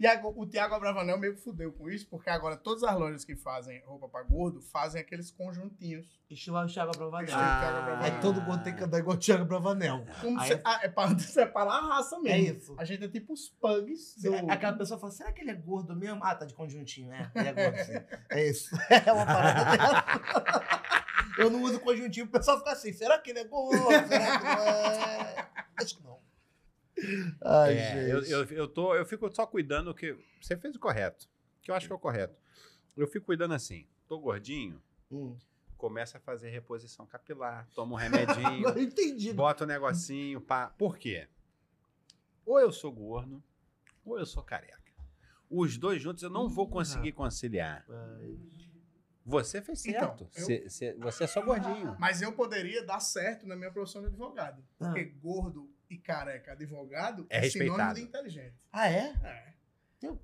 [SPEAKER 1] E agora, o Thiago Abravanel meio que fudeu com isso, porque agora todas as lojas que fazem roupa pra gordo fazem aqueles conjuntinhos.
[SPEAKER 6] Estilo o Thiago Bravanel.
[SPEAKER 1] Estilo Thiago Bravanel.
[SPEAKER 6] Aí Ah, é todo mundo tem que andar igual o Thiago Bravanel.
[SPEAKER 1] Como
[SPEAKER 6] Aí
[SPEAKER 1] se-
[SPEAKER 6] é-
[SPEAKER 1] ah, é pra separar a raça
[SPEAKER 6] É
[SPEAKER 1] mesmo.
[SPEAKER 6] isso.
[SPEAKER 1] A gente é tipo os pugs do...
[SPEAKER 6] A- Aquela pessoa fala, será que ele é gordo mesmo? Ah, tá de conjuntinho, né? Ele é gordo, sim. É isso. É uma parada dela. Eu não uso conjuntinho, o pessoal fica assim, será que ele é gordo? Será que não é? Acho que não.
[SPEAKER 2] Ai,
[SPEAKER 5] É, eu,
[SPEAKER 2] gente.
[SPEAKER 5] eu, eu, tô, eu fico só cuidando que. Você fez o correto. Que eu acho que é o correto. Eu fico cuidando assim. Tô gordinho,
[SPEAKER 6] Hum.
[SPEAKER 5] começa a fazer reposição capilar, toma um remedinho.
[SPEAKER 6] Agora eu entendi.
[SPEAKER 5] Bota um negocinho, pá. Por quê? Ou eu sou gordo, ou eu sou careca. Os dois juntos eu não
[SPEAKER 1] Ah.
[SPEAKER 5] vou conseguir conciliar. Você fez
[SPEAKER 1] Então,
[SPEAKER 5] certo.
[SPEAKER 1] eu-
[SPEAKER 5] Cê- cê- você é só gordinho.
[SPEAKER 1] Mas eu poderia dar certo na minha profissão de advogado.
[SPEAKER 6] Ah.
[SPEAKER 1] Porque gordo e careca advogado
[SPEAKER 5] É
[SPEAKER 1] é, sinônimo
[SPEAKER 5] respeitado.
[SPEAKER 1] de inteligente.
[SPEAKER 6] Ah, é?
[SPEAKER 1] É.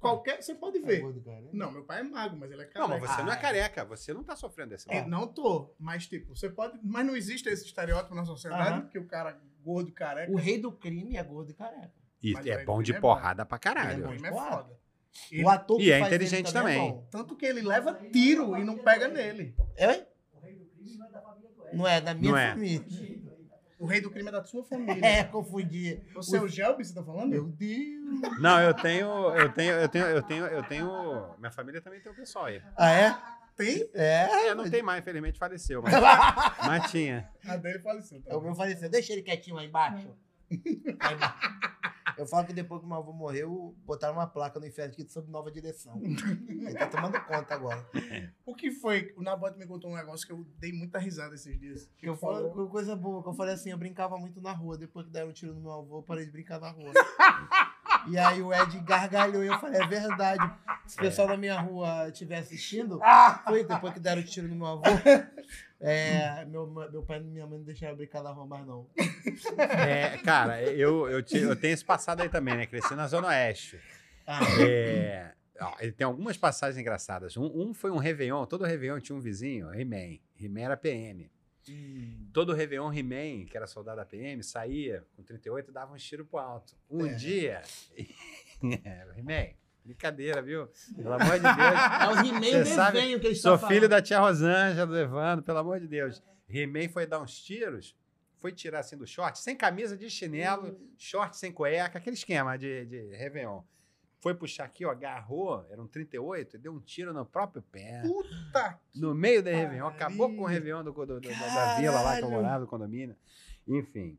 [SPEAKER 1] Qualquer, você pode
[SPEAKER 6] É
[SPEAKER 1] ver.
[SPEAKER 6] gordo, cara.
[SPEAKER 1] Não, meu pai é magro, mas ele é
[SPEAKER 5] Não,
[SPEAKER 1] careca.
[SPEAKER 5] mas você não é
[SPEAKER 6] Ah.
[SPEAKER 5] careca. Você não tá sofrendo desse
[SPEAKER 1] É,
[SPEAKER 5] mal.
[SPEAKER 1] não tô, mas tipo, você pode. Mas não existe esse estereótipo na sociedade
[SPEAKER 6] Aham.
[SPEAKER 1] que o cara gordo e careca.
[SPEAKER 6] O rei do crime é gordo e careca.
[SPEAKER 5] E
[SPEAKER 1] Mas
[SPEAKER 5] é
[SPEAKER 1] aí
[SPEAKER 5] bom
[SPEAKER 1] ele
[SPEAKER 5] de
[SPEAKER 1] é bom.
[SPEAKER 5] porrada pra
[SPEAKER 1] ele
[SPEAKER 5] caralho.
[SPEAKER 1] é,
[SPEAKER 6] bom.
[SPEAKER 1] bom, é
[SPEAKER 6] Porra.
[SPEAKER 1] foda. Ele-
[SPEAKER 6] O ator que
[SPEAKER 5] E é
[SPEAKER 6] faz ele
[SPEAKER 5] inteligente também.
[SPEAKER 6] É, bom.
[SPEAKER 1] tanto que ele leva tiro e não pega nele.
[SPEAKER 6] É, hein? Não é da minha
[SPEAKER 5] Não é.
[SPEAKER 6] família.
[SPEAKER 1] O rei do crime é da sua família.
[SPEAKER 6] É, confundi.
[SPEAKER 1] O seu Gelbi, você tá falando?
[SPEAKER 6] Meu Deus.
[SPEAKER 5] Não, eu tenho, eu tenho, eu tenho, eu tenho, eu tenho. Minha família também tem um pessoal aí.
[SPEAKER 6] Ah, é? Tem? É.
[SPEAKER 5] É, não tem mais, infelizmente faleceu, mas, mas tinha.
[SPEAKER 1] A dele faleceu. Tá?
[SPEAKER 6] É o meu faleceu. Deixa ele quietinho lá embaixo. Lá embaixo. Eu falo que depois que o meu avô morreu, botaram uma placa no inferno aqui sob nova direção. Ele tá tomando conta agora.
[SPEAKER 1] O que foi? O Nabote me contou um negócio que eu dei muita risada esses dias.
[SPEAKER 6] Que eu
[SPEAKER 1] Ele
[SPEAKER 6] falo
[SPEAKER 1] falou-
[SPEAKER 6] uma coisa boa, que eu falei assim, eu brincava muito na rua. Depois que deram um tiro no meu avô, eu parei de brincar na rua. e aí o Ed gargalhou e eu falei, é verdade. Se o pessoal da minha rua estiver assistindo, foi depois que deram o tiro no meu avô. é, meu, meu pai e minha mãe não deixaram eu brincar na rua mais, não.
[SPEAKER 5] É, cara, eu, eu, ti- eu tenho esse passado aí também, né? Cresci na Zona Oeste.
[SPEAKER 6] Ah,
[SPEAKER 5] É, ó, ele tem algumas passagens engraçadas. Um, um foi um Réveillon, todo Réveillon tinha um vizinho, He-Man. He-Man era PM. Todo Réveillon, He-Man, que era soldado da PM, saía com 38 e dava um tiro pro alto. Um dia. é, He-Man, brincadeira, viu? Pelo amor de Deus.
[SPEAKER 6] é o He-Man
[SPEAKER 5] Cê sabe,
[SPEAKER 6] desenho que eles
[SPEAKER 5] Sou
[SPEAKER 6] estão
[SPEAKER 5] filho
[SPEAKER 6] falando.
[SPEAKER 5] da tia Rosângela, do Evandro, pelo amor de Deus. He-Man foi dar uns tiros, foi tirar assim do short, sem camisa, de chinelo,
[SPEAKER 6] Uhum.
[SPEAKER 5] short sem cueca, aquele esquema de, de Réveillon. Foi puxar aqui, ó, agarrou, era um 38, e deu um tiro no próprio pé.
[SPEAKER 1] Puta!
[SPEAKER 5] No meio da Réveillon,
[SPEAKER 1] pariu.
[SPEAKER 5] acabou com o Réveillon do, do- do- da- da vila lá que eu morava, do condomínio. Enfim.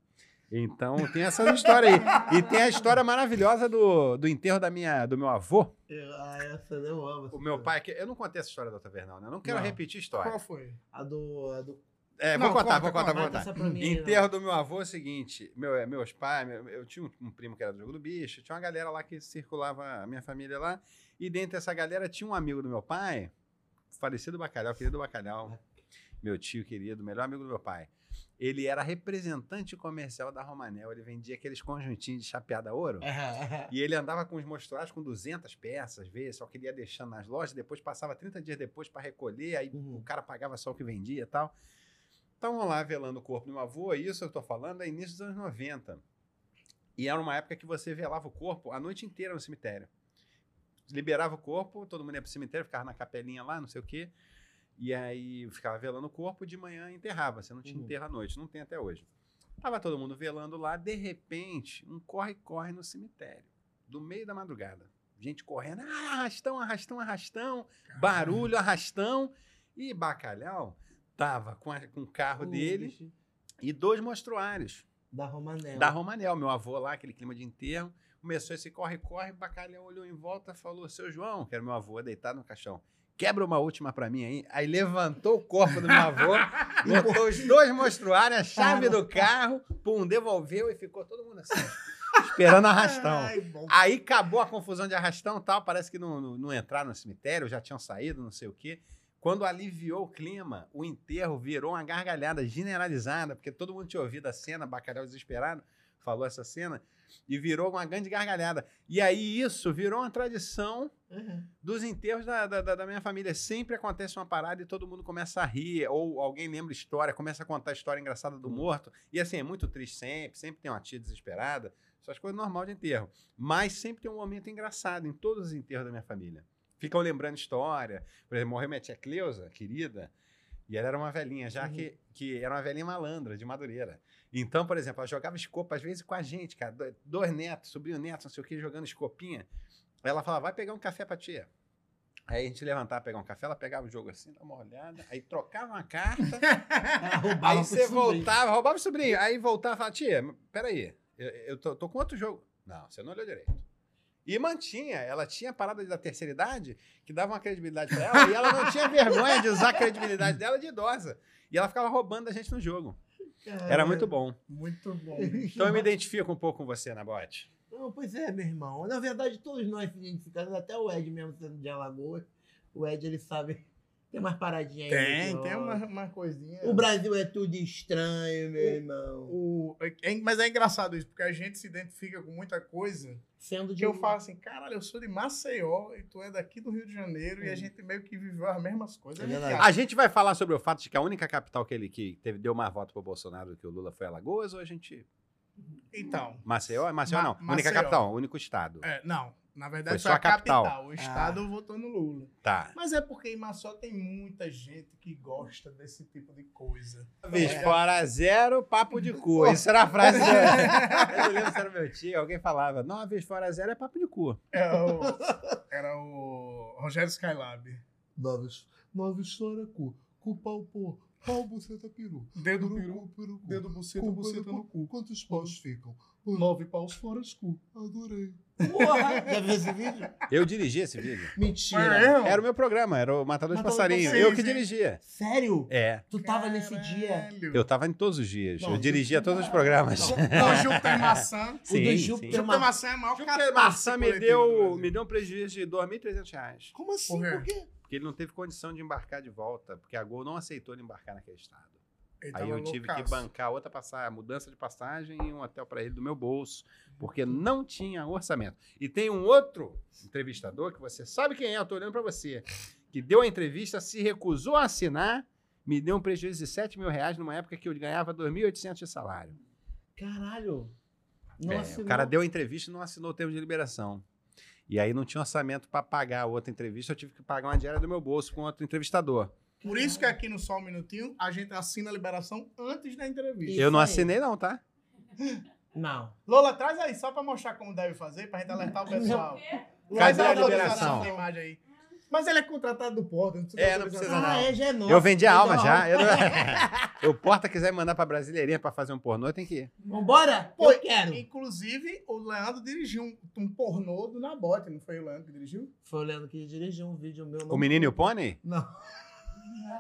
[SPEAKER 5] Então tem essa história aí. E tem a história maravilhosa do, do enterro da minha, do meu avô.
[SPEAKER 6] Eu- Ah, essa eu amo. essa
[SPEAKER 5] O meu
[SPEAKER 6] história.
[SPEAKER 5] pai. que- Eu não contei essa história da outra vez, não, né? Eu não quero
[SPEAKER 6] Não.
[SPEAKER 5] repetir a história.
[SPEAKER 1] Qual foi?
[SPEAKER 6] A do... A do...
[SPEAKER 5] É,
[SPEAKER 1] Não,
[SPEAKER 5] vou
[SPEAKER 1] conta,
[SPEAKER 5] contar, vou contar,
[SPEAKER 1] conta,
[SPEAKER 5] vou
[SPEAKER 6] Mata
[SPEAKER 5] contar.
[SPEAKER 6] essa pra mim aí, não.
[SPEAKER 5] Enterro do meu avô é o seguinte: meu, meus pais, meu- eu tinha um, um primo que era do jogo do bicho, tinha uma galera lá que circulava a minha família lá, e dentro dessa galera tinha um amigo do meu pai, falecido bacalhau, querido bacalhau, meu tio querido, melhor amigo do meu pai. Ele era representante comercial da Romanel, ele vendia aqueles conjuntinhos de chapeada ouro. E ele andava com os mostruários com 200 peças, às vezes, só que ele ia deixando nas lojas, depois passava 30 dias depois para recolher, aí
[SPEAKER 6] Uhum.
[SPEAKER 5] o um cara pagava só o que vendia e tal. Então, é Estavam lá velando o corpo do meu avô, isso eu tô falando é início dos anos 90. E era uma época que você velava o corpo a noite inteira no cemitério. Liberava o corpo, todo mundo ia pro cemitério, ficava na capelinha lá, não sei o quê. E aí ficava velando o corpo, de manhã enterrava. Você não tinha enterro à noite, não tem até hoje. Tava todo mundo velando lá, de repente, um corre-corre no cemitério, do meio da madrugada. Gente correndo, ah, arrastão, arrastão, arrastão, barulho, arrastão. E Bacalhau tava com, a- com o carro dele e dois monstruários
[SPEAKER 6] Da Romanel.
[SPEAKER 5] da Romanel, meu avô lá, aquele clima de enterro. Começou esse corre-corre, Bacalhau olhou em volta falou: Seu João, que era meu avô, deitado no caixão, quebra uma última pra mim aí. Aí levantou o corpo do meu avô, botou os dois monstruários, a chave do carro, pum, devolveu e ficou todo mundo assim, esperando arrastão.
[SPEAKER 1] Ai, bom.
[SPEAKER 5] Aí acabou a confusão de arrastão e tal. Parece que não, não, não entraram no cemitério, já tinham saído, não sei o quê. Quando aliviou o clima, o enterro virou uma gargalhada generalizada, porque todo mundo tinha ouvido a cena, Bacalhau Desesperado falou essa cena, e virou uma grande gargalhada. E aí isso virou uma tradição dos enterros da, da, da- da minha família. Sempre acontece uma parada e todo mundo começa a rir, ou alguém lembra história, começa a contar a história engraçada do morto. E assim, é muito triste sempre, sempre tem uma tia desesperada. Essas coisas normal de enterro. Mas sempre tem um momento engraçado em todos os enterros da minha família. Ficam lembrando história. Por exemplo, morreu minha tia Cleusa, querida, e ela era uma velhinha, já que, que era uma velhinha malandra, de Madureira. Então, por exemplo, ela jogava escopo às vezes com a gente, cara. do- Dois netos, sobrinho neto, não sei o que, jogando escopinha. Ela falava, vai pegar um café pra tia. Aí a gente levantava pra pegar um café, ela pegava o jogo assim, dava uma olhada, aí trocava uma carta, aí você voltava, roubava o sobrinho, aí voltava e falava, tia, peraí, eu, eu tô, tô com outro jogo. Não, você não olhou direito. E mantinha, ela tinha a parada da terceira idade, que dava uma credibilidade pra ela, e ela não tinha vergonha de usar a credibilidade dela de idosa. E ela ficava roubando a gente no jogo. Era muito bom.
[SPEAKER 1] Muito bom.
[SPEAKER 5] Então eu me identifico um pouco com você, Nabote.
[SPEAKER 6] Não, pois é, meu irmão. Na verdade, todos nós se identificamos, até o Ed mesmo sendo de Alagoas. O Ed, ele sabe. Tem umas paradinhas aí.
[SPEAKER 1] Tem,
[SPEAKER 6] ó.
[SPEAKER 1] tem uma, uma coisinha.
[SPEAKER 6] O Brasil é tudo estranho, meu irmão.
[SPEAKER 1] O- é- mas é engraçado isso, porque a gente se identifica com muita coisa
[SPEAKER 6] Sendo de.
[SPEAKER 1] que eu falo assim, caralho, eu sou de Maceió e tu é daqui do Rio de Janeiro e a gente meio que viveu as mesmas coisas.
[SPEAKER 6] É
[SPEAKER 1] muito
[SPEAKER 6] verdade.
[SPEAKER 5] A gente vai falar sobre o fato de que a única capital que ele que teve, deu mais voto pro Bolsonaro do que o Lula foi Alagoas, ou a gente.
[SPEAKER 1] Então,
[SPEAKER 5] Maceió? É Maceió
[SPEAKER 1] Ma-
[SPEAKER 5] não. Única
[SPEAKER 1] Maceió.
[SPEAKER 5] capital, único estado.
[SPEAKER 1] é, não, na verdade foi,
[SPEAKER 5] Foi só
[SPEAKER 1] a
[SPEAKER 5] a capital.
[SPEAKER 1] capital. O estado votou no Lula.
[SPEAKER 5] Tá.
[SPEAKER 1] Mas é porque em Maceió tem muita gente que gosta desse tipo de coisa.
[SPEAKER 5] Vez fora zero, papo de cu. Isso era a frase. da- Eu lembro se era meu tio, alguém falava: Não, vez fora zero é papo de cu.
[SPEAKER 1] Era o, era o Rogério Skylab.
[SPEAKER 2] Nova, his- nova história, cu. Cu, pau, pô. Pau, buceta, peru.
[SPEAKER 1] Dedo
[SPEAKER 2] Peru,
[SPEAKER 1] peru,
[SPEAKER 2] cu, peru, cu.
[SPEAKER 1] dedo buceta,
[SPEAKER 2] cu,
[SPEAKER 1] buceta
[SPEAKER 2] cu,
[SPEAKER 1] no cu.
[SPEAKER 2] Quantos paus ficam?
[SPEAKER 1] Nove paus fora.
[SPEAKER 2] cu. Adorei.
[SPEAKER 6] Porra! Já viu esse vídeo?
[SPEAKER 5] Eu dirigi esse vídeo.
[SPEAKER 6] Mentira.
[SPEAKER 1] É,
[SPEAKER 5] Era o meu programa, era o Matador
[SPEAKER 6] Matador
[SPEAKER 5] de
[SPEAKER 6] de
[SPEAKER 5] Passarinho.
[SPEAKER 1] Passarinho,
[SPEAKER 5] Eu que
[SPEAKER 1] sim.
[SPEAKER 5] dirigia.
[SPEAKER 6] Sério?
[SPEAKER 5] É.
[SPEAKER 6] Tu tava nesse dia.
[SPEAKER 1] Caralho.
[SPEAKER 5] Eu tava em todos os dias.
[SPEAKER 6] Não,
[SPEAKER 5] eu
[SPEAKER 6] tu-
[SPEAKER 5] dirigia todos os programas.
[SPEAKER 1] Não, Júpiter Maçã.
[SPEAKER 6] o do
[SPEAKER 5] Sim,
[SPEAKER 6] Júpiter
[SPEAKER 5] sim.
[SPEAKER 6] é uma.
[SPEAKER 1] Júpiter Maçã é a maior
[SPEAKER 5] Júpiter
[SPEAKER 1] catástrofe
[SPEAKER 5] Maçã me
[SPEAKER 1] coletiva do
[SPEAKER 5] deu,
[SPEAKER 1] Brasil.
[SPEAKER 5] me deu um prejuízo de 2.300 reais.
[SPEAKER 6] Como assim?
[SPEAKER 1] Por quê?
[SPEAKER 6] Por quê?
[SPEAKER 5] Porque ele não teve condição de embarcar de volta, porque a Gol não aceitou ele embarcar naquele estado.
[SPEAKER 1] Ele
[SPEAKER 6] Então,
[SPEAKER 5] Aí
[SPEAKER 1] tava
[SPEAKER 5] eu tive que
[SPEAKER 1] loucaço.
[SPEAKER 5] bancar outra passagem, a mudança de passagem e um hotel pra ele do meu bolso, porque não tinha orçamento. E tem um outro entrevistador que você sabe quem é, eu tô olhando pra você, que deu a entrevista, se recusou a assinar, me deu um prejuízo de 7 mil reais numa época que eu ganhava 2.800 de salário.
[SPEAKER 6] Caralho.
[SPEAKER 5] É,
[SPEAKER 6] Nossa,
[SPEAKER 5] o cara deu a entrevista e não assinou o termo de liberação. E aí não tinha orçamento pra pagar a outra entrevista, eu tive que pagar uma diária do meu bolso com outro entrevistador.
[SPEAKER 1] Por isso que aqui no Só um Minutinho a gente assina a liberação antes da entrevista.
[SPEAKER 6] Isso
[SPEAKER 5] eu não
[SPEAKER 6] aí.
[SPEAKER 5] assinei não, tá?
[SPEAKER 6] Não.
[SPEAKER 1] Lola, traz aí, só pra mostrar como deve fazer, pra gente alertar o pessoal. Traz
[SPEAKER 5] Cadê a
[SPEAKER 1] autorização
[SPEAKER 5] liberação?
[SPEAKER 1] da imagem aí. Mas ele é contratado do Porto, não precisa
[SPEAKER 5] É,
[SPEAKER 1] de
[SPEAKER 5] não
[SPEAKER 1] autorização.
[SPEAKER 5] precisa não.
[SPEAKER 6] Ah, é, já é nosso.
[SPEAKER 5] Eu vendi a
[SPEAKER 6] Então,
[SPEAKER 5] alma já. Eu não- o Porta quiser me mandar pra Brasileirinha pra fazer um pornô, tem que ir.
[SPEAKER 6] Vambora?
[SPEAKER 1] Pô,
[SPEAKER 6] eu quero.
[SPEAKER 1] Ah, é? Inclusive, o Leandro dirigiu um, um pornô do Nabote, não foi o Leandro que dirigiu?
[SPEAKER 6] Foi o Leandro que dirigiu um vídeo meu.
[SPEAKER 5] O menino e o pônei?
[SPEAKER 6] Não,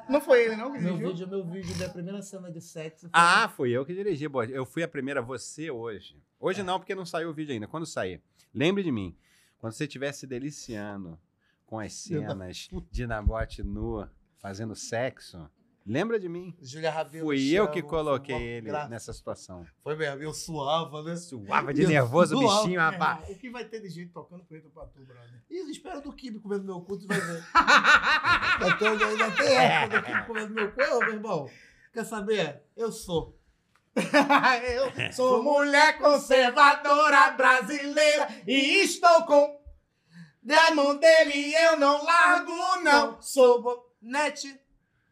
[SPEAKER 1] Não foi ele, não, que
[SPEAKER 6] meu
[SPEAKER 1] dirigiu?
[SPEAKER 6] vídeo, meu vídeo da primeira cena de sexo. foi-
[SPEAKER 5] Ah, fui eu que dirigi. boa. Eu fui a primeira você hoje.
[SPEAKER 6] É.
[SPEAKER 5] Hoje não, porque não saiu o vídeo ainda. Quando sair, lembre de mim. Quando você estiver se deliciando com as cenas de Nabote nu fazendo sexo, lembra de mim.
[SPEAKER 6] Júlia Rabelo.
[SPEAKER 5] Fui
[SPEAKER 6] te
[SPEAKER 5] eu
[SPEAKER 6] amo,
[SPEAKER 5] que
[SPEAKER 6] foi
[SPEAKER 5] coloquei
[SPEAKER 6] uma
[SPEAKER 5] ele
[SPEAKER 6] graça.
[SPEAKER 5] nessa situação.
[SPEAKER 6] Foi mesmo, eu suava, né?
[SPEAKER 5] Suava de
[SPEAKER 6] Eu
[SPEAKER 5] nervoso o
[SPEAKER 6] suava.
[SPEAKER 5] bichinho, rapaz.
[SPEAKER 1] O que vai ter de gente tocando punheta pra tu, brother?
[SPEAKER 6] Isso, espera do Kibe comendo meu cu, tu vai ver.
[SPEAKER 1] Então
[SPEAKER 6] É. Até onde ainda tem época do Kibe comendo meu cu, ô, meu irmão. Quer saber? Eu sou.
[SPEAKER 5] É.
[SPEAKER 1] Eu sou mulher conservadora brasileira e estou com. Da mão dele eu não largo, não. Sou bonete,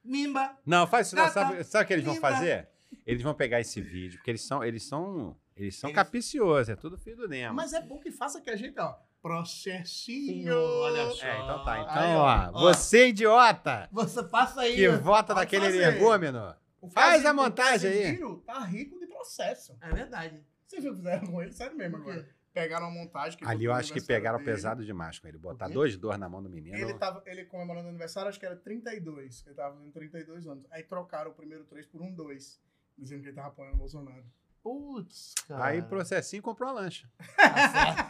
[SPEAKER 1] mimba.
[SPEAKER 5] Não, faz isso.
[SPEAKER 1] Tá,
[SPEAKER 5] não. Sabe, sabe o que eles vão
[SPEAKER 1] Linda.
[SPEAKER 5] fazer? Eles vão pegar esse vídeo, porque eles são, eles são, eles são capiciosos, é tudo filho do Nemo.
[SPEAKER 1] Mas é bom que faça que a gente, ó. Processinho.
[SPEAKER 6] Olha só.
[SPEAKER 5] É, então tá. Então,
[SPEAKER 1] Aí,
[SPEAKER 5] ó,
[SPEAKER 1] ó,
[SPEAKER 5] você idiota
[SPEAKER 6] Você passa aí. né?
[SPEAKER 5] que vota
[SPEAKER 1] pode
[SPEAKER 5] naquele
[SPEAKER 1] fazer.
[SPEAKER 5] energúmeno,
[SPEAKER 1] O
[SPEAKER 5] É. faz
[SPEAKER 1] Casimiro-
[SPEAKER 5] a montagem
[SPEAKER 1] o
[SPEAKER 5] aí.
[SPEAKER 1] Casimiro um tá rico de processo.
[SPEAKER 6] É verdade.
[SPEAKER 1] Vocês viu o que fizeram com ele? Sério mesmo agora. Pegaram a montagem. botou
[SPEAKER 5] Ali eu
[SPEAKER 1] no
[SPEAKER 5] acho que
[SPEAKER 1] aniversário
[SPEAKER 5] pegaram
[SPEAKER 1] dele.
[SPEAKER 5] pesado demais com ele. Botar
[SPEAKER 1] quê?
[SPEAKER 5] dois dor na mão do menino.
[SPEAKER 1] Ele, tá- tava, ele comemorando o aniversário, acho que era 32. Ele tava fazendo 32 anos. Aí trocaram o primeiro 3 por um 2. Dizendo que ele tava apoiando o Bolsonaro.
[SPEAKER 6] Putz, cara.
[SPEAKER 5] Aí processinho e comprou uma lancha.
[SPEAKER 1] Tá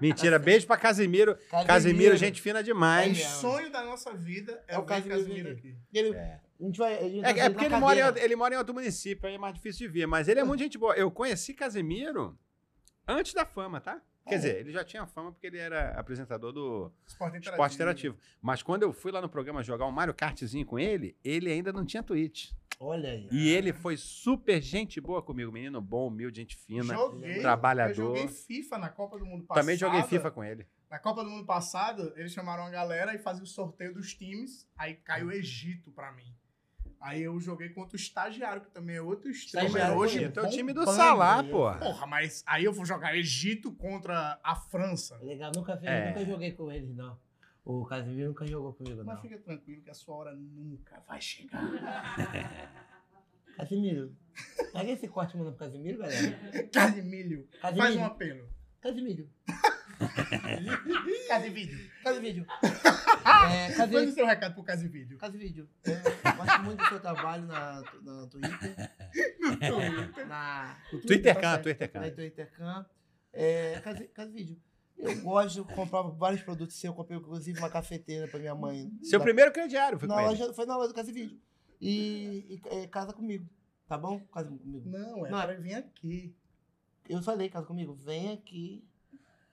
[SPEAKER 5] Mentira, beijo pra Casimiro. Casimiro, gente fina
[SPEAKER 1] o
[SPEAKER 5] demais.
[SPEAKER 1] sonho da nossa vida é,
[SPEAKER 6] É o
[SPEAKER 1] o ver
[SPEAKER 6] Casimiro
[SPEAKER 1] Casimiro
[SPEAKER 6] Henrique.
[SPEAKER 1] aqui.
[SPEAKER 6] Ele,
[SPEAKER 5] É.
[SPEAKER 6] a gente vai, a gente
[SPEAKER 5] É,
[SPEAKER 6] vai
[SPEAKER 5] é
[SPEAKER 6] na
[SPEAKER 5] porque ele
[SPEAKER 6] cadeira.
[SPEAKER 5] mora, em, ele mora em outro município, aí é mais difícil de ver. Mas ele é muito gente boa. Eu conheci Casimiro antes da fama, tá? Quer dizer, ele já tinha fama porque ele era apresentador do
[SPEAKER 1] Esporte interativo.
[SPEAKER 5] Esporte Interativo. Mas quando eu fui lá no programa jogar um Mario Kartzinho com ele, ele ainda não tinha Twitch.
[SPEAKER 6] Olha aí.
[SPEAKER 5] E ele foi super gente boa comigo. Menino bom, humilde, gente fina.
[SPEAKER 1] Joguei,
[SPEAKER 5] trabalhador.
[SPEAKER 1] Eu joguei FIFA na Copa do Mundo passada.
[SPEAKER 5] Também joguei FIFA com ele.
[SPEAKER 1] Na Copa do Mundo passado, eles chamaram a galera e faziam o sorteio dos times. Aí caiu o
[SPEAKER 5] Uhum.
[SPEAKER 1] Egito pra mim. Aí eu joguei contra o estagiário, que também é outro
[SPEAKER 6] Estagiário
[SPEAKER 1] estagiário. Hoje
[SPEAKER 5] é o time do
[SPEAKER 1] bombando.
[SPEAKER 5] Salah, porra.
[SPEAKER 1] Porra, mas aí eu vou jogar Egito contra a França.
[SPEAKER 6] Legal, nunca, fez,
[SPEAKER 5] É.
[SPEAKER 6] nunca joguei com eles, não. O Casimiro nunca jogou comigo, não.
[SPEAKER 1] Mas fica tranquilo que a sua hora nunca vai chegar.
[SPEAKER 6] Casimiro, pega esse corte e manda pro Casimiro, galera.
[SPEAKER 1] Casimiro, faz
[SPEAKER 6] Casimiro,
[SPEAKER 1] um apelo.
[SPEAKER 6] Casimiro,
[SPEAKER 1] Casimiro.
[SPEAKER 6] Casimiro. É,
[SPEAKER 1] Manda o
[SPEAKER 6] Casimiro,
[SPEAKER 1] seu recado pro Casimiro.
[SPEAKER 6] Casimiro, eu gosto muito do seu trabalho na, na Twitter, na...
[SPEAKER 5] Twitter
[SPEAKER 6] tá certo.
[SPEAKER 5] Can, Twitter
[SPEAKER 6] na
[SPEAKER 5] Can.
[SPEAKER 6] Intercam. É, Casi- Casivídeo, eu gosto, eu comprava vários produtos seus, eu comprei inclusive uma cafeteira pra minha mãe.
[SPEAKER 5] Seu
[SPEAKER 6] Da-
[SPEAKER 5] primeiro crediário foi com
[SPEAKER 6] na
[SPEAKER 5] ele.
[SPEAKER 6] loja, Foi na loja do Casivídeo. E, e é, casa comigo, tá bom? Casa comigo.
[SPEAKER 1] Não, é
[SPEAKER 6] Não.
[SPEAKER 1] pra vir aqui.
[SPEAKER 6] Eu falei, casa comigo, vem aqui,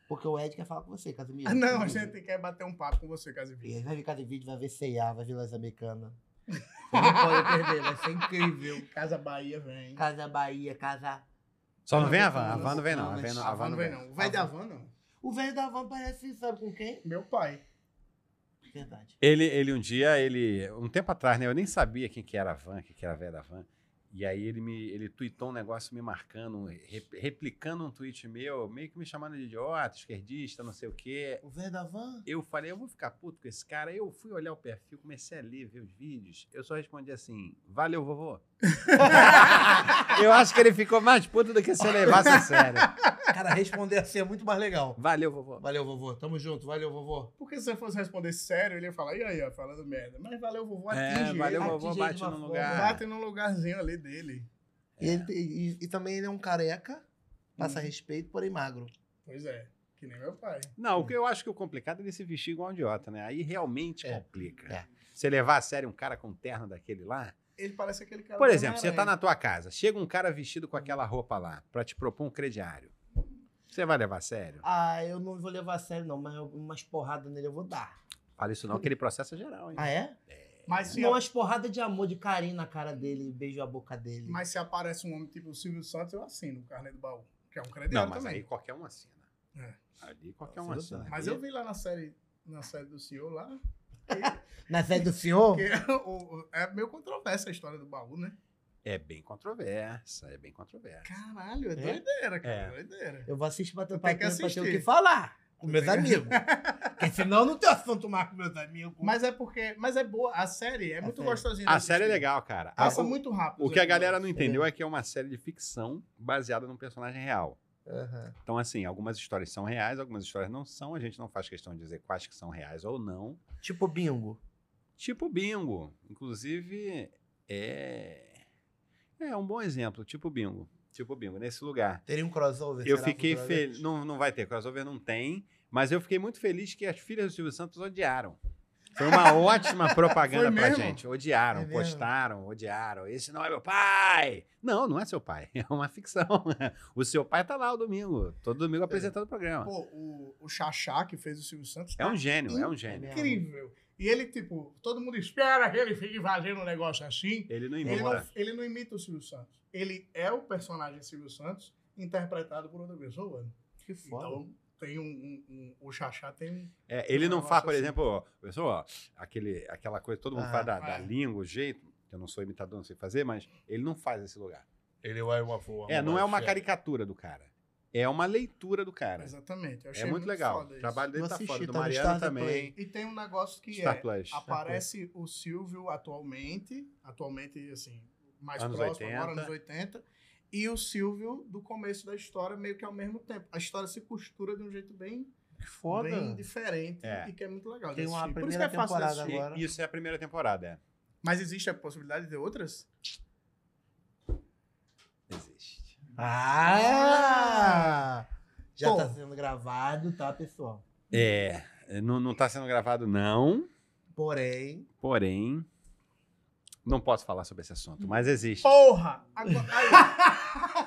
[SPEAKER 6] porque o Ed quer falar com você, Casimiro.
[SPEAKER 1] Ah, não, a
[SPEAKER 6] Casimiro.
[SPEAKER 1] gente quer bater um papo com você,
[SPEAKER 6] E
[SPEAKER 1] Casimiro.
[SPEAKER 6] aí vai vir Casivídeo, vai ver C&A, vai ver Lojas Americana. Você não pode perder, vai ser incrível.
[SPEAKER 1] Casa Bahia vem.
[SPEAKER 6] Casa Bahia, casa...
[SPEAKER 5] Só não vem a van.
[SPEAKER 6] Não,
[SPEAKER 5] A van não vem, não. A
[SPEAKER 6] mas
[SPEAKER 5] van não,
[SPEAKER 1] A van não vem,
[SPEAKER 5] não.
[SPEAKER 1] Ah, não. Vai da van, não.
[SPEAKER 6] O velho da van parece, sabe com quem?
[SPEAKER 1] Meu pai.
[SPEAKER 6] Verdade.
[SPEAKER 5] Ele, ele um dia, ele. Um tempo atrás, né? Eu nem sabia quem que era a van, quem que era a velha da van. E aí ele me ele tweetou um negócio me marcando, re- replicando um tweet meu, meio que me chamando de idiota, esquerdista, não sei o quê.
[SPEAKER 6] O velho da van?
[SPEAKER 5] Eu falei, eu vou ficar puto com esse cara. Eu fui olhar o perfil, comecei a ler, ver os vídeos. Eu só respondi assim: valeu, vovô. eu acho que ele ficou mais puto do que se eu levasse a sério.
[SPEAKER 6] Cara, responder assim é muito mais legal.
[SPEAKER 5] Valeu, vovô.
[SPEAKER 6] Valeu, vovô. Tamo junto. Valeu, vovô.
[SPEAKER 1] Porque se eu fosse responder sério, ele ia falar, e aí, ó, falando merda. Mas valeu, vovô, atinge
[SPEAKER 5] É, valeu,
[SPEAKER 1] ele.
[SPEAKER 5] vovô,
[SPEAKER 6] Atinge ele
[SPEAKER 5] bate
[SPEAKER 6] de uma
[SPEAKER 5] no
[SPEAKER 6] forma.
[SPEAKER 5] lugar.
[SPEAKER 1] Bate num lugarzinho ali dele.
[SPEAKER 6] E, ele tem- e- e também ele é um careca, passa respeito, porém magro.
[SPEAKER 1] Pois é, que nem meu pai.
[SPEAKER 5] Não, o que eu acho que o complicado é ele se vestir igual um idiota, né? Aí realmente
[SPEAKER 6] É.
[SPEAKER 5] complica.
[SPEAKER 6] É.
[SPEAKER 5] Você levar a sério um cara com um terno daquele lá.
[SPEAKER 1] Ele parece aquele cara.
[SPEAKER 5] Por
[SPEAKER 1] do
[SPEAKER 5] exemplo, você tá
[SPEAKER 1] Homem-Aranha.
[SPEAKER 5] na tua casa, chega um cara vestido com aquela roupa lá pra te propor um crediário. Você vai levar a sério?
[SPEAKER 6] Ah, eu não vou levar a sério, não, mas eu- umas porradas nele eu vou dar.
[SPEAKER 5] Fala isso não, que ele processa geral, hein?
[SPEAKER 6] Ah, é?
[SPEAKER 1] Mas se,
[SPEAKER 6] Não, é umas porradas de amor, de carinho na cara dele, beijo a boca dele.
[SPEAKER 1] mas se aparece um homem tipo o Silvio Santos, eu assino o carnet do baú. Que é um
[SPEAKER 5] Não,
[SPEAKER 1] crediário
[SPEAKER 5] mas
[SPEAKER 1] também.
[SPEAKER 5] aí qualquer um assina.
[SPEAKER 1] É.
[SPEAKER 5] Ali qualquer um assina.
[SPEAKER 1] Mas
[SPEAKER 5] Ali-
[SPEAKER 1] eu vi lá na série, na série do senhor lá,
[SPEAKER 6] Na série é do senhor?
[SPEAKER 1] que o- o- é meio controversa a história do baú, né?
[SPEAKER 5] É bem controversa, é bem controversa.
[SPEAKER 1] Caralho, é,
[SPEAKER 6] É?
[SPEAKER 1] doideira, cara,
[SPEAKER 5] É.
[SPEAKER 1] doideira.
[SPEAKER 6] Eu vou assistir pra ter,
[SPEAKER 1] Eu
[SPEAKER 6] pra
[SPEAKER 1] tenho que
[SPEAKER 6] ter, pra ter o
[SPEAKER 1] assistir.
[SPEAKER 6] que falar com meus
[SPEAKER 1] tenho
[SPEAKER 6] amigos. Porque senão eu não tem assunto mais com meus amigos.
[SPEAKER 1] Mas é porque, mas é boa, a série é muito
[SPEAKER 6] série.
[SPEAKER 1] gostosinha. de
[SPEAKER 5] A série é
[SPEAKER 1] assistir.
[SPEAKER 5] legal, cara. A-
[SPEAKER 1] Passa
[SPEAKER 5] o,
[SPEAKER 1] muito rápido.
[SPEAKER 5] o
[SPEAKER 1] os
[SPEAKER 5] que a galera não
[SPEAKER 1] episódios.
[SPEAKER 5] entendeu é que é uma série de ficção baseada num personagem real.
[SPEAKER 6] Aham.
[SPEAKER 5] Então, assim, algumas histórias são reais, algumas histórias não são. A gente não faz questão de dizer quais que são reais ou não.
[SPEAKER 6] Tipo bingo.
[SPEAKER 5] Tipo bingo. Inclusive, é. É um bom exemplo, tipo bingo. Tipo bingo, nesse lugar.
[SPEAKER 6] Teria um crossover.
[SPEAKER 5] Eu
[SPEAKER 6] será,
[SPEAKER 5] fiquei
[SPEAKER 6] futuramente?
[SPEAKER 5] feliz. Não, não vai ter, crossover não tem. Mas eu fiquei muito feliz que as filhas do Silvio Santos odiaram. Foi uma ótima propaganda
[SPEAKER 1] Foi
[SPEAKER 5] pra
[SPEAKER 1] mesmo?
[SPEAKER 5] gente. Odiaram,
[SPEAKER 6] É mesmo?
[SPEAKER 5] postaram, odiaram. Esse não é meu pai! Não, não é seu pai. É uma ficção. O seu pai tá lá o domingo. Todo domingo apresentando o programa.
[SPEAKER 1] Pô, o, o Xaxá, que fez o Silvio Santos,
[SPEAKER 5] Ah. É
[SPEAKER 1] tá
[SPEAKER 5] um gênio, é um
[SPEAKER 6] É
[SPEAKER 5] gênio.
[SPEAKER 6] mesmo.
[SPEAKER 1] incrível. E ele, tipo, todo mundo espera que ele fique fazendo um negócio assim.
[SPEAKER 5] Ele não
[SPEAKER 1] Ele não,
[SPEAKER 5] embora.
[SPEAKER 1] ele não imita o Silvio Santos. Ele é o personagem Silvio Santos interpretado por outra pessoa. né?
[SPEAKER 6] Que foda.
[SPEAKER 1] Então, tem um, um- um- O Xaxá tem um.
[SPEAKER 5] É, ele não
[SPEAKER 1] Nossa,
[SPEAKER 5] faz, por
[SPEAKER 1] assim.
[SPEAKER 5] exemplo, ó, pessoal, ó, aquele, aquela coisa, que todo mundo
[SPEAKER 6] Ah,
[SPEAKER 5] faz da, da
[SPEAKER 1] é.
[SPEAKER 5] língua, o jeito. Eu não sou imitador, não sei fazer, mas ele não faz esse lugar.
[SPEAKER 2] Ele vai uma forma.
[SPEAKER 5] É, não é uma caricatura do cara. É uma leitura do cara.
[SPEAKER 1] Exatamente. Eu achei
[SPEAKER 5] É muito legal.
[SPEAKER 1] foda
[SPEAKER 5] O
[SPEAKER 1] isso.
[SPEAKER 5] trabalho dele
[SPEAKER 6] Vou
[SPEAKER 5] tá foda.
[SPEAKER 6] assistir,
[SPEAKER 5] Do
[SPEAKER 6] tá no
[SPEAKER 5] Mariano
[SPEAKER 6] Star
[SPEAKER 5] também.
[SPEAKER 1] E tem um negócio que
[SPEAKER 5] Star
[SPEAKER 1] é.
[SPEAKER 5] Plus.
[SPEAKER 1] Aparece o Silvio atualmente, atualmente, assim, mais
[SPEAKER 5] Anos
[SPEAKER 1] próximo,
[SPEAKER 5] 80.
[SPEAKER 1] agora nos 80, e o Silvio do começo da história, meio que ao mesmo tempo. A história se costura de um jeito bem,
[SPEAKER 6] Que foda.
[SPEAKER 1] bem diferente
[SPEAKER 5] É.
[SPEAKER 1] e que é muito legal. de
[SPEAKER 6] Tem uma
[SPEAKER 1] assistir. Por isso que
[SPEAKER 6] primeira
[SPEAKER 1] é fácil de
[SPEAKER 6] temporada
[SPEAKER 1] assistir.
[SPEAKER 5] E-
[SPEAKER 6] agora.
[SPEAKER 5] Isso é a primeira temporada, é.
[SPEAKER 1] Mas existe a possibilidade de ter outras?
[SPEAKER 5] Existe.
[SPEAKER 6] Ah! Já
[SPEAKER 1] Pô.
[SPEAKER 6] tá sendo gravado, tá, pessoal?
[SPEAKER 5] É. Não, não tá sendo gravado, não.
[SPEAKER 6] Porém,
[SPEAKER 5] Porém. Não posso falar sobre esse assunto, mas existe.
[SPEAKER 1] Porra! Agora, aí,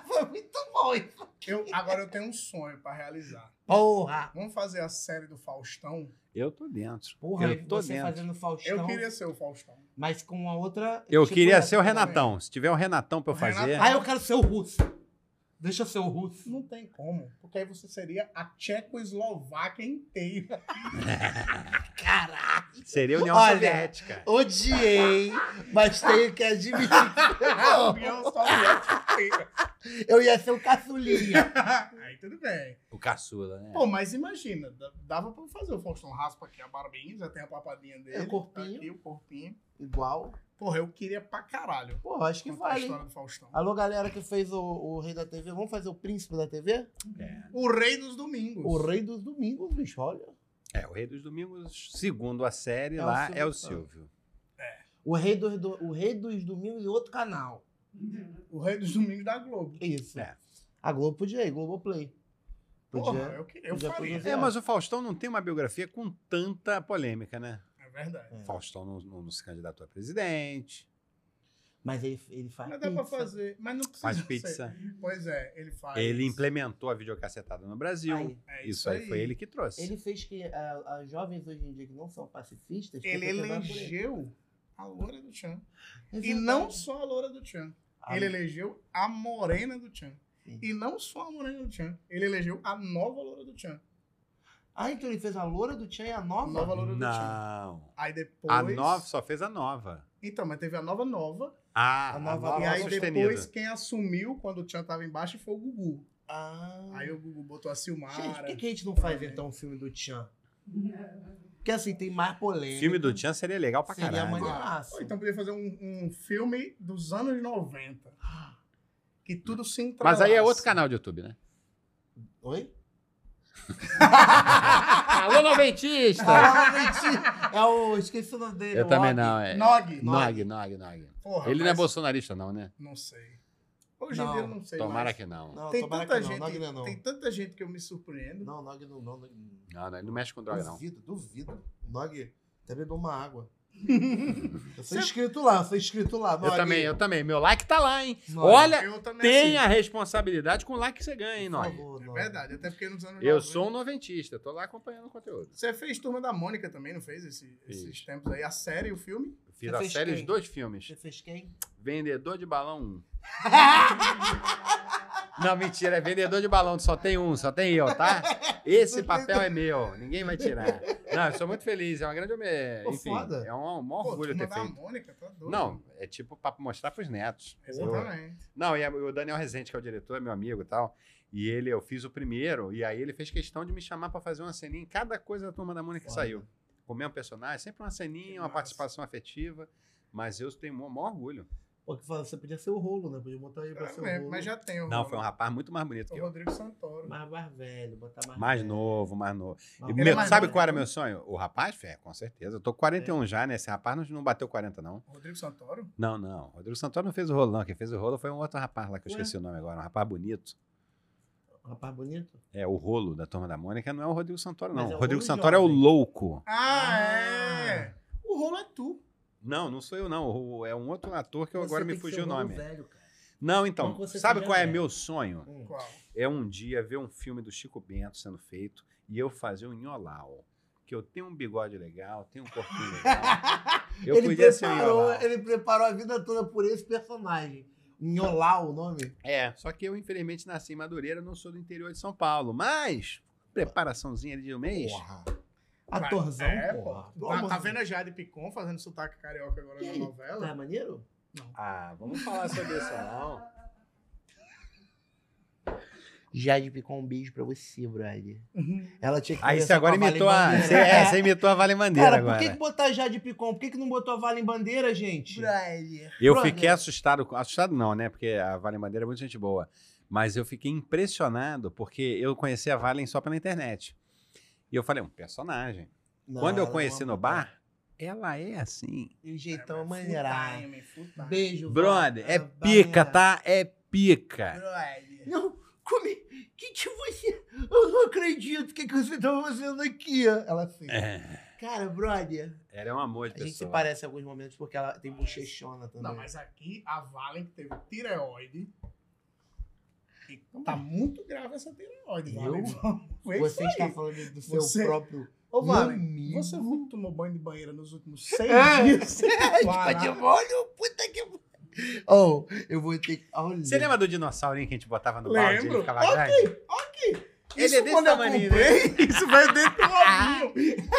[SPEAKER 6] foi muito bom, hein?
[SPEAKER 1] eu, agora eu tenho um sonho pra realizar.
[SPEAKER 6] Porra!
[SPEAKER 1] Vamos fazer a série do Faustão?
[SPEAKER 5] Eu tô dentro.
[SPEAKER 6] Porra,
[SPEAKER 5] eu tô
[SPEAKER 6] você
[SPEAKER 5] dentro.
[SPEAKER 6] fazendo Faustão,
[SPEAKER 1] Eu queria ser o Faustão.
[SPEAKER 6] mas com uma outra...
[SPEAKER 5] Eu
[SPEAKER 6] tipo,
[SPEAKER 5] queria
[SPEAKER 6] é-
[SPEAKER 5] ser o Renatão. Se tiver o Renatão pra eu
[SPEAKER 1] O
[SPEAKER 5] fazer.
[SPEAKER 6] Ah, eu quero ser o Russo. Deixa eu ser o Russo.
[SPEAKER 1] Não tem como, porque aí você seria a Tchecoslováquia inteira.
[SPEAKER 6] Caraca!
[SPEAKER 5] Seria a União
[SPEAKER 6] Olha,
[SPEAKER 5] Soviética.
[SPEAKER 6] Odiei, mas tenho que admitir
[SPEAKER 1] A
[SPEAKER 6] que
[SPEAKER 1] União Soviética inteira.
[SPEAKER 6] eu ia ser o caçulinha.
[SPEAKER 1] Aí tudo bem.
[SPEAKER 5] O caçula,
[SPEAKER 6] É.
[SPEAKER 5] né?
[SPEAKER 1] Pô, mas imagina, d- dava pra fazer o Faustão raspa aqui a barbinha, já tem a papadinha dele.
[SPEAKER 6] É, o corpinho.
[SPEAKER 1] tá Aqui, o corpinho.
[SPEAKER 6] Igual.
[SPEAKER 1] Porra, eu queria pra caralho.
[SPEAKER 6] Pô, acho que
[SPEAKER 1] contar a
[SPEAKER 6] vale, hein?
[SPEAKER 1] história do Faustão.
[SPEAKER 6] Alô, galera que fez o, o Rei da TV. Vamos fazer o Príncipe da TV?
[SPEAKER 1] O rei dos domingos.
[SPEAKER 6] O Rei dos Domingos, bicho, olha.
[SPEAKER 5] É, o Rei dos Domingos, segundo a série
[SPEAKER 6] É o
[SPEAKER 5] lá,
[SPEAKER 6] Silvio
[SPEAKER 5] é o
[SPEAKER 6] Santos.
[SPEAKER 5] Silvio.
[SPEAKER 6] O Rei dos, do- o Rei dos Domingos e outro canal.
[SPEAKER 1] O rei dos domingos da Globo.
[SPEAKER 6] Isso.
[SPEAKER 5] É.
[SPEAKER 6] A Globo podia ir, Globoplay.
[SPEAKER 1] Porra,
[SPEAKER 6] Podia.
[SPEAKER 1] eu, que- eu
[SPEAKER 6] podia
[SPEAKER 1] faria.
[SPEAKER 6] produzir.
[SPEAKER 5] É, mas o Faustão não tem uma biografia com tanta polêmica, né?
[SPEAKER 1] É verdade.
[SPEAKER 6] É.
[SPEAKER 5] Faustão não, não- não se candidatou a presidente,
[SPEAKER 6] Mas ele, ele faz.
[SPEAKER 1] Mas dá pra
[SPEAKER 6] pizza.
[SPEAKER 1] fazer. Mas não precisa.
[SPEAKER 5] faz
[SPEAKER 1] ser.
[SPEAKER 5] pizza.
[SPEAKER 1] Pois é, ele faz.
[SPEAKER 5] Ele implementou a videocassetada no Brasil.
[SPEAKER 6] Aí,
[SPEAKER 1] É
[SPEAKER 5] isso, aí, foi ele que trouxe.
[SPEAKER 6] ele fez que a- as jovens hoje em dia que não são pacifistas.
[SPEAKER 1] Ele
[SPEAKER 6] tentam quebrar por
[SPEAKER 1] elegeu a loura do Tchan.
[SPEAKER 6] É
[SPEAKER 1] E
[SPEAKER 6] verdade.
[SPEAKER 1] não só a loura do Tchan.
[SPEAKER 6] Ah,
[SPEAKER 1] Ele elegeu a morena do Tchan.
[SPEAKER 6] Sim.
[SPEAKER 1] E não só a morena do Tchan. Ele elegeu a nova loura do Tchan.
[SPEAKER 6] Ah, então ele fez a loura do Tchan e a
[SPEAKER 1] A
[SPEAKER 6] nova?
[SPEAKER 1] nova loura do Tchan.
[SPEAKER 5] Não.
[SPEAKER 1] Aí depois.
[SPEAKER 5] A nova só fez a nova.
[SPEAKER 1] Então, mas teve a nova nova.
[SPEAKER 5] Ah,
[SPEAKER 6] A
[SPEAKER 5] a
[SPEAKER 6] nova-
[SPEAKER 5] nova,
[SPEAKER 1] e aí
[SPEAKER 5] sostenida.
[SPEAKER 1] depois quem assumiu quando o Tchan tava embaixo foi o Gugu.
[SPEAKER 6] Ah.
[SPEAKER 1] Aí o Gugu botou a
[SPEAKER 6] Gente, por
[SPEAKER 1] Silmara.
[SPEAKER 6] que, que a gente não faz então um filme do Tchan? Porque assim, tem mais polêmica.
[SPEAKER 5] Filme do Tchan seria legal pra
[SPEAKER 6] Seria
[SPEAKER 5] caralho.
[SPEAKER 6] maneiro.
[SPEAKER 1] Ou então podia fazer um, um filme dos anos 90. Que tudo se
[SPEAKER 5] Mas aí é
[SPEAKER 1] entrelaça.
[SPEAKER 5] outro canal de YouTube, né?
[SPEAKER 6] Oi?
[SPEAKER 5] Alô, noventista!
[SPEAKER 6] Ah, mentira. É o. Esqueci o nome dele.
[SPEAKER 5] Eu
[SPEAKER 6] o
[SPEAKER 5] também
[SPEAKER 6] Oggy.
[SPEAKER 5] não, é.
[SPEAKER 1] Nog.
[SPEAKER 5] Nog, Nog, Nog.
[SPEAKER 1] Porra,
[SPEAKER 5] Ele não é
[SPEAKER 1] mas-
[SPEAKER 5] bolsonarista, não, né?
[SPEAKER 1] Não sei. Hoje em
[SPEAKER 6] Não,
[SPEAKER 1] dia eu não sei.
[SPEAKER 5] Tomara
[SPEAKER 1] mais.
[SPEAKER 5] que não.
[SPEAKER 6] Não,
[SPEAKER 1] Tem
[SPEAKER 6] tomara
[SPEAKER 1] tanta,
[SPEAKER 6] que não. Nog
[SPEAKER 1] gente,
[SPEAKER 6] não é não.
[SPEAKER 1] tem tanta gente que eu me surpreendo.
[SPEAKER 6] Não, Nog não. não, Nog não.
[SPEAKER 5] Não, não, ele não mexe com droga, não.
[SPEAKER 6] Duvido, duvido. Nog, até bebeu uma água. eu sou inscrito lá, eu sou inscrito lá.
[SPEAKER 5] Eu
[SPEAKER 6] Nog.
[SPEAKER 5] também, eu também. Meu like tá lá, hein?
[SPEAKER 6] Nog,
[SPEAKER 5] Olha,
[SPEAKER 1] Eu também
[SPEAKER 5] tem
[SPEAKER 1] assim,
[SPEAKER 5] a responsabilidade com o like que você ganha, hein,
[SPEAKER 6] Né, por
[SPEAKER 5] Nog?
[SPEAKER 6] favor,
[SPEAKER 1] É
[SPEAKER 6] Nog.
[SPEAKER 1] verdade, até porque nos anos
[SPEAKER 5] Eu
[SPEAKER 1] 90.
[SPEAKER 5] sou um noventista, tô lá acompanhando o conteúdo.
[SPEAKER 1] Você fez Turma da Mônica também, não fez esse- esses
[SPEAKER 5] Fiz.
[SPEAKER 1] tempos aí? A série e o filme?
[SPEAKER 5] Eu Fiz
[SPEAKER 6] Você
[SPEAKER 5] a
[SPEAKER 6] fez
[SPEAKER 5] série
[SPEAKER 6] quem?
[SPEAKER 5] de dois filmes.
[SPEAKER 6] Você fez quem?
[SPEAKER 5] Vendedor de Balão 1. Não, mentira, é vendedor de balão, só tem um, só tem eu, tá? Esse papel é meu, ninguém vai tirar. Não, eu sou muito feliz, é uma grande. homen-
[SPEAKER 6] Pô,
[SPEAKER 5] Enfim,
[SPEAKER 6] foda.
[SPEAKER 5] é um, um maior
[SPEAKER 1] Pô,
[SPEAKER 5] orgulho
[SPEAKER 1] Turma
[SPEAKER 5] ter
[SPEAKER 1] da
[SPEAKER 5] feito.
[SPEAKER 1] Mônica, tá doido.
[SPEAKER 5] Não, é tipo pra mostrar pros netos. Eu-
[SPEAKER 1] Exatamente.
[SPEAKER 5] Não, e a- o Daniel Rezende, que é o diretor, é meu amigo e tal. E ele, eu fiz o primeiro, e aí ele fez questão de me chamar pra fazer uma ceninha em cada coisa da turma da Mônica que
[SPEAKER 6] Foda.
[SPEAKER 5] saiu. Com o mesmo personagem, sempre uma ceninha,
[SPEAKER 1] Que
[SPEAKER 5] uma
[SPEAKER 1] massa.
[SPEAKER 5] participação afetiva. Mas eu tenho o maior orgulho.
[SPEAKER 6] Pô, que fala, você podia ser o rolo, né? Podia botar aí pra ser
[SPEAKER 1] Ah,
[SPEAKER 6] o
[SPEAKER 1] é,
[SPEAKER 6] rolo.
[SPEAKER 1] mas já tem o,
[SPEAKER 5] Não,
[SPEAKER 1] Ro-
[SPEAKER 5] foi um rapaz muito mais bonito
[SPEAKER 1] o
[SPEAKER 5] que eu.
[SPEAKER 1] Rodrigo Santoro.
[SPEAKER 6] Mais, mais velho, botar mais.
[SPEAKER 5] Mais
[SPEAKER 6] velho.
[SPEAKER 5] novo, mais novo.
[SPEAKER 6] Mais então. É.
[SPEAKER 5] E
[SPEAKER 1] Ele
[SPEAKER 5] meu-
[SPEAKER 1] é mais
[SPEAKER 5] sabe
[SPEAKER 1] novo,
[SPEAKER 5] qual era
[SPEAKER 1] né?
[SPEAKER 5] meu sonho? O rapaz, Fé, com certeza. Eu tô com 41 já, né? Esse rapaz não, não bateu 40, não.
[SPEAKER 1] Rodrigo Santoro?
[SPEAKER 5] Não, não. Rodrigo Santoro não fez o rolo, não. Quem fez o rolo foi um outro rapaz lá, que eu
[SPEAKER 6] Ué?
[SPEAKER 5] esqueci o nome agora. Um rapaz bonito.
[SPEAKER 6] Um Rapaz bonito.
[SPEAKER 5] É, o rolo da Turma da Mônica não é o Rodrigo Santoro, não.
[SPEAKER 6] Mas é o
[SPEAKER 5] o Rodrigo
[SPEAKER 6] rolo
[SPEAKER 5] Santoro é o
[SPEAKER 6] jovem.
[SPEAKER 5] louco.
[SPEAKER 1] Ah, é! O rolo é tu.
[SPEAKER 5] Não, não sou eu, não. O- É um outro ator que eu
[SPEAKER 6] então Você
[SPEAKER 5] agora me
[SPEAKER 6] tem que ser um
[SPEAKER 5] fugiu o
[SPEAKER 6] rolo
[SPEAKER 5] nome.
[SPEAKER 6] Velho, cara.
[SPEAKER 5] Não,
[SPEAKER 6] Como
[SPEAKER 5] então,
[SPEAKER 6] você
[SPEAKER 5] sabe
[SPEAKER 6] seja
[SPEAKER 5] qual é
[SPEAKER 6] velho.
[SPEAKER 5] meu sonho?
[SPEAKER 6] Hum.
[SPEAKER 1] Qual?
[SPEAKER 5] É um dia ver um filme do Chico Bento sendo feito e eu fazer um Nholau. que eu tenho um bigode legal, tenho um corpinho legal. Eu
[SPEAKER 6] ele,
[SPEAKER 5] podia ser o
[SPEAKER 6] preparou,
[SPEAKER 5] Iolau.
[SPEAKER 6] ele preparou a vida toda por esse personagem. Nholau, o nome?
[SPEAKER 5] É, só que eu infelizmente nasci em Madureira, não sou do interior de São Paulo, mas preparaçãozinha ali de um mês.
[SPEAKER 6] Atorzão,
[SPEAKER 1] É,
[SPEAKER 6] porra. Pelo
[SPEAKER 1] Tá,
[SPEAKER 6] amor
[SPEAKER 1] tá
[SPEAKER 6] de
[SPEAKER 1] vendo a Jade Picon fazendo sotaque carioca agora
[SPEAKER 6] E
[SPEAKER 1] na
[SPEAKER 6] aí? Deus. Tá
[SPEAKER 1] novela?
[SPEAKER 6] maneiro?
[SPEAKER 5] Ah, vamos falar sobre isso não.
[SPEAKER 3] Jade picou um beijo pra você, brother.
[SPEAKER 6] Uhum.
[SPEAKER 3] Ela tinha que
[SPEAKER 5] Aí
[SPEAKER 3] conversar
[SPEAKER 5] você agora
[SPEAKER 3] com a
[SPEAKER 5] imitou a,
[SPEAKER 3] Vale
[SPEAKER 5] você,
[SPEAKER 3] Bandeira.
[SPEAKER 5] é, você imitou a Vale
[SPEAKER 6] tá
[SPEAKER 5] Bandeira
[SPEAKER 6] Cara, por
[SPEAKER 5] agora.
[SPEAKER 6] que, que botar Jade Picon? Por que, que não botou a Vale em Bandeira, gente?
[SPEAKER 5] Eu
[SPEAKER 6] Brother.
[SPEAKER 5] fiquei assustado, com- assustado não, né? Porque a Vale Madeira é muito gente boa. Mas eu fiquei impressionado porque eu conheci a Valen só pela internet. E eu falei, um personagem.
[SPEAKER 6] Não,
[SPEAKER 5] Quando eu
[SPEAKER 6] ela
[SPEAKER 5] conheci
[SPEAKER 6] não é
[SPEAKER 5] no bar, ela é assim.
[SPEAKER 6] E o
[SPEAKER 1] Tá,
[SPEAKER 6] jeitão é maneirado.
[SPEAKER 1] Time, full time.
[SPEAKER 6] Beijo,
[SPEAKER 5] Brother, é
[SPEAKER 6] Vale.
[SPEAKER 5] pica, tá? É pica.
[SPEAKER 1] Brother.
[SPEAKER 6] Não, como é que, que você. Eu não acredito. O que, que você tá fazendo aqui? Ela assim.
[SPEAKER 5] É,
[SPEAKER 6] Cara, brother.
[SPEAKER 5] Ela é um amor de
[SPEAKER 6] A gente se
[SPEAKER 5] pessoa.
[SPEAKER 6] parece em alguns momentos porque ela tem bochechona também.
[SPEAKER 1] Não, mas aqui a Valen que teve tireoide. E tá muito grave essa tireoide, Valen.
[SPEAKER 6] Eu?
[SPEAKER 1] Vamos ver
[SPEAKER 6] Você
[SPEAKER 1] isso
[SPEAKER 6] está
[SPEAKER 1] aí.
[SPEAKER 6] falando do seu
[SPEAKER 1] Você-
[SPEAKER 6] próprio.
[SPEAKER 1] Ô, Valen,
[SPEAKER 6] Meu
[SPEAKER 1] você não tomou banho de banheira nos últimos seis
[SPEAKER 6] É.
[SPEAKER 1] dias?
[SPEAKER 6] Tá
[SPEAKER 1] Para.
[SPEAKER 6] de molho, puta que. Oh, eu vou ter que. Olha.
[SPEAKER 5] Você lembra do dinossaurinho que a gente botava no balde? Ele
[SPEAKER 1] Lembro.
[SPEAKER 5] ficava grande? Ele
[SPEAKER 1] Isso
[SPEAKER 5] é desse
[SPEAKER 1] quando eu
[SPEAKER 5] tamanho, né?
[SPEAKER 1] comprei, isso vai dentro do ovinho.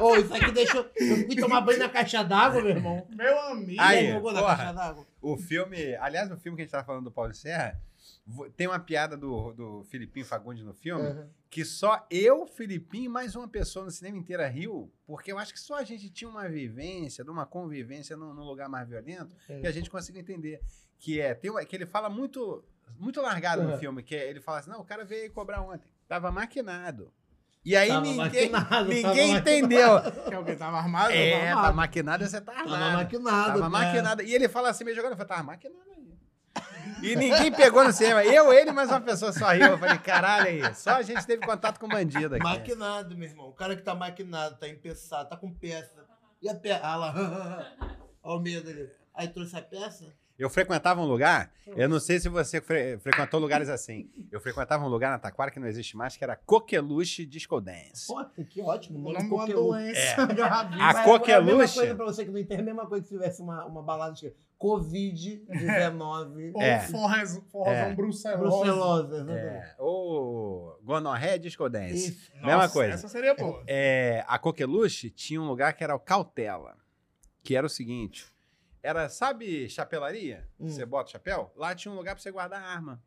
[SPEAKER 6] Oh, isso aqui deixou. Eu fui tomar banho na caixa d'água, meu irmão.
[SPEAKER 1] Meu amigo.
[SPEAKER 5] Aí,
[SPEAKER 6] Ele jogou na
[SPEAKER 5] porra.
[SPEAKER 6] caixa d'água.
[SPEAKER 5] O filme, aliás, no filme que a gente tava falando do Paulo Serra, vo- tem uma piada do, do Filipinho Fagundes no filme, que só eu, Filipinho e mais uma pessoa no cinema inteira riu, porque eu acho que só a gente tinha uma vivência, de uma convivência num, num lugar mais violento,
[SPEAKER 6] É.
[SPEAKER 5] que a gente conseguiu entender. Que é, tem uma- que ele fala muito muito largado no
[SPEAKER 6] Uhum.
[SPEAKER 5] filme, que é, ele fala assim, não, o cara veio cobrar ontem, tava maquinado. E aí
[SPEAKER 6] Tava
[SPEAKER 5] ninguém,
[SPEAKER 6] maquinado,
[SPEAKER 5] ninguém
[SPEAKER 6] tava
[SPEAKER 5] entendeu.
[SPEAKER 1] Que alguém tava armado?
[SPEAKER 5] É,
[SPEAKER 1] tava
[SPEAKER 5] tá
[SPEAKER 1] armado.
[SPEAKER 5] maquinado, você tá armado.
[SPEAKER 6] Tava maquinado.
[SPEAKER 5] Tava
[SPEAKER 6] né?
[SPEAKER 5] maquinada. E ele fala assim, meio jogando, eu falei, tava maquinada aí. E ninguém pegou no cinema. Eu, ele, mais uma pessoa só riu. Eu falei, caralho aí, só a gente teve contato com bandido aqui.
[SPEAKER 6] Maquinado, meu irmão. O cara que tá maquinado, tá empeçado, tá com peça. E a peça? Ah lá. Olha o medo ali. Aí trouxe a peça?
[SPEAKER 5] Eu frequentava um lugar, eu não sei se você fre- frequentou lugares assim. Eu frequentava um lugar na Taquara que não existe mais, que era Coqueluche Disco Dance.
[SPEAKER 6] Pô, que ótimo.
[SPEAKER 1] O
[SPEAKER 6] Nome
[SPEAKER 1] nome de uma
[SPEAKER 6] qualquer um.
[SPEAKER 1] doença.
[SPEAKER 5] A
[SPEAKER 6] Mas é a mesma
[SPEAKER 5] Coqueluche-
[SPEAKER 6] coisa pra você que não entende, é a mesma coisa que se tivesse uma, uma balada de Covid-19.
[SPEAKER 1] Ou
[SPEAKER 5] É.
[SPEAKER 1] forrozão
[SPEAKER 5] É.
[SPEAKER 1] bruceloso.
[SPEAKER 6] Brucelosa, exatamente.
[SPEAKER 5] É, ou Gonorré Disco Dance.
[SPEAKER 6] Isso.
[SPEAKER 1] Nossa,
[SPEAKER 5] É. Mesma coisa.
[SPEAKER 1] Essa seria boa.
[SPEAKER 5] É, a Coqueluche tinha um lugar que era o Cautela, que era o seguinte. Era, sabe, chapelaria?
[SPEAKER 6] Hum.
[SPEAKER 5] Você bota o chapéu? Lá tinha um lugar pra você guardar a arma.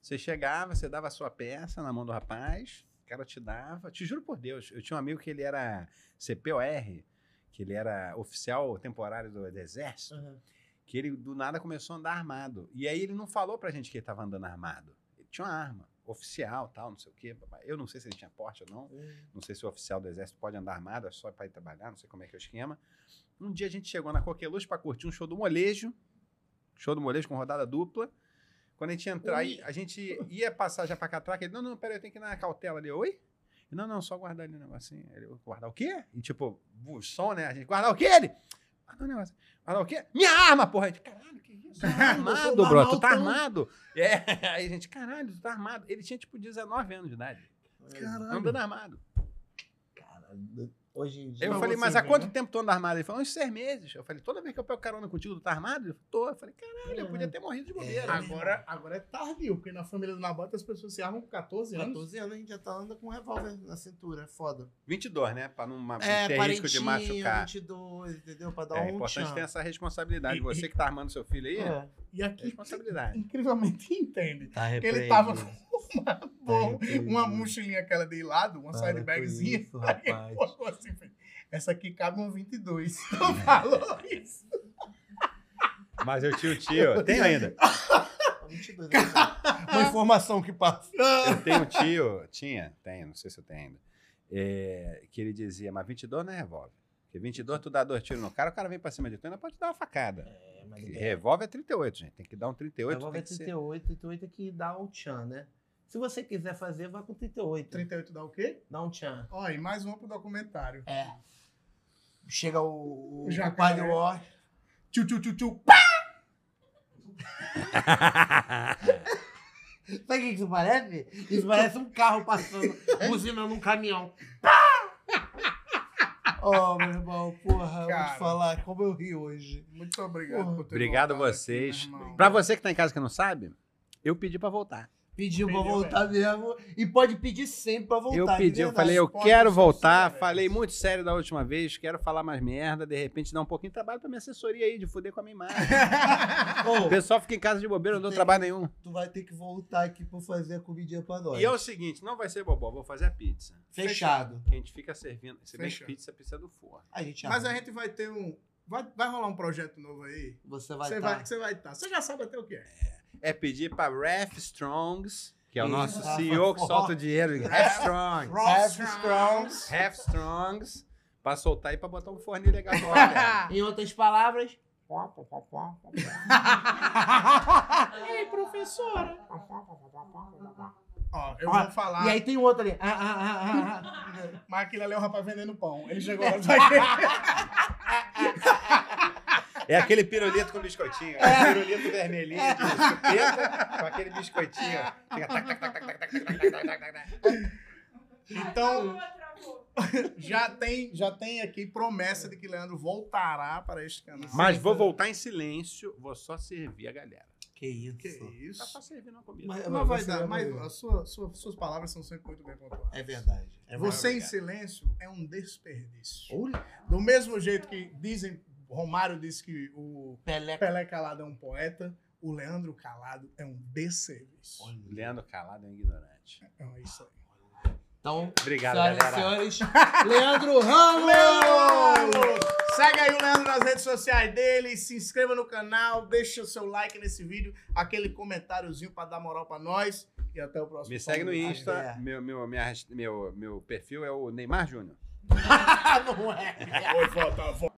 [SPEAKER 5] Você chegava, você dava a sua peça na mão do rapaz, o cara te dava. Te juro por Deus, eu tinha um amigo que ele era CPOR, que ele era oficial temporário do, do exército,
[SPEAKER 6] Uhum.
[SPEAKER 5] que ele do nada começou a andar armado. E aí ele não falou pra gente que ele tava andando armado. Ele tinha uma arma, oficial, tal, não sei o quê. papai. Eu não sei se ele tinha porte ou não. Não sei se o oficial do exército pode andar armado, é só para ir trabalhar, não sei como é que é o esquema. Um dia a gente chegou na Coqueluche para curtir um show do molejo. Show do molejo com rodada dupla. Quando a gente ia entrar, aí, a gente ia passar já pra catraca. Ele, não, não, pera, eu tenho que ir na cautela ali. Oi? Eu, Não, não, só guardar ali o negocinho. Ele, "Eu, guardar o quê? E tipo, o som, né? A gente, guardar o quê? Ele, guardar o negócio. Guardar o quê? Minha arma, porra! A gente, caralho, que isso? Tá armado, bro, tu tá armado. É, aí a gente, caralho, tu tá armado. Ele tinha tipo 19 anos de idade. Andando armado.
[SPEAKER 6] Hoje em dia.
[SPEAKER 5] Eu
[SPEAKER 1] Pra
[SPEAKER 5] falei,
[SPEAKER 1] você
[SPEAKER 5] mas há
[SPEAKER 1] ver,
[SPEAKER 5] quanto
[SPEAKER 1] né?
[SPEAKER 5] tempo tu anda armado? Ele falou, uns seis meses. Eu falei, toda vez que eu pego carona contigo, tu tá armado? Ele falou, tô. Eu falei, caralho, eu podia ter morrido de bobeira.
[SPEAKER 1] Agora, agora é tardio, porque na família do Nabota as pessoas se armam com 14 anos.
[SPEAKER 6] 14 anos a gente já tá andando com um revólver na cintura, é foda.
[SPEAKER 5] 22, né? Pra não, ma- não
[SPEAKER 6] É,
[SPEAKER 5] ter risco de
[SPEAKER 6] parentinho,
[SPEAKER 5] machucar.
[SPEAKER 6] 22, entendeu? Pra dar
[SPEAKER 5] É
[SPEAKER 6] um
[SPEAKER 5] importante
[SPEAKER 6] tchan.
[SPEAKER 5] ter essa responsabilidade.
[SPEAKER 1] E-
[SPEAKER 5] Você que tá armando seu filho aí, é
[SPEAKER 6] É.
[SPEAKER 1] E aqui,
[SPEAKER 5] responsabilidade.
[SPEAKER 1] incrivelmente, entende.
[SPEAKER 3] Tá
[SPEAKER 1] Porque ele
[SPEAKER 3] repreendido.
[SPEAKER 6] né?
[SPEAKER 1] tava com uma, bom,
[SPEAKER 3] repreendido.
[SPEAKER 1] uma mochilinha aquela de lado,
[SPEAKER 6] Tá
[SPEAKER 1] uma
[SPEAKER 3] Para com
[SPEAKER 1] sidebagzinha.
[SPEAKER 3] isso,
[SPEAKER 1] Aí ele
[SPEAKER 3] rapaz.
[SPEAKER 1] colocou assim, fez, essa aqui cabe um 22. Não falou isso.
[SPEAKER 5] Mas eu tinha o tio, tenho ainda.
[SPEAKER 6] 22 anos. Uma informação que passa.
[SPEAKER 5] Eu tenho um tio, tinha, tenho, não sei se eu tenho ainda. é, que ele dizia, mas 22 não é revólver. Porque 22 tu dá dois tiros no cara, o cara vem pra cima de tu, ainda pode dar uma facada.
[SPEAKER 6] É,
[SPEAKER 5] É,
[SPEAKER 6] mas
[SPEAKER 5] revólver é 38, gente. Tem que dar um 38.
[SPEAKER 6] Revólver
[SPEAKER 5] tem
[SPEAKER 6] é
[SPEAKER 5] que ser-
[SPEAKER 6] 38, 38 é que dá um tchan, né? Se você quiser fazer, vá com 38.
[SPEAKER 1] 38 dá o quê?
[SPEAKER 6] Dá um tchan.
[SPEAKER 1] Ó, e mais uma pro documentário.
[SPEAKER 6] Ah, Chega o, o,
[SPEAKER 1] Já
[SPEAKER 6] o Padre War.
[SPEAKER 1] Tchu, tchu, tchu, tchu.
[SPEAKER 6] Sabe o que que isso parece? Isso parece um carro passando, buzina num caminhão. Pá! Ó, Oh, meu irmão, porra, eu vou
[SPEAKER 1] Cara.
[SPEAKER 6] te falar como eu ri hoje.
[SPEAKER 1] Muito obrigado
[SPEAKER 6] Porra.
[SPEAKER 1] por ter
[SPEAKER 5] Obrigado a
[SPEAKER 1] voltado aqui,
[SPEAKER 5] vocês.
[SPEAKER 1] meu irmão.
[SPEAKER 5] Pra você que tá em casa que não sabe, eu pedi pra voltar.
[SPEAKER 6] Pediu pra voltar mesmo. E pode pedir sempre pra voltar.
[SPEAKER 5] Eu
[SPEAKER 6] de
[SPEAKER 5] pedi, eu
[SPEAKER 6] verdade.
[SPEAKER 5] falei, eu
[SPEAKER 1] Pode
[SPEAKER 5] quero
[SPEAKER 1] ser né?
[SPEAKER 5] voltar.
[SPEAKER 1] sério.
[SPEAKER 5] Falei muito sério da última vez, quero falar mais merda. De repente, dar um pouquinho de trabalho pra minha assessoria aí, de fuder com a minha imagem. O
[SPEAKER 6] Ô,
[SPEAKER 5] pessoal fica em casa de bobeira, não deu
[SPEAKER 6] Tem-
[SPEAKER 5] trabalho nenhum.
[SPEAKER 6] tu vai ter que voltar aqui pra fazer a comidinha pra nós.
[SPEAKER 5] E é o seguinte, não vai ser bobó, vou fazer a pizza.
[SPEAKER 6] Fechado.
[SPEAKER 5] Que a gente fica servindo. Se bem que
[SPEAKER 1] Fechado.
[SPEAKER 5] pizza precisa do forno.
[SPEAKER 6] A gente
[SPEAKER 1] Mas a
[SPEAKER 6] arruma.
[SPEAKER 1] gente vai ter um. Vai, vai rolar um projeto novo aí?
[SPEAKER 6] Você vai
[SPEAKER 1] Você
[SPEAKER 6] tá-
[SPEAKER 1] vai, você vai estar. Você já sabe até o que é.
[SPEAKER 5] É pedir pra Ref Strongs, que é o
[SPEAKER 6] Isso.
[SPEAKER 5] nosso CEO que solta o dinheiro. Ref Strongs. Ref Strongs. Pra soltar aí pra botar um forninho legal no ar, né?
[SPEAKER 6] Em outras palavras,
[SPEAKER 1] Ei, professora! Ó, eu vou falar.
[SPEAKER 6] e aí tem outro ali. Ah, ah, ah, ah, ah.
[SPEAKER 1] Mas aquilo ali é o rapaz vendendo pão. Ele chegou lá e vai.
[SPEAKER 5] É aquele pirulito com biscoitinho. É o pirulito vermelhinho de chupeta com aquele biscoitinho.
[SPEAKER 6] É.
[SPEAKER 5] ó. Fica tac, tac, tac, tac, tac, tac, tac, tac, tac, tac, tac.
[SPEAKER 1] Então, já tem, já tem aqui promessa de que Leandro voltará para este canal.
[SPEAKER 5] Mas vou voltar em silêncio, vou só servir a galera.
[SPEAKER 6] Que isso.
[SPEAKER 1] Que
[SPEAKER 5] Só
[SPEAKER 1] isso?
[SPEAKER 5] pra servir uma comida.
[SPEAKER 6] Mas-
[SPEAKER 1] Não vai
[SPEAKER 6] você
[SPEAKER 1] dar,
[SPEAKER 6] vai
[SPEAKER 1] mas
[SPEAKER 6] ver.
[SPEAKER 1] a sua- sua- suas palavras são sempre muito bem pontuadas.
[SPEAKER 6] É verdade. É
[SPEAKER 1] Você em
[SPEAKER 5] obrigado.
[SPEAKER 1] silêncio é um desperdício. Do mesmo jeito que dizem, Romário disse que o
[SPEAKER 6] Pelé.
[SPEAKER 1] Pelé Calado é um poeta, o Leandro Calado é um desserviço.
[SPEAKER 5] Leandro Calado é um ignorante.
[SPEAKER 1] É isso aí.
[SPEAKER 6] Então,
[SPEAKER 5] Obrigado,
[SPEAKER 6] senhoras e
[SPEAKER 5] galera.
[SPEAKER 6] senhores, Leandro Ramos!
[SPEAKER 1] Leandro! Segue aí o Leandro nas redes sociais dele, se inscreva no canal, deixa o seu like nesse vídeo, aquele comentáriozinho pra dar moral pra nós e até o próximo. Então,
[SPEAKER 5] Me segue no
[SPEAKER 1] Fórmula
[SPEAKER 5] Insta. Meu, meu, é minha hasht- meu, meu perfil é o Neymar Júnior.
[SPEAKER 1] Ah,
[SPEAKER 6] Não é.
[SPEAKER 1] Oi, volta, volta.